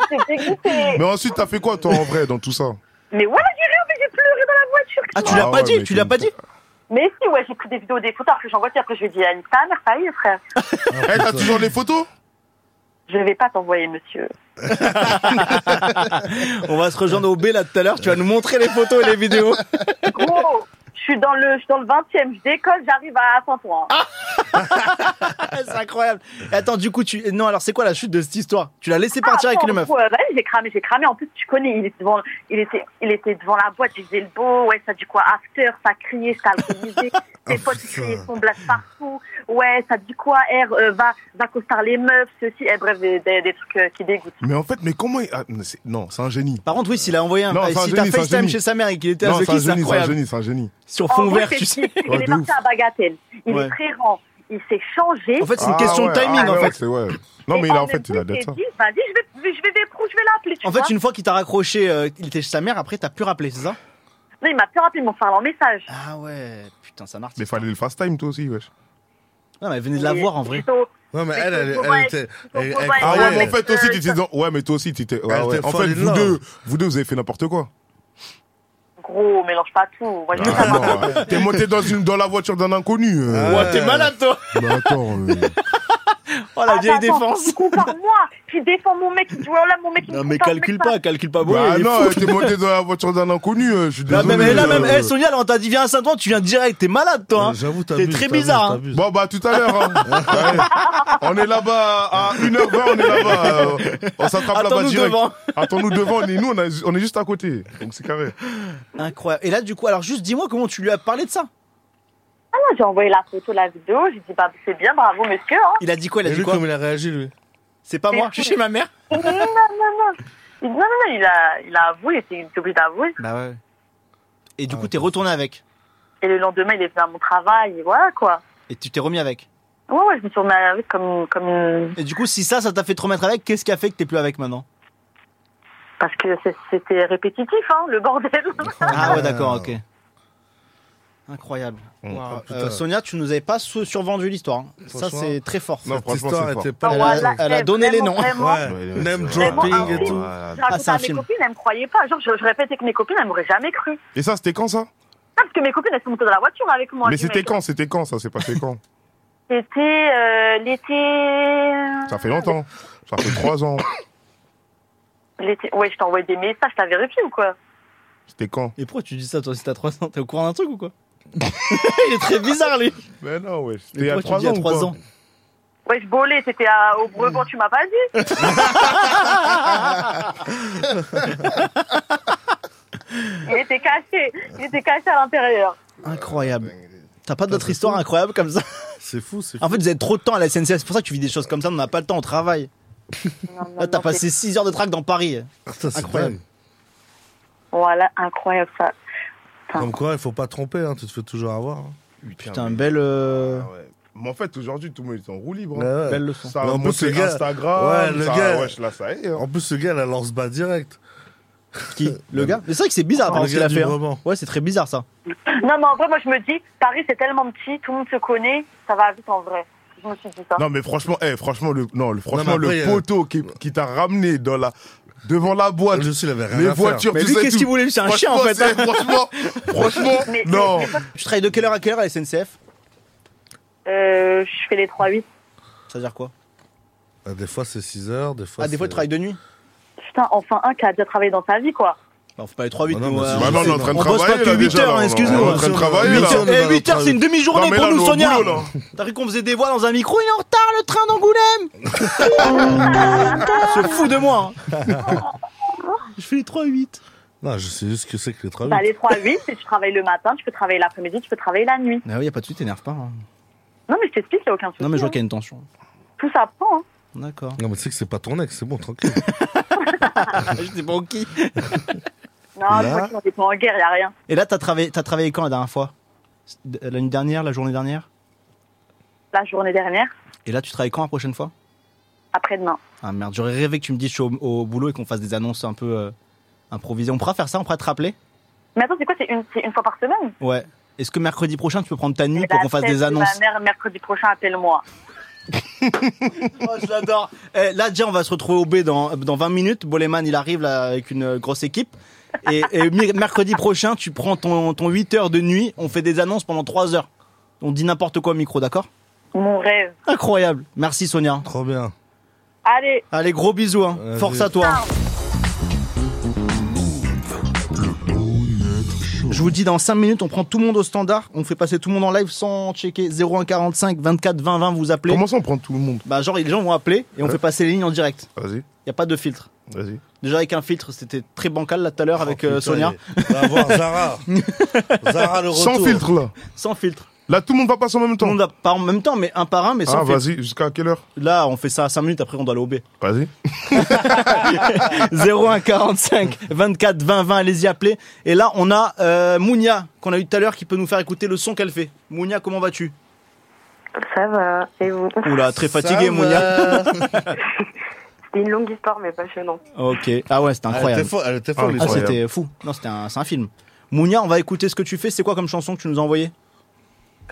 S14: c'est dégoûté
S13: Mais ensuite, t'as fait quoi, toi, en vrai, dans tout ça
S14: Mais voilà, j'ai rien, mais j'ai pleuré dans la voiture
S13: Ah, tu l'as Ah pas ouais, dit, mais tu l'as
S14: pas dit mais si, ouais, j'ai pris des vidéos des photos, après j'envoie, après je lui ai dit, Anne, ta mère, ça y est, frère.
S13: Eh, t'as toujours les photos
S14: Je vais pas t'envoyer, monsieur.
S2: on va se rejoindre au B là tout à l'heure. Tu vas nous montrer les photos et les vidéos.
S14: Gros, je suis dans le, je suis dans le 20ème, je décolle, j'arrive à Saint-Ouen.
S2: c'est incroyable. Et Attends, du coup, tu. Non, alors, c'est quoi la chute de cette histoire Tu l'as laissé partir
S14: Ah,
S2: avec
S14: attends,
S2: une meuf.
S14: ouais, ouais, j'ai cramé, j'ai cramé. En plus, tu connais, il était devant, il était, il était devant la boîte, il faisait le beau, ouais, ça dit quoi, after, ça criait, ça alcoolisait. Ses potes
S16: Oh,
S14: ils criaient son blast partout. Ouais, ça dit quoi, R, euh, va, va costar les meufs, ceci. Eh, bref, des, des- des trucs euh, qui dégoûtent.
S4: Mais en fait, mais comment il. ah, mais c'est- non, c'est un génie.
S2: Par contre, oui, s'il a envoyé un.
S4: Non,
S2: et
S4: c'est un
S2: si t'as
S4: génie, c'est un
S2: FaceTime
S4: génie.
S2: chez sa mère et qu'il était à
S4: Non,
S2: The
S4: c'est un
S2: Key,
S4: génie,
S2: c'est
S4: c'est un
S2: incroyable.
S4: génie, c'est un génie.
S2: Sur fond
S14: En gros,
S2: vert,
S14: c'est
S2: tu
S14: le
S2: sais.
S14: type, Ah Il est parti à Bagatelle. Il
S4: Ouais.
S14: est très il s'est changé.
S4: En fait, c'est une Ah question de ouais, timing, ah en ouais, fait. c'est- ouais. Non, mais
S14: Et
S4: il a- en
S14: même
S4: fait, il a
S14: temps,
S4: d'être
S14: s'est
S4: ça.
S14: dit, Vas-y, je vais, je vais, déprou- je vais l'appeler. tu
S2: En fait,
S14: vois.
S2: une fois qu'il t'a raccroché, euh, il était chez sa mère, après t'as pu rappeler, c'est ça
S14: Non, il m'a fait rappeler, il m'a fait un message.
S2: Ah ouais, putain, ça marche.
S4: Mais fallait le fast time, toi aussi, wesh.
S2: Non, mais elle venait de la voir en vrai.
S3: Non, mais
S4: elle, elle,
S3: elle était-
S4: Ah ouais, mais en fait, toi aussi, t'étais dans. Ouais, mais toi aussi, t'étais. ouais,
S3: Elle
S4: ouais.
S3: était
S4: En fait,
S3: folle in
S4: vous
S3: love.
S4: deux, vous deux, vous avez fait n'importe quoi.
S14: Gros, mélange pas tout. Moi, je veux
S4: Ah,
S14: savoir.
S2: Ah,
S4: non, T'es monté dans, une, dans la voiture d'un inconnu. euh.
S2: Ouais, t'es malade, toi
S4: Mais attends. euh.
S2: Oh, la vieille
S14: attends,
S2: défense.
S14: Il compare moi. Puis il défend mon mec. Il dit, voilà, mon mec, il
S2: Non,
S14: me
S2: mais
S14: compare,
S2: calcule
S14: mon mec,
S2: pas, calcule pas.
S13: Bah
S2: il est
S13: non,
S2: fou.
S13: elle était montée dans la voiture d'un inconnu, euh, je suis
S2: Là
S13: désolé.
S2: même, et là même,
S13: euh,
S2: eh, Sonia, là, on t'a dit viens à Saint-Ouen, tu viens direct, t'es malade toi. hein. T'es très bizarre. hein.
S13: Bon, bah, tout à l'heure. hein. Ouais. On est là-bas à 1h20, on est là-bas. euh, on s'attrape là-bas
S2: Attends-nous
S13: direct.
S2: devant.
S13: Attends-nous devant. on est- nous, on, a- on est juste à côté. Donc, c'est carré.
S2: Incroyable. Et là, du coup, alors juste dis-moi comment tu lui as parlé de ça.
S14: Ah non, j'ai envoyé la photo, la vidéo. J'ai dit, bah, c'est bien, bravo, monsieur. Hein.
S2: Il a dit quoi Il a
S14: Et
S2: dit
S14: lui,
S2: quoi
S14: comment
S2: il a réagi lui C'est pas
S14: C'est
S2: moi,
S14: fou.
S2: je suis chez ma mère.
S14: Il dit, non, non, non. Il dit, non, non, non, il a, il a avoué, il était il était obligé d'avouer.
S2: Bah ouais. Et du coup, t'es retourné avec.
S14: Et le lendemain, il est venu à mon travail, et voilà, quoi.
S2: Et tu t'es remis avec.
S14: Ouais, ouais, je me suis remis avec comme, comme euh, une-
S2: Et du coup, si ça, ça t'a fait te remettre avec, qu'est-ce qui a fait que t'es plus avec maintenant
S14: Parce que c'est- c'était répétitif, hein, le bordel.
S2: Ah ouais, d'accord, ok. Incroyable. Wow.
S14: oh, putain.
S2: Euh, Sonia, tu nous avais pas sou- survendu l'histoire. hein. Ça,
S3: Franchement,
S2: c'est très fort.
S3: non, Cette franchement, histoire c'est fort. était
S14: Ah,
S3: pas-
S2: elle, a,
S3: Ouais,
S2: elle a donné les
S14: vraiment,
S2: noms. Ah,
S14: vraiment.
S3: Ouais, name
S14: Vraiment,
S3: dropping
S14: un
S3: et
S14: film.
S3: tout.
S14: Je racontais à mes copines, elles me croyaient pas. Genre, je, je répétais que mes copines, elles m'auraient jamais cru. Non,
S13: Et ça, c'était quand ça
S14: parce que mes copines, elles sont montées dans la voiture avec moi.
S13: Mais
S14: Elles disaient,
S13: c'était quand C'était quand ça C'est passé quand
S14: C'était euh, l'été.
S13: Ça fait longtemps. Ça fait 3 ans.
S14: euh, L'été. Ouais, je t'envoyais des messages, t'as vérifié ou quoi
S13: C'était quand
S2: Et pourquoi tu dis ça, toi, si t'as 3 ans T'es au courant d'un truc ou quoi Il est très bizarre, lui.
S13: Mais non, ouais.
S2: Mais
S13: C'était il y a 3
S2: pourquoi tu
S13: ans. ou
S2: dis il y a
S13: pas
S2: trois ans
S14: Ouais, je bolais, t'étais à-
S2: Mm.
S14: au Breban, tu m'as pas dit. Il était caché, il était caché à l'intérieur.
S2: Incroyable. T'as pas d'autres histoires incroyables comme ça
S3: C'est fou, c'est
S2: En fait, vous avez trop de temps à la SNCF. C'est pour ça que tu vis des choses comme ça. On n'a pas le temps, on travaille. Là, t'as passé 6 heures de track dans Paris.
S3: Ah,
S2: Incroyable.
S14: Voilà, incroyable ça.
S3: Comme quoi, il faut pas tromper, hein, tu te fais toujours avoir. hein.
S2: Putain, belle. euh,
S13: Mais en fait, aujourd'hui, tout le monde est en roue libre.
S3: Ouais, ouais.
S13: Belle leçon. Ça a
S3: Mais en plus,
S13: monté
S3: le gars,
S13: Instagram.
S3: ouais, le
S13: ça-
S3: gars,
S13: wesh, là, ça y est.
S3: En plus, le gars, il a lance bas direct.
S2: Qui Le gars Mais c'est vrai que c'est bizarre par
S3: Le
S2: contre, ce qu'il a
S3: gars du
S2: fait. hein.
S3: Brabant.
S2: Ouais, c'est très bizarre ça.
S14: Non, mais en vrai, moi je me dis, Paris c'est tellement petit, tout le monde se connaît, ça va vite en vrai. Je me suis dit ça.
S13: Non mais franchement, eh, franchement le non, le, franchement
S3: mais après,
S13: le
S3: euh,
S13: poteau qui, qui t'a ramené dans la devant la boîte,
S3: rien
S13: les
S3: à faire.
S13: voitures,
S2: Mais
S13: tout
S2: lui,
S13: ça et
S2: qu'est-ce
S13: tout.
S2: qu'il voulait lui C'est un chien en
S13: Franchement,
S2: fait. hein.
S13: c'est- Franchement, franchement, non.
S2: Je travaille de quelle heure à quelle heure à la SNCF
S14: Euh, je fais les 3-8.
S2: Ça veut dire quoi
S3: Ah, Des fois, c'est 6 heures, des fois.
S2: Ah, des fois,
S3: c'est-
S2: tu travailles de nuit
S14: Putain, enfin un qui a déjà travaillé dans sa vie quoi.
S2: Bah, on fait pas les 3-8.
S3: Bah non,
S2: nous,
S3: mais
S2: euh,
S3: c'est- bah non, on est en train de
S2: on bosse
S3: travailler,
S2: pas
S3: là,
S2: que 8
S3: déjà,
S2: heures,
S3: là,
S2: hein,
S3: on-
S2: excuse-nous.
S3: on est en train de travailler, là.
S2: Huit heures-
S3: On est
S2: eh,
S3: dans
S2: 8 heures,
S3: notre-
S2: c'est une demi-journée
S3: Non, mais
S2: pour
S3: là, on
S2: nous,
S3: est au
S2: Sonia.
S3: boulot, là.
S2: T'as vu qu'on faisait des voiles dans un micro, il est en retard le train d'Angoulême Se fout de moi hein. Je fais les 3-8.
S3: Non, je sais juste ce que c'est que les travaux.
S14: Bah, les 3-8, c'est tu travailles le matin, tu peux travailler l'après-midi, tu peux travailler la nuit.
S2: Ah oui, y a pas de suite, t'énerve pas. hein.
S14: Non, mais je t'explique, il a aucun souci.
S2: Non, mais je vois
S14: hein.
S2: qu'il y a une tension.
S14: Tout ça prend. hein.
S2: D'accord.
S3: Non, mais tu sais que c'est pas ton ex, c'est bon, tranquille.
S2: J'étais pas au qui.
S14: Non,
S2: Là.
S14: je vois qu'ils ont des plans en guerre, il a rien.
S2: Et là, t'as travaillé, t'as travaillé quand la dernière fois De- La nuit dernière, la journée dernière
S14: La journée dernière,
S2: Et là, tu travailles quand la prochaine fois
S14: après-demain.
S2: Ah merde, j'aurais rêvé que tu me dises je suis au, au boulot et qu'on fasse des annonces un peu euh, improvisées. On pourra faire ça, on pourra te rappeler
S14: Mais attends, c'est quoi C'est une, c'est une fois par semaine
S2: Ouais. Est-ce que mercredi prochain, tu peux prendre ta nuit
S14: La
S2: pour qu'on fasse
S14: fête
S2: des
S14: de ben,
S2: annonces
S14: Ma mère, mercredi prochain, appelle-moi.
S2: Oh, je l'adore. Eh, là, déjà, on va se retrouver au B dans, dans 20 minutes. Boleman, il arrive là avec une euh, grosse équipe. Et, et mi- mercredi prochain, tu prends ton, ton 8 heures de nuit. On fait des annonces pendant 3 heures. On dit n'importe quoi au micro, d'accord
S14: Mon rêve.
S2: Incroyable. Merci, Sonia.
S3: Trop bien.
S14: Allez,
S2: Allez, gros bisous. hein.
S3: Vas-y.
S2: Force à toi. Je vous dis, dans 5 minutes, on prend tout le monde au standard. On fait passer tout le monde en live sans checker. 0145 24 20 20, vous appelez.
S13: Comment ça on prend tout le monde
S2: Bah, genre, les gens vont appeler et on
S13: Ouais.
S2: fait passer les lignes en direct.
S13: Vas-y,
S2: Il a pas de filtre.
S13: vas-y.
S2: Déjà avec un filtre, c'était très bancal là tout à l'heure avec euh,
S3: Oh, Putain,
S2: Sonia.
S3: il- On va voir Zara. Zara le retour.
S13: Sans filtre là.
S2: Sans filtre.
S13: Là tout le monde va passer en même
S2: Tout le
S13: temps.
S2: monde va pas en même temps, mais un par un, mais sans
S13: Ah
S2: filtre.
S13: vas-y, jusqu'à quelle heure
S2: Là, on fait ça à 5 minutes, après on doit aller au B.
S13: Vas-y.
S2: 01 45 24 20 20, allez-y appeler. Et là, on a euh, Mounia, qu'on a eu tout à l'heure, qui peut nous faire écouter le son qu'elle fait. Mounia, comment vas-tu
S15: Ça va, et vous
S2: Oula, très fatiguée, Mounia.
S15: C'était une longue histoire, mais passionnante.
S2: ok. Ah ouais, c'était
S3: Elle
S2: incroyable.
S3: était fo- elle était folle,
S2: Ah,
S3: l'histoire.
S2: c'était fou. Non, c'était un, c'est un film. Mounia, on va écouter ce que tu fais. C'est quoi comme chanson que tu nous as envoyée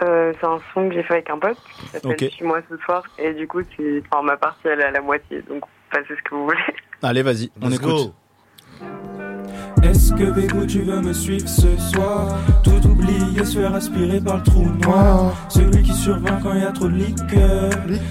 S15: Euh, c'est un son que j'ai fait avec un pote, qui s'appelle
S2: Ok.
S15: Suis-moi ce soir, et du coup, c'est... Enfin, ma partie, elle est à la moitié, donc passez ce que vous voulez.
S2: Allez, vas-y, on
S3: Let's
S2: écoute.
S3: go.
S17: Est-ce que Bego tu veux me suivre ce soir Tout oublier, se faire aspirer par le trou noir Celui qui survint quand il y a trop de liqueur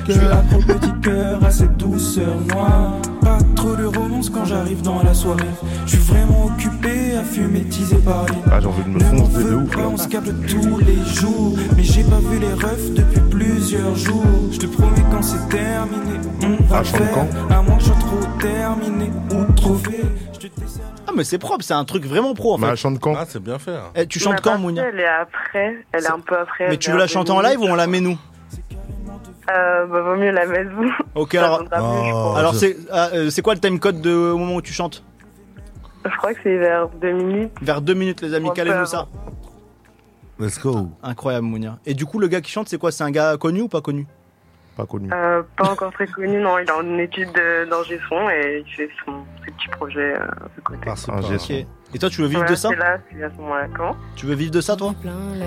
S17: Je suis accro petit cœur à cette douceur noire Pas trop de romance quand j'arrive dans la soirée Je suis vraiment occupé à fumer, teaser, parler
S4: Ah, j'ai envie de me foncer de ouf, là.
S17: on se capte tous les jours Mais j'ai pas vu les refs depuis plusieurs jours Je te promets quand c'est terminé on va
S4: Ah,
S17: le
S4: je sens le
S17: faire À moins que je sois trop terminé ou trop fait
S2: Ah, mais c'est propre, c'est un truc vraiment pro en fait.
S4: elle Bah, chante quand
S2: Ah, c'est bien fait. tu
S5: Bah,
S2: chantes quand, Mounia
S5: Elle est après, elle est un peu après.
S2: Mais tu veux la chanter en live ou on la met nous
S5: euh, bah, Vaut mieux la mettre vous.
S2: Ok, alors. alors,
S5: je-
S2: c'est ah, euh, c'est quoi le time code de, au moment où tu chantes
S5: Je crois que c'est vers 2 minutes.
S2: Vers 2 minutes, les amis,
S5: On
S2: calez-vous
S5: peut-
S2: ça.
S3: Let's go.
S2: Incroyable, Mounia. Et du coup, le gars qui chante, c'est quoi C'est un gars connu ou pas connu
S4: Pas connu.
S5: Euh, pas encore très connu, non. Il est en étude euh, d'ingé son et il fait son, ses petits projets euh, de côté.
S2: Ok. Et toi, tu veux vivre
S5: Ouais,
S2: de ça
S5: C'est là, c'est à ce moment-là. Comment
S2: Tu veux vivre de ça, toi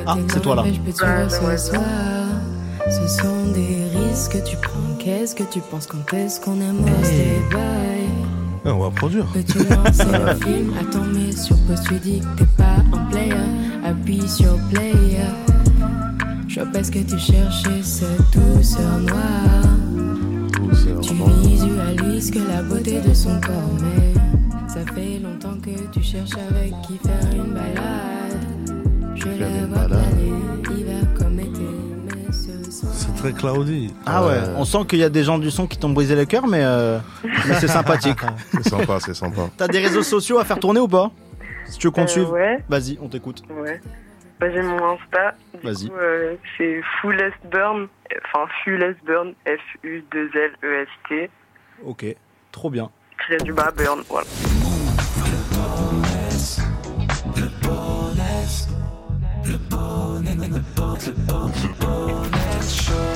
S2: Ah, c'est toi là.
S16: Je peux te suivre ce soir. Ce sont des risques que tu prends. Qu'est-ce que tu penses quand est-ce qu'on
S2: Eh.
S16: amorce les bails
S3: Eh, on va produire.
S16: Peux-tu lancer le film Attends, mais sur pause, tu dis que t'es pas un player. Appuie sur play. Je vois pas ce que tu cherchais, cette douceur noire. Tu visualises que la beauté de son corps, mais ça fait longtemps que tu cherches avec qui faire une balade. Je
S3: Faire
S16: la
S3: une
S16: vois
S3: balade.
S16: planer, hiver comme été, mais ce soir.
S3: C'est très cloudy.
S2: Ah ouais,
S3: Euh,
S2: on sent qu'il y a des gens du son qui t'ont brisé le cœur, mais, euh, mais c'est sympathique.
S4: C'est sympa, c'est sympa.
S2: T'as des réseaux sociaux à faire tourner ou pas Si tu veux qu'on te
S5: Euh,
S2: suive
S5: ouais.
S2: Vas-y, on t'écoute.
S5: Ouais. Bah, j'ai mon Insta. Du
S2: Vas-y.
S5: coup, euh, c'est Fullest Burn. Enfin, Fullest Burn. F-U-2-L-E-S-T.
S2: Ok, trop bien.
S5: E Tiré du bas, Burn. Voilà.
S18: Le bonnet, le bonnet, le bonnet, le bonnet chaud.